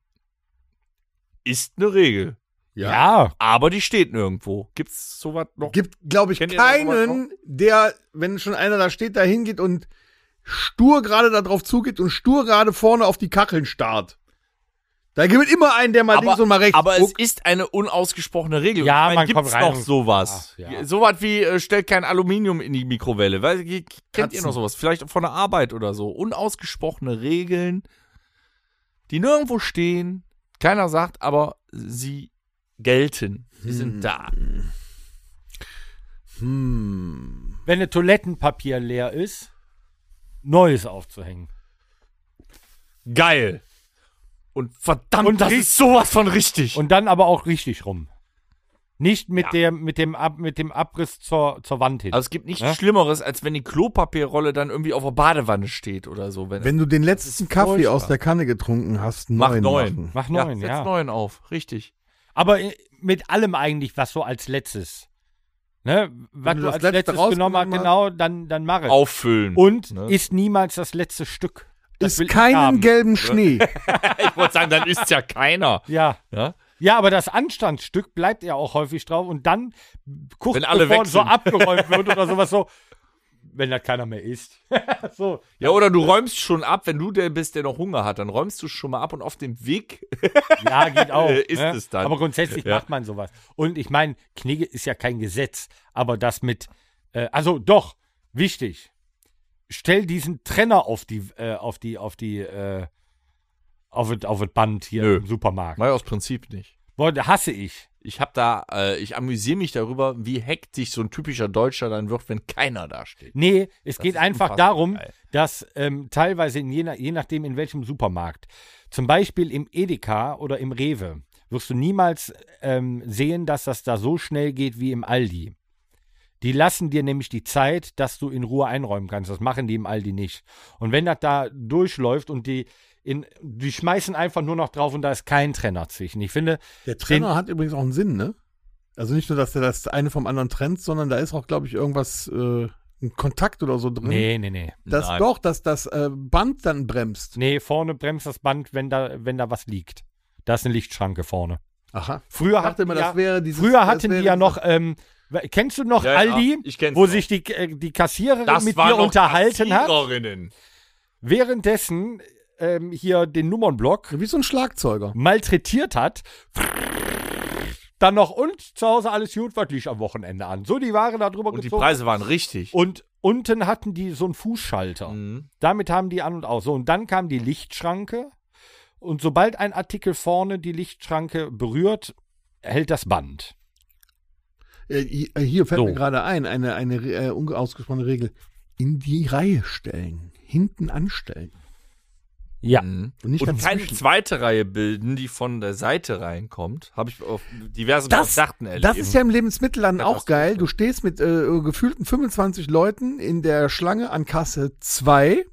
C: Ist eine Regel.
B: Ja,
C: Aber die steht nirgendwo. Gibt's sowas noch?
D: Gibt, glaube ich,
C: Kennt ihr da sowas
D: keinen, der, wenn schon einer da steht, da hingeht und stur gerade da drauf zugeht und stur gerade vorne auf die Kacheln starrt. Da gibt es immer einen, der mal links und mal rechts
C: aber es
D: guckt.
C: ist eine unausgesprochene Regel.
B: Ja, man
C: gibt's
B: kommt rein
C: noch
B: und-
C: sowas.
B: Ach, ja.
C: Sowas wie äh, stellt kein Aluminium in die Mikrowelle. Weil, kennt ihr
D: Katzen.
C: noch sowas? Vielleicht von der Arbeit oder so. Unausgesprochene Regeln, die nirgendwo stehen, keiner sagt, aber sie gelten. Sie
B: Hm.
C: sind da.
B: wenn ne Toilettenpapier leer ist, neues aufzuhängen.
C: Geil. Und verdammt,
B: Und
C: das
B: ri-
C: ist sowas von richtig.
B: Und dann aber auch richtig rum. Nicht mit, der, mit, dem, Ab, mit dem Abriss zur, zur Wand hin.
C: also es gibt nichts
B: Ja?
C: Schlimmeres, als wenn die Klopapierrolle dann irgendwie auf der Badewanne steht oder so. Wenn,
D: Wenn du den letzten Kaffee aus der Kanne getrunken hast,
C: Mach
D: neuen
C: neun.
D: machen.
B: Mach neuen,
C: setz
B: ja.
C: neuen auf, richtig.
B: Aber äh, mit allem eigentlich, was so als letztes. Ne? Was
D: du
B: du,
D: das
B: als
D: Letzte
B: letztes genommen hast,
D: rausgenommen hast.
B: genau, dann, dann mach es.
C: Auffüllen.
B: Und
C: ne?
B: ist niemals das letzte Stück. Das will
D: Ist
B: ich haben.
D: keinen gelben Schnee.
C: Ich wollte sagen, dann ist ja keiner.
B: Ja.
C: Ja?
B: Ja, aber das Anstandsstück bleibt ja auch häufig drauf und dann kurz
C: Wenn alle
B: bevor
C: weg
B: so
C: sind.
B: abgeräumt wird oder sowas so, wenn das keiner mehr isst. so.
C: Ja, oder du räumst schon ab, wenn du der bist, der noch Hunger hat, dann räumst du schon mal ab und auf dem Weg.
B: Ja, geht auch.
C: Äh, Ist
B: ne?
C: es dann.
B: Aber grundsätzlich
C: Ja.
B: macht man sowas. Und ich meine, Knigge ist ja kein Gesetz, aber das mit, äh, also doch, wichtig. Stell diesen Trenner auf die, äh, auf die, auf die, äh, auf das auf das Band hier
C: Nö.
B: im Supermarkt.
C: Mal aus Prinzip nicht.
B: Boah, da hasse ich.
C: Ich hab da, äh, ich amüsiere mich darüber, wie hektisch so ein typischer Deutscher dann wird, wenn keiner da steht.
B: Nee, es geht
C: ist
B: einfach
C: unfassbar
B: darum,
C: geil.
B: dass ähm, teilweise in je, nach- je nachdem in welchem Supermarkt, zum Beispiel im Edeka oder im Rewe, wirst du niemals ähm, sehen, dass das da so schnell geht wie im Aldi. Die lassen dir nämlich die Zeit, dass du in Ruhe einräumen kannst. Das machen die im Aldi nicht. Und wenn das da durchläuft und die in, die schmeißen einfach nur noch drauf und da ist kein Trenner zwischen. Ich finde,
D: Der Trainer hat übrigens auch einen Sinn, ne? Also nicht nur, dass er das eine vom anderen trennt, sondern da ist auch, glaube ich, irgendwas, äh, ein Kontakt oder so
C: Mhm.
D: drin.
B: nee, nee, nee.
D: Das
C: Nein.
D: doch, dass das äh, Band dann bremst.
B: Nee, vorne bremst das Band, wenn da, wenn da was liegt. Da ist eine Lichtschranke vorne.
D: Aha.
B: Früher
D: Ich dachte
B: hatten
D: immer,
B: die
D: das
B: ja,
D: wäre dieses-
B: Früher
D: das
B: hatten
D: wäre
B: die ja
D: dieses-
B: noch. Ähm, we- kennst du noch
C: Ja, ja,
B: Aldi,
C: ich kenn's
B: wo
C: noch.
B: sich die, äh, die Kassiererin mit
C: waren
B: dir
C: noch
B: unterhalten hat?
C: Kassiererinnen.
B: Währenddessen ähm, hier den Nummernblock
D: Wie so ein Schlagzeuger.
B: malträtiert hat. Dann noch und zu Hause alles gut, was liegt am Wochenende an. So die Ware da drüber
C: Und die
B: gezogen.
C: Preise waren richtig.
B: Und unten hatten die so einen Fußschalter.
C: Mhm.
B: Damit haben die an und aus. So, und dann kam die Lichtschranke. Und sobald ein Artikel vorne die Lichtschranke berührt, hält das Band.
D: Äh, hi- äh, hier fällt
B: So.
D: mir gerade ein, eine, eine äh, unausgesprochene Regel. In die Reihe stellen. Hinten anstellen.
B: Ja.
C: Mhm.
D: Und nicht
C: Und keine
D: dazwischen.
C: zweite Reihe bilden, die von der Seite reinkommt. Habe ich auf diversen
D: Das,
C: Sachen erlebt.
D: das ist ja im Lebensmittelland auch
C: Katastrophe.
D: geil. Du stehst mit äh, gefühlten 25 Leuten in der Schlange an Kasse 2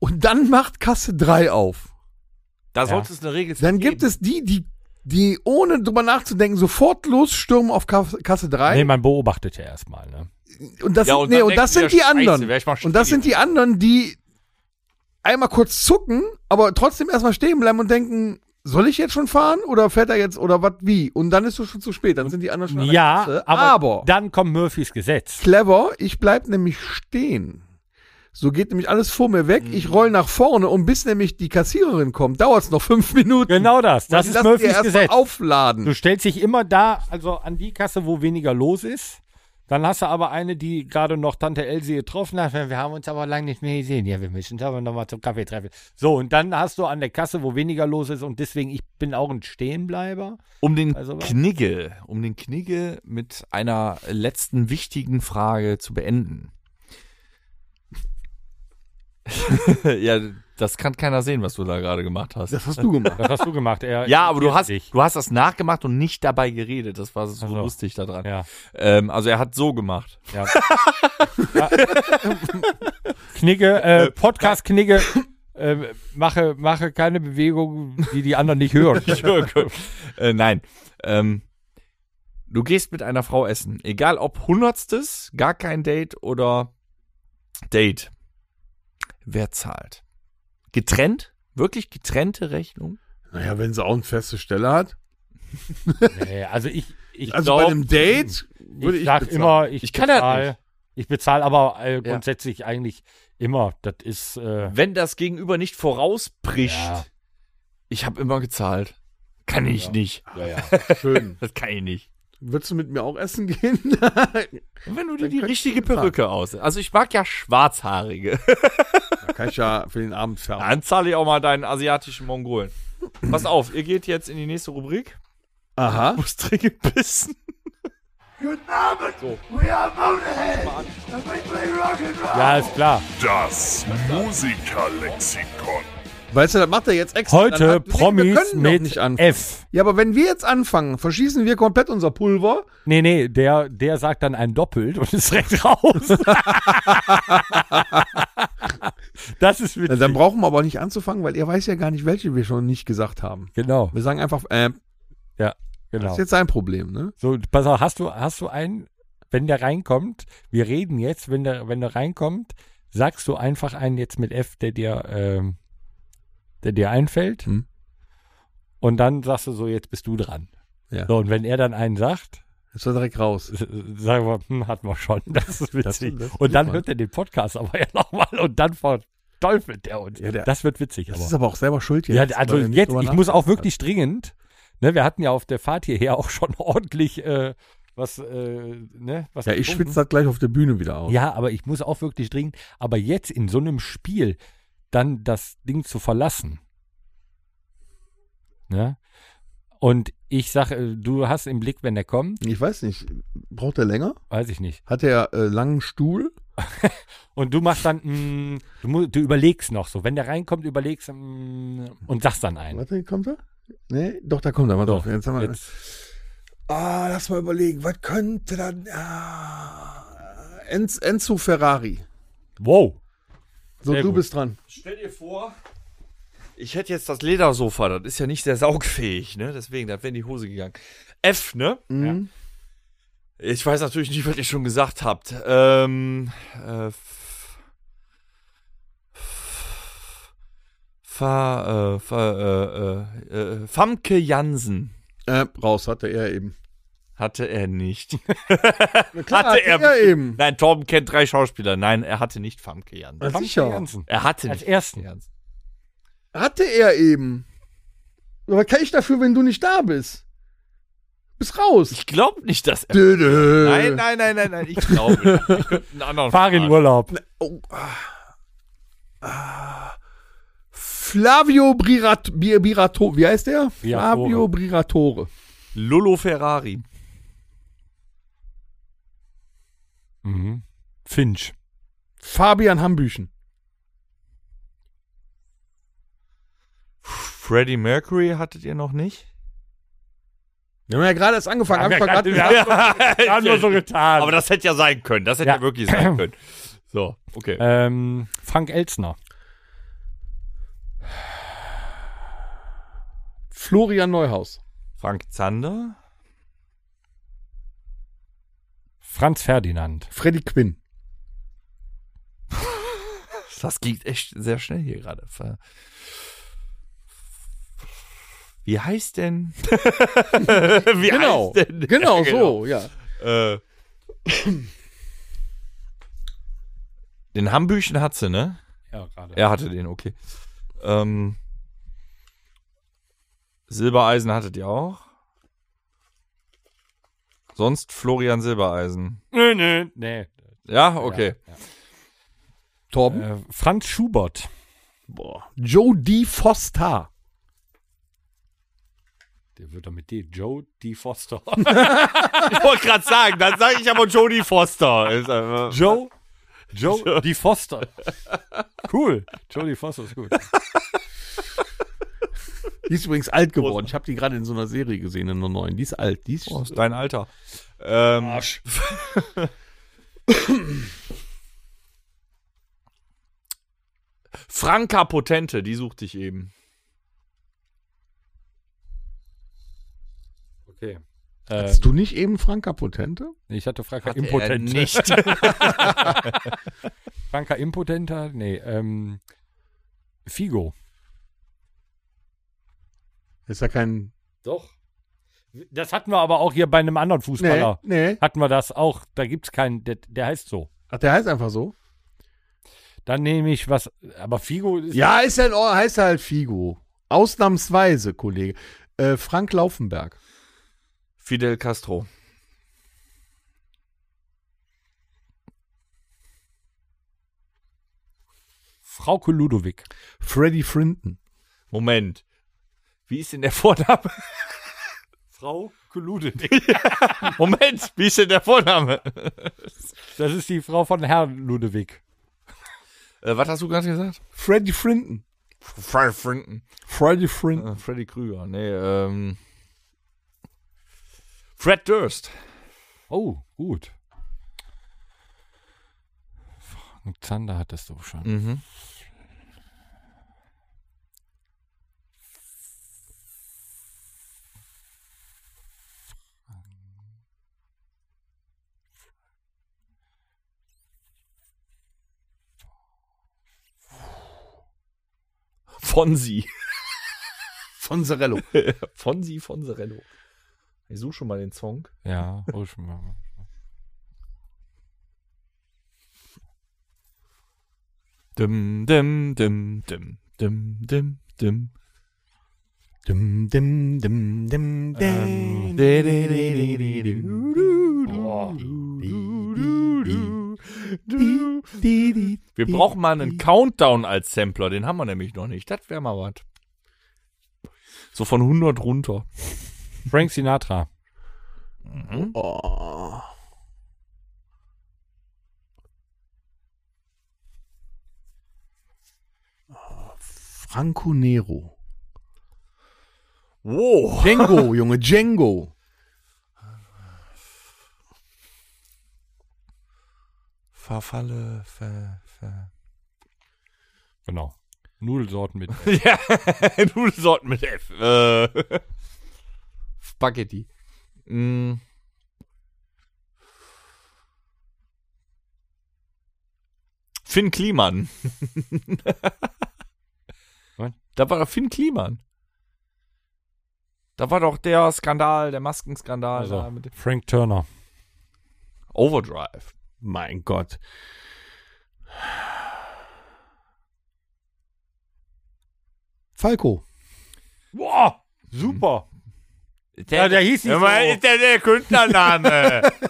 D: und dann macht Kasse 3 auf.
C: da sollte es eine Regel
D: Dann gibt es die, die, die ohne drüber nachzudenken sofort losstürmen auf Kasse, Kasse 3.
B: Nee, man beobachtet ja erstmal, ne?
D: Und das,
C: Ja,
D: sind-
C: und
D: nee,
C: dann
D: und das
C: denken
D: sind
C: die,
D: die
C: ja, scheiße,
D: anderen.
C: wär ich mal
D: und das sind die anderen, die einmal kurz zucken, aber trotzdem erstmal stehen bleiben und denken, soll ich jetzt schon fahren oder fährt er jetzt oder was wie? Und dann ist es schon zu spät, dann sind die anderen schon an der
B: Ja,
D: Kasse.
B: aber, dann kommt Murphys Gesetz.
D: clever, ich bleib nämlich stehen. So geht nämlich alles vor mir weg, ich roll nach vorne und bis nämlich die Kassiererin kommt, dauert es noch fünf Minuten.
B: Genau das.
D: Weil
B: Das
D: die
B: ist
D: lassen die
B: Murphys
D: erst mal
B: Gesetz. Du
D: Aufladen.
B: stellst dich immer da, also an die Kasse, wo weniger los ist. Dann hast du aber eine, die gerade noch Tante Elsie getroffen hat. Wir haben uns aber lange nicht mehr gesehen. Ja, wir müssen uns aber nochmal zum Kaffee treffen. So, und dann hast du an der Kasse, wo weniger los ist. Und deswegen, ich bin auch ein Stehenbleiber.
C: Um den
B: Also was?
C: Knigge, um den Knigge mit einer letzten wichtigen Frage zu beenden. ja, das kann keiner sehen, was du da gerade gemacht hast.
D: Das hast du gemacht.
B: Das hast du gemacht. Er
C: Ja, aber du hast,
B: Dich.
C: du hast das nachgemacht und nicht dabei geredet. Das war so
B: Ach so.
C: lustig daran.
B: Ja,
C: Ähm, also er hat so gemacht.
B: ja. ja. Knigge, äh, Podcast-Knigge, äh, mache, mache keine Bewegung, die die anderen nicht hören.
C: äh, nein. Ähm, du gehst mit einer Frau essen. Egal ob hundertstes, gar kein Date oder Date. Wer zahlt? Getrennt? Wirklich getrennte Rechnung?
D: Naja, wenn sie auch eine feste Stelle hat.
B: Nee, also ich, ich,
D: Also bei einem Date würde ich,
B: ich sag
D: bezahlen.
B: immer, ich,
C: Ich kann das
B: bezahl-
C: nicht.
B: Ich bezahle aber äh, grundsätzlich eigentlich immer. Das ist äh,
C: Wenn das Gegenüber nicht vorausbricht.
B: Ja.
C: Ich habe immer gezahlt. Kann ich nicht.
D: schön.
C: Das kann ich nicht.
D: Würdest du mit mir auch essen gehen?
C: Wenn du dir die richtige Perücke aus. Also ich mag ja Schwarzhaarige.
D: Kann ich ja für den Abend färben.
C: Dann zahle ich auch mal deinen asiatischen Mongolen. Pass auf, ihr geht jetzt in die nächste Rubrik.
D: Aha.
C: Muss dringend pissen.
B: ja ist klar.
A: Das Musikerlexikon.
D: Weißt du, das macht er jetzt extra. Dann
B: Heute
D: hat- wir
B: Promis
D: können doch
B: mit
D: nicht anfangen.
B: F.
D: Ja, aber wenn wir jetzt anfangen, verschießen wir komplett unser Pulver.
B: Nee, nee, der, der sagt dann ein Doppelt und ist direkt raus. das ist witzig.
D: Dann brauchen wir aber nicht anzufangen, weil er weiß ja gar nicht, welche wir schon nicht gesagt haben.
B: genau,
D: Wir sagen einfach, äh,
B: ja,
D: das
B: genau.
D: ist jetzt sein Problem, ne?
B: So, pass auf, hast du, hast du einen, wenn der reinkommt, wir reden jetzt, wenn der, wenn der reinkommt, sagst du einfach einen jetzt mit F, der dir, ähm, der dir einfällt.
D: Hm.
B: Und dann sagst du so, jetzt bist du dran.
D: Ja.
B: So, und wenn er dann einen sagt,
D: Jetzt war direkt raus.
B: s- sagen wir, hm, hatten wir schon. Das ist witzig.
D: das ist
B: und dann
D: super.
B: hört er den Podcast aber ja nochmal und dann verteufelt er uns.
D: Ja, der-
B: das wird witzig.
D: Das
B: aber.
D: ist aber auch selber schuld jetzt.
B: Ja, also
D: weil er nicht
B: jetzt,
D: drüber
B: ich muss auch
D: nachgedacht
B: wirklich dringend, ne, wir hatten ja auf der Fahrt hierher auch schon ordentlich äh, was, äh, ne, was.
D: hat. Ja, ich
B: getrunken.
D: schwitze halt das gleich auf der Bühne wieder aus.
B: Ja, aber ich muss auch wirklich dringend, aber jetzt in so einem Spiel dann das Ding zu verlassen. Ne? Und ich sage, du hast im Blick, wenn er kommt,
D: Ich weiß nicht, braucht er länger?
B: weiß ich nicht.
D: Hat er äh, langen Stuhl?
B: Und du machst dann, mm, du, mu- du überlegst noch so. Wenn der reinkommt, überlegst mm, und sagst dann einen.
D: Warte, kommt er? Nee, doch, da kommt er. Mal drauf. Jetzt haben wir,
B: Jetzt,
D: Ah, lass mal überlegen, was könnte dann. Ah, Enz, Enzo Ferrari.
B: wow.
D: So,
B: Sehr
D: du
B: gut.
D: bist dran.
C: Stell dir vor, ich hätte jetzt das Ledersofa, das ist ja nicht sehr saugfähig, ne? Deswegen, da wäre in die Hose gegangen. F, ne?
D: Mhm.
C: Ich weiß natürlich nicht, was ihr schon gesagt habt. Ähm, äh, f- f- fa, äh, fa, äh, äh, äh, Famke Jansen
D: Äh, raus hatte er eben.
C: hatte er nicht.
D: Klar,
C: Hatte er-
D: eben.
C: Nein, Torben kennt drei Schauspieler. Nein, er hatte nicht Famke Jansen.
D: Was?
B: Kommt
D: sicher.
B: die ganzen.
C: Er hatte
B: Als
C: nicht
B: ersten.
C: Jansen.
D: Hatte er eben. Aber kann ich dafür, wenn du nicht da bist? Bist raus.
C: Ich glaube nicht, dass er.
D: Dö, dö.
C: Nein, nein, nein, nein, nein. Ich glaube nicht. Ich könnte einen anderen
B: Fahr in
C: fragen.
B: Urlaub.
D: Oh, ah. Ah. Flavio Brirat, Bi- Birato, wie heißt der?
B: Briatore.
D: Flavio Briatore.
C: Lolo Ferrari.
B: Mhm. Finch.
D: Fabian Hambüchen.
C: Freddie Mercury hattet ihr noch nicht?
D: Wir haben ja gerade erst angefangen. Hab ich verraten.
B: Haben wir so getan.
C: Aber das hätte ja sein können. Das hätte ja,
B: Ja.
C: wirklich sein können. So, okay.
B: ähm, Frank Elzner.
D: Florian Neuhaus.
C: Frank Zander.
B: Franz Ferdinand.
D: Freddy Quinn.
C: Das ging echt sehr schnell hier gerade. Ver- Wie heißt denn? Wie
D: Genau,
C: heißt denn?
D: genau
C: Ja,
D: so, ja.
C: Äh. Den Hambüchen hat sie, ne?
B: Ja, gerade.
C: Er hatte den, okay. Ähm, Silbereisen hattet ihr auch. Sonst Florian Silbereisen.
B: Nö, nö. Nee.
C: Ja, okay.
D: Torben.
B: Äh, Franz Schubert.
D: Boah. Jodie Foster.
B: Der wird doch mit D. Joe D. Foster.
C: Ich wollte gerade sagen, dann sage ich aber Jodie Foster. Ist einfach-
B: Joe Joe die Foster. Cool. Jodie Foster ist gut.
D: Die ist übrigens alt geworden. Ich habe die gerade in so einer Serie gesehen, in einer neuen. Die ist alt. Die ist
C: Oh, ist dein Alter. Ähm, Arsch. Franka Potente, die suchte ich eben.
B: Okay.
D: Hast du nicht eben Franka Potente?
B: Äh, Ich hatte Franka Impotent.
C: nicht.
B: Franka Impotenter? Nee, ähm. Figo.
D: Ist ja kein.
B: Doch. Das hatten wir aber auch hier bei einem anderen Fußballer.
D: nee.
B: Hatten wir das auch. Da gibt es keinen, der, der heißt so.
D: Ach, der heißt einfach so.
B: Dann nehme ich was. Aber Figo ist.
D: Ja, ist ja in Ordnung. Heißt halt Figo. Ausnahmsweise, Kollege. Äh, Frank Laufenberg.
C: Fidel Castro.
B: Frauke Ludowig.
D: Freddy Frinton.
C: Moment. Wie ist denn der Vorname?
B: Frau Kulude.
C: Moment, wie ist denn der Vorname?
B: Das ist die Frau von Herrn Ludewig.
C: Äh, was hast du gerade gesagt?
D: Freddy Frinton.
C: Freddy Frinton.
D: Freddy Frinton.
C: Äh, Freddy Krüger. Nee, ähm. Fred Durst.
B: Oh, gut. Zander hattest du schon.
C: Mhm. Fonsi.
D: Von Serello.
C: Fonsi von Serello. Ich suche schon mal den Song.
B: Ja, hol schon mal.
C: Dim, dim, dim, dim, dim, dim, dim.
D: Dim, dim, dim, dim,
B: Ähm.
C: Oh. Wir brauchen mal einen Countdown als Sampler, den haben wir nämlich noch nicht. Das wäre mal was. So von 100 runter.
B: Frank Sinatra.
D: Oh. Franco Nero.
C: Wow.
D: Django, Junge, Django.
C: Verfalle, ver, ver.
B: Genau. Nudelsorten mit.
C: Ja, Nudelsorten mit F. Äh. Spaghetti. Mm. Finn Kliman.
B: Was?
C: da war doch Finn Kliman. Da war doch der Skandal, der Maskenskandal.
B: Also,
C: da mit dem-
B: Frank Turner.
C: Overdrive.
D: Mein Gott. Falco.
B: Boah, super.
C: Der,
B: der hieß nicht
C: mal,
B: so.
C: ist Mhm. der, der Künstlername.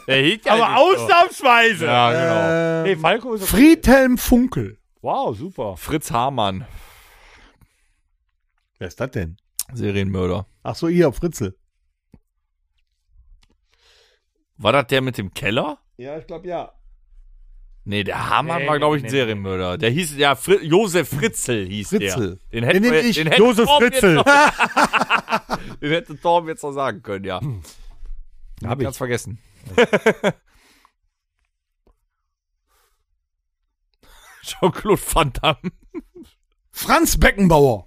C: der hieß ja nicht
B: ausnahmsweise. Äh.
C: So. Ja, genau.
B: Nee,
D: Ähm,
B: Falco ist.
D: Friedhelm Funkel.
B: Wow, super.
C: Fritz Hamann.
D: Wer ist das denn?
C: Serienmörder.
D: Ach so, ihr, Fritzel.
C: War das der mit dem Keller?
D: Ja, ich glaube ja.
C: Nee, der Hamann
B: Nee,
C: war, glaube ich,
B: nee,
C: ein
B: nee.
C: Serienmörder. Der hieß, ja, Fri Josef Fritzl hieß
D: Fritzl.
C: der. Den hätten
D: Den
C: wir,
D: nehm ich.
C: Den hätte
B: Josef
C: Torben
B: Fritzl.
C: Jetzt noch, den hätte Torben jetzt noch sagen können, ja.
B: Hm.
C: Hab ich. Ganz vergessen. Jean-Claude Van Damme.
D: Franz
C: Ah,
D: Beckenbauer.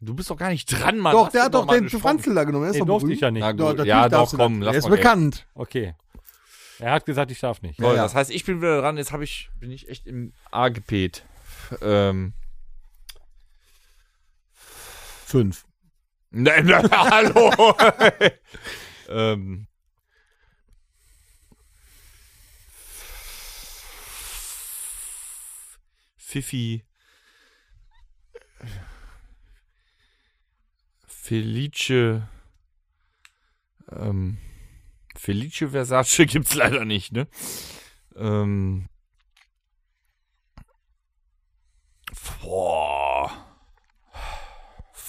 C: Du bist doch gar nicht dran, Mann.
D: doch,
C: Hast
D: der
C: du
D: hat doch
C: mal
D: den
C: gesprochen?
D: Franzl da genommen. Der ist
B: Den
D: doch
B: durfte ich ja nicht.
C: Na
D: Doch,
C: gut,
D: natürlich
C: ja,
D: darfst
C: doch,
D: du
C: komm,
D: das.
C: lass
D: Der ist
C: mal gelten.
D: bekannt.
B: Okay. Er hat gesagt, ich darf nicht.
C: Toll,
D: Ja, ja.
C: Das heißt, ich bin wieder dran. Jetzt habe ich, bin ich echt im A gepet. Ähm.
D: Fünf.
C: Nein, nein, hallo. ähm. Fifi. Felice. Ähm. Felice Versace gibt's leider nicht, ne? Ähm. Boah.
D: V,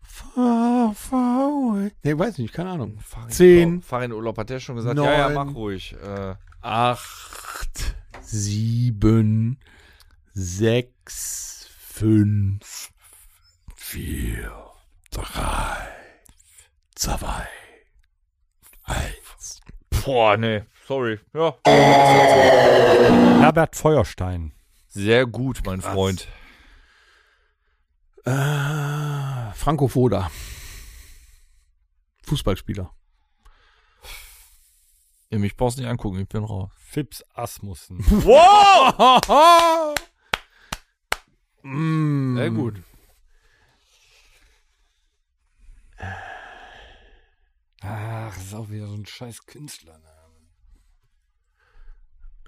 D: V, Boy. Nee, weiß nicht, keine Ahnung.
C: Fahr in
D: Zehn.
C: Urlaub. Fahr in Urlaub hat der schon gesagt. ja, ja,
D: Neun.
C: mach ruhig. Äh,
D: Acht, sieben, sechs, fünf, vier, drei, zwei, eins.
C: boah, nee. Sorry. Ja.
B: Herbert Feuerstein.
C: Sehr gut, mein Freund.
D: Äh, Franco Foda. Fußballspieler.
C: Ihr mich brauchst nicht angucken, ich bin raus.
B: Fips Asmussen.
D: Mm.
C: Sehr gut.
B: Ach, ist auch wieder so ein scheiß Künstler. Ne?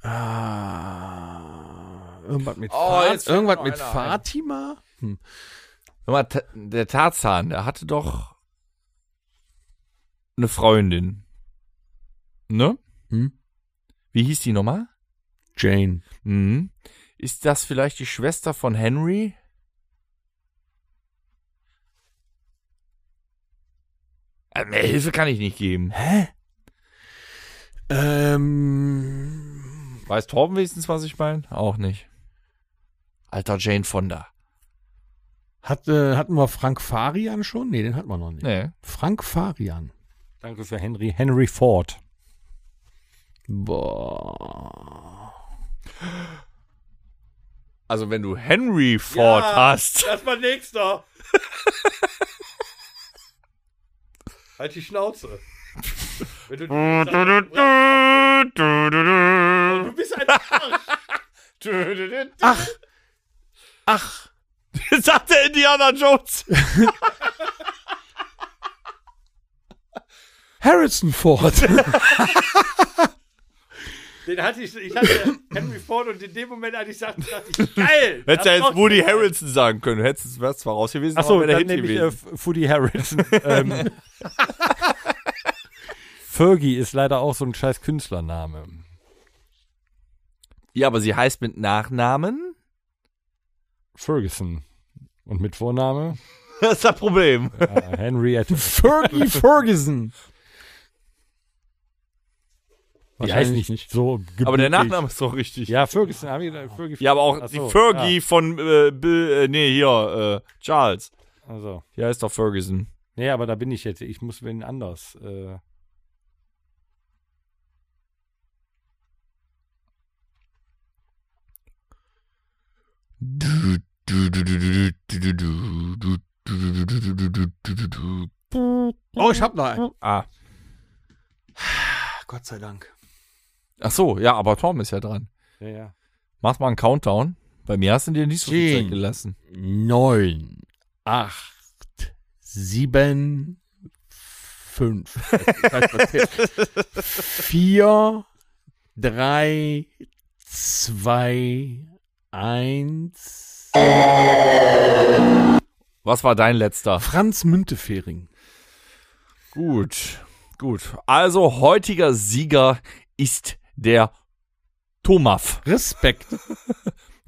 D: Ah, irgendwas mit,
C: Oh,
D: Fa-
C: jetzt fällt
D: irgendwas
C: noch
D: mit
C: einer ein.
D: Fatima? Hm.
C: Sag mal, Ta- der Tarzan, der hatte doch eine Freundin. Ne?
D: Hm?
C: Wie hieß die nochmal?
D: Jane.
C: Mhm. Ist das vielleicht die Schwester von Henry? Äh, Mehr Hilfe kann ich nicht geben.
D: Ähm,
C: Weiß Torben wenigstens, was ich meine? Auch nicht. Alter Jane Fonda.
D: hat, äh, hatten wir Frank Farian schon? Nee, den hatten wir noch nicht.
C: Nee.
D: Frank Farian.
B: Danke für Henry. Henry Ford.
D: Boah.
C: Also wenn du Henry Ford hast.
B: Das war nächster. halt die Schnauze. Wenn du, du bist ein
D: Ach. Ach.
C: Jetzt sagt der Indiana Jones.
D: Harrison Ford.
B: Den hatte ich, ich hatte Henry Ford und in dem Moment, als ich sagte, dachte ich, geil.
C: Hättest ja
B: das
C: jetzt
B: brauchst
C: Woody
B: du.
C: Harrelson sagen können. Hättest du zwar raus gewesen,
B: Achso,
C: aber wär der
B: dann
C: Hit
B: nehme ich äh,
C: gewesen.
B: Foodie Harrison. ähm. Fergie ist leider auch so ein scheiß Künstlername.
C: ja, aber sie heißt mit Nachnamen.
B: Ferguson. Und mit Vorname?
C: Das ist das Problem.
B: Ja, Henriette.
D: Fergie Ferguson.
B: Die heißt nicht, so gebürtig.
C: Aber der Nachname ist doch richtig.
B: Ja, Ferguson. Hab ich gedacht, Fergie,
C: Ja, aber auch
B: Ach so,
C: die Fergie von äh, Bill, äh, nee, hier, äh, Charles.
B: Ja, also.
C: Die heißt doch Ferguson.
B: Nee, aber da bin ich jetzt. Ich muss wen anders. Äh,
D: Oh, ich hab noch einen.
C: Ah.
D: Gott sei Dank.
C: Ach so, ja, aber Tom ist ja dran.
B: ja, ja.
C: Mach mal einen Countdown. Bei mir hast du dir nicht so viel
D: Zehn.
C: Zeit gelassen.
D: Neun, acht, sieben, fünf. Das heißt, was zählt? Vier, drei, zwei, eins.
C: Was war dein letzter?
D: Franz Müntefering.
C: Gut, gut. Also heutiger Sieger ist der Tomaf.
D: Respekt.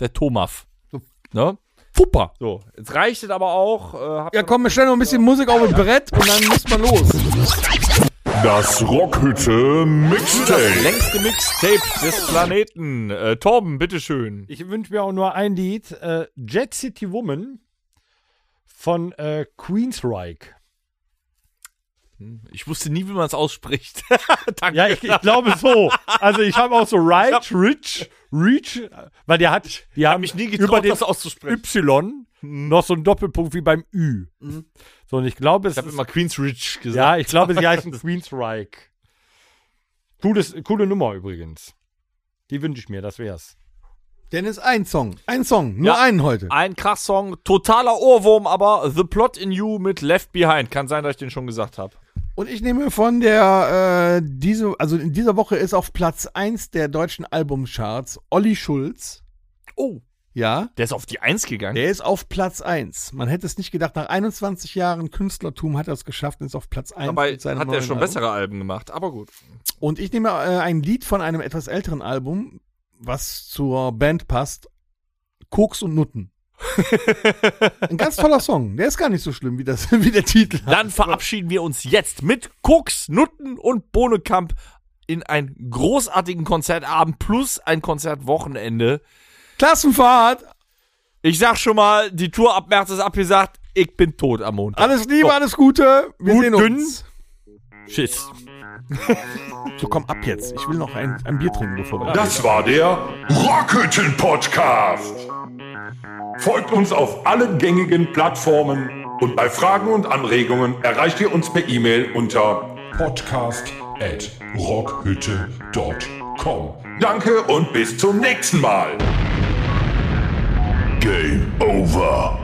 C: Der Tomaf. Ne?
D: Super.
C: So, jetzt reicht es aber auch. Äh, habt
D: Ja,
C: ihr-
D: komm, wir stellen noch ein bisschen Musik auf das Brett und dann muss man los.
A: Das Rockhütte
C: das
A: Mixtape.
C: längste Mixtape des Planeten. Äh, Torben, bitteschön.
B: Ich wünsche mir auch nur ein Lied. Äh, Jet City Woman von äh, Queensryche.
C: Ich wusste nie, wie man es ausspricht. Danke.
B: Ja, ich, ich glaube so. Also ich habe auch so Right, Rich, Reach, weil der hat, die haben
C: mich nie getraut,
B: über den
C: das auszusprechen.
B: Y noch so einen Doppelpunkt wie beim Ü. So, und ich glaube, es
C: Mhm. Ich habe
B: ist,
C: immer Queen's Ridge gesagt.
B: ja, ich glaube, sie heißen Queensryche. Cooles, coole Nummer übrigens. Die wünsche ich mir, das wär's.
D: Dennis, ein Song. Ein Song. Nur
C: Ja.
D: einen heute.
C: Ein krass Song, totaler Ohrwurm, aber The Plot in You mit Left Behind. Kann sein, dass ich den schon gesagt habe.
D: Und ich nehme von der, äh, diese, also in dieser Woche ist auf Platz 1 der deutschen Albumcharts Olli Schulz.
C: Oh,
D: Ja.
C: der ist auf die Eins gegangen.
D: Der ist auf Platz 1. Man hätte es nicht gedacht. Nach 21 Jahren Künstlertum hat er es geschafft und ist auf Platz 1.
C: Dabei
D: mit seinem
C: hat er
D: neuen
C: schon
D: Album.
C: bessere Alben gemacht, aber gut.
D: Und ich nehme äh, ein Lied von einem etwas älteren Album, was zur Band passt. Koks und Nutten. Ein ganz toller Song. Der ist gar nicht so schlimm, wie, das, wie der Titel.
C: Dann verabschieden wir uns jetzt mit Koks, Nutten und Bohnekamp in einen großartigen Konzertabend plus ein Konzertwochenende.
D: Klassenfahrt.
C: Ich sag schon mal, die Tour ab März ist abgesagt. Ich bin tot am Montag.
D: Alles Liebe, alles Gute. Wir
C: Oh. Gut,
D: sehen
C: dünn.
D: uns.
C: Tschüss.
D: So, komm ab jetzt. Ich will noch ein, ein Bier trinken, bevor wir
A: Das war der Rockhütten Podcast. Folgt uns auf allen gängigen Plattformen und bei Fragen und Anregungen erreicht ihr uns per E-Mail unter podcast at rockhütte.com. Danke und bis zum nächsten Mal. Game over.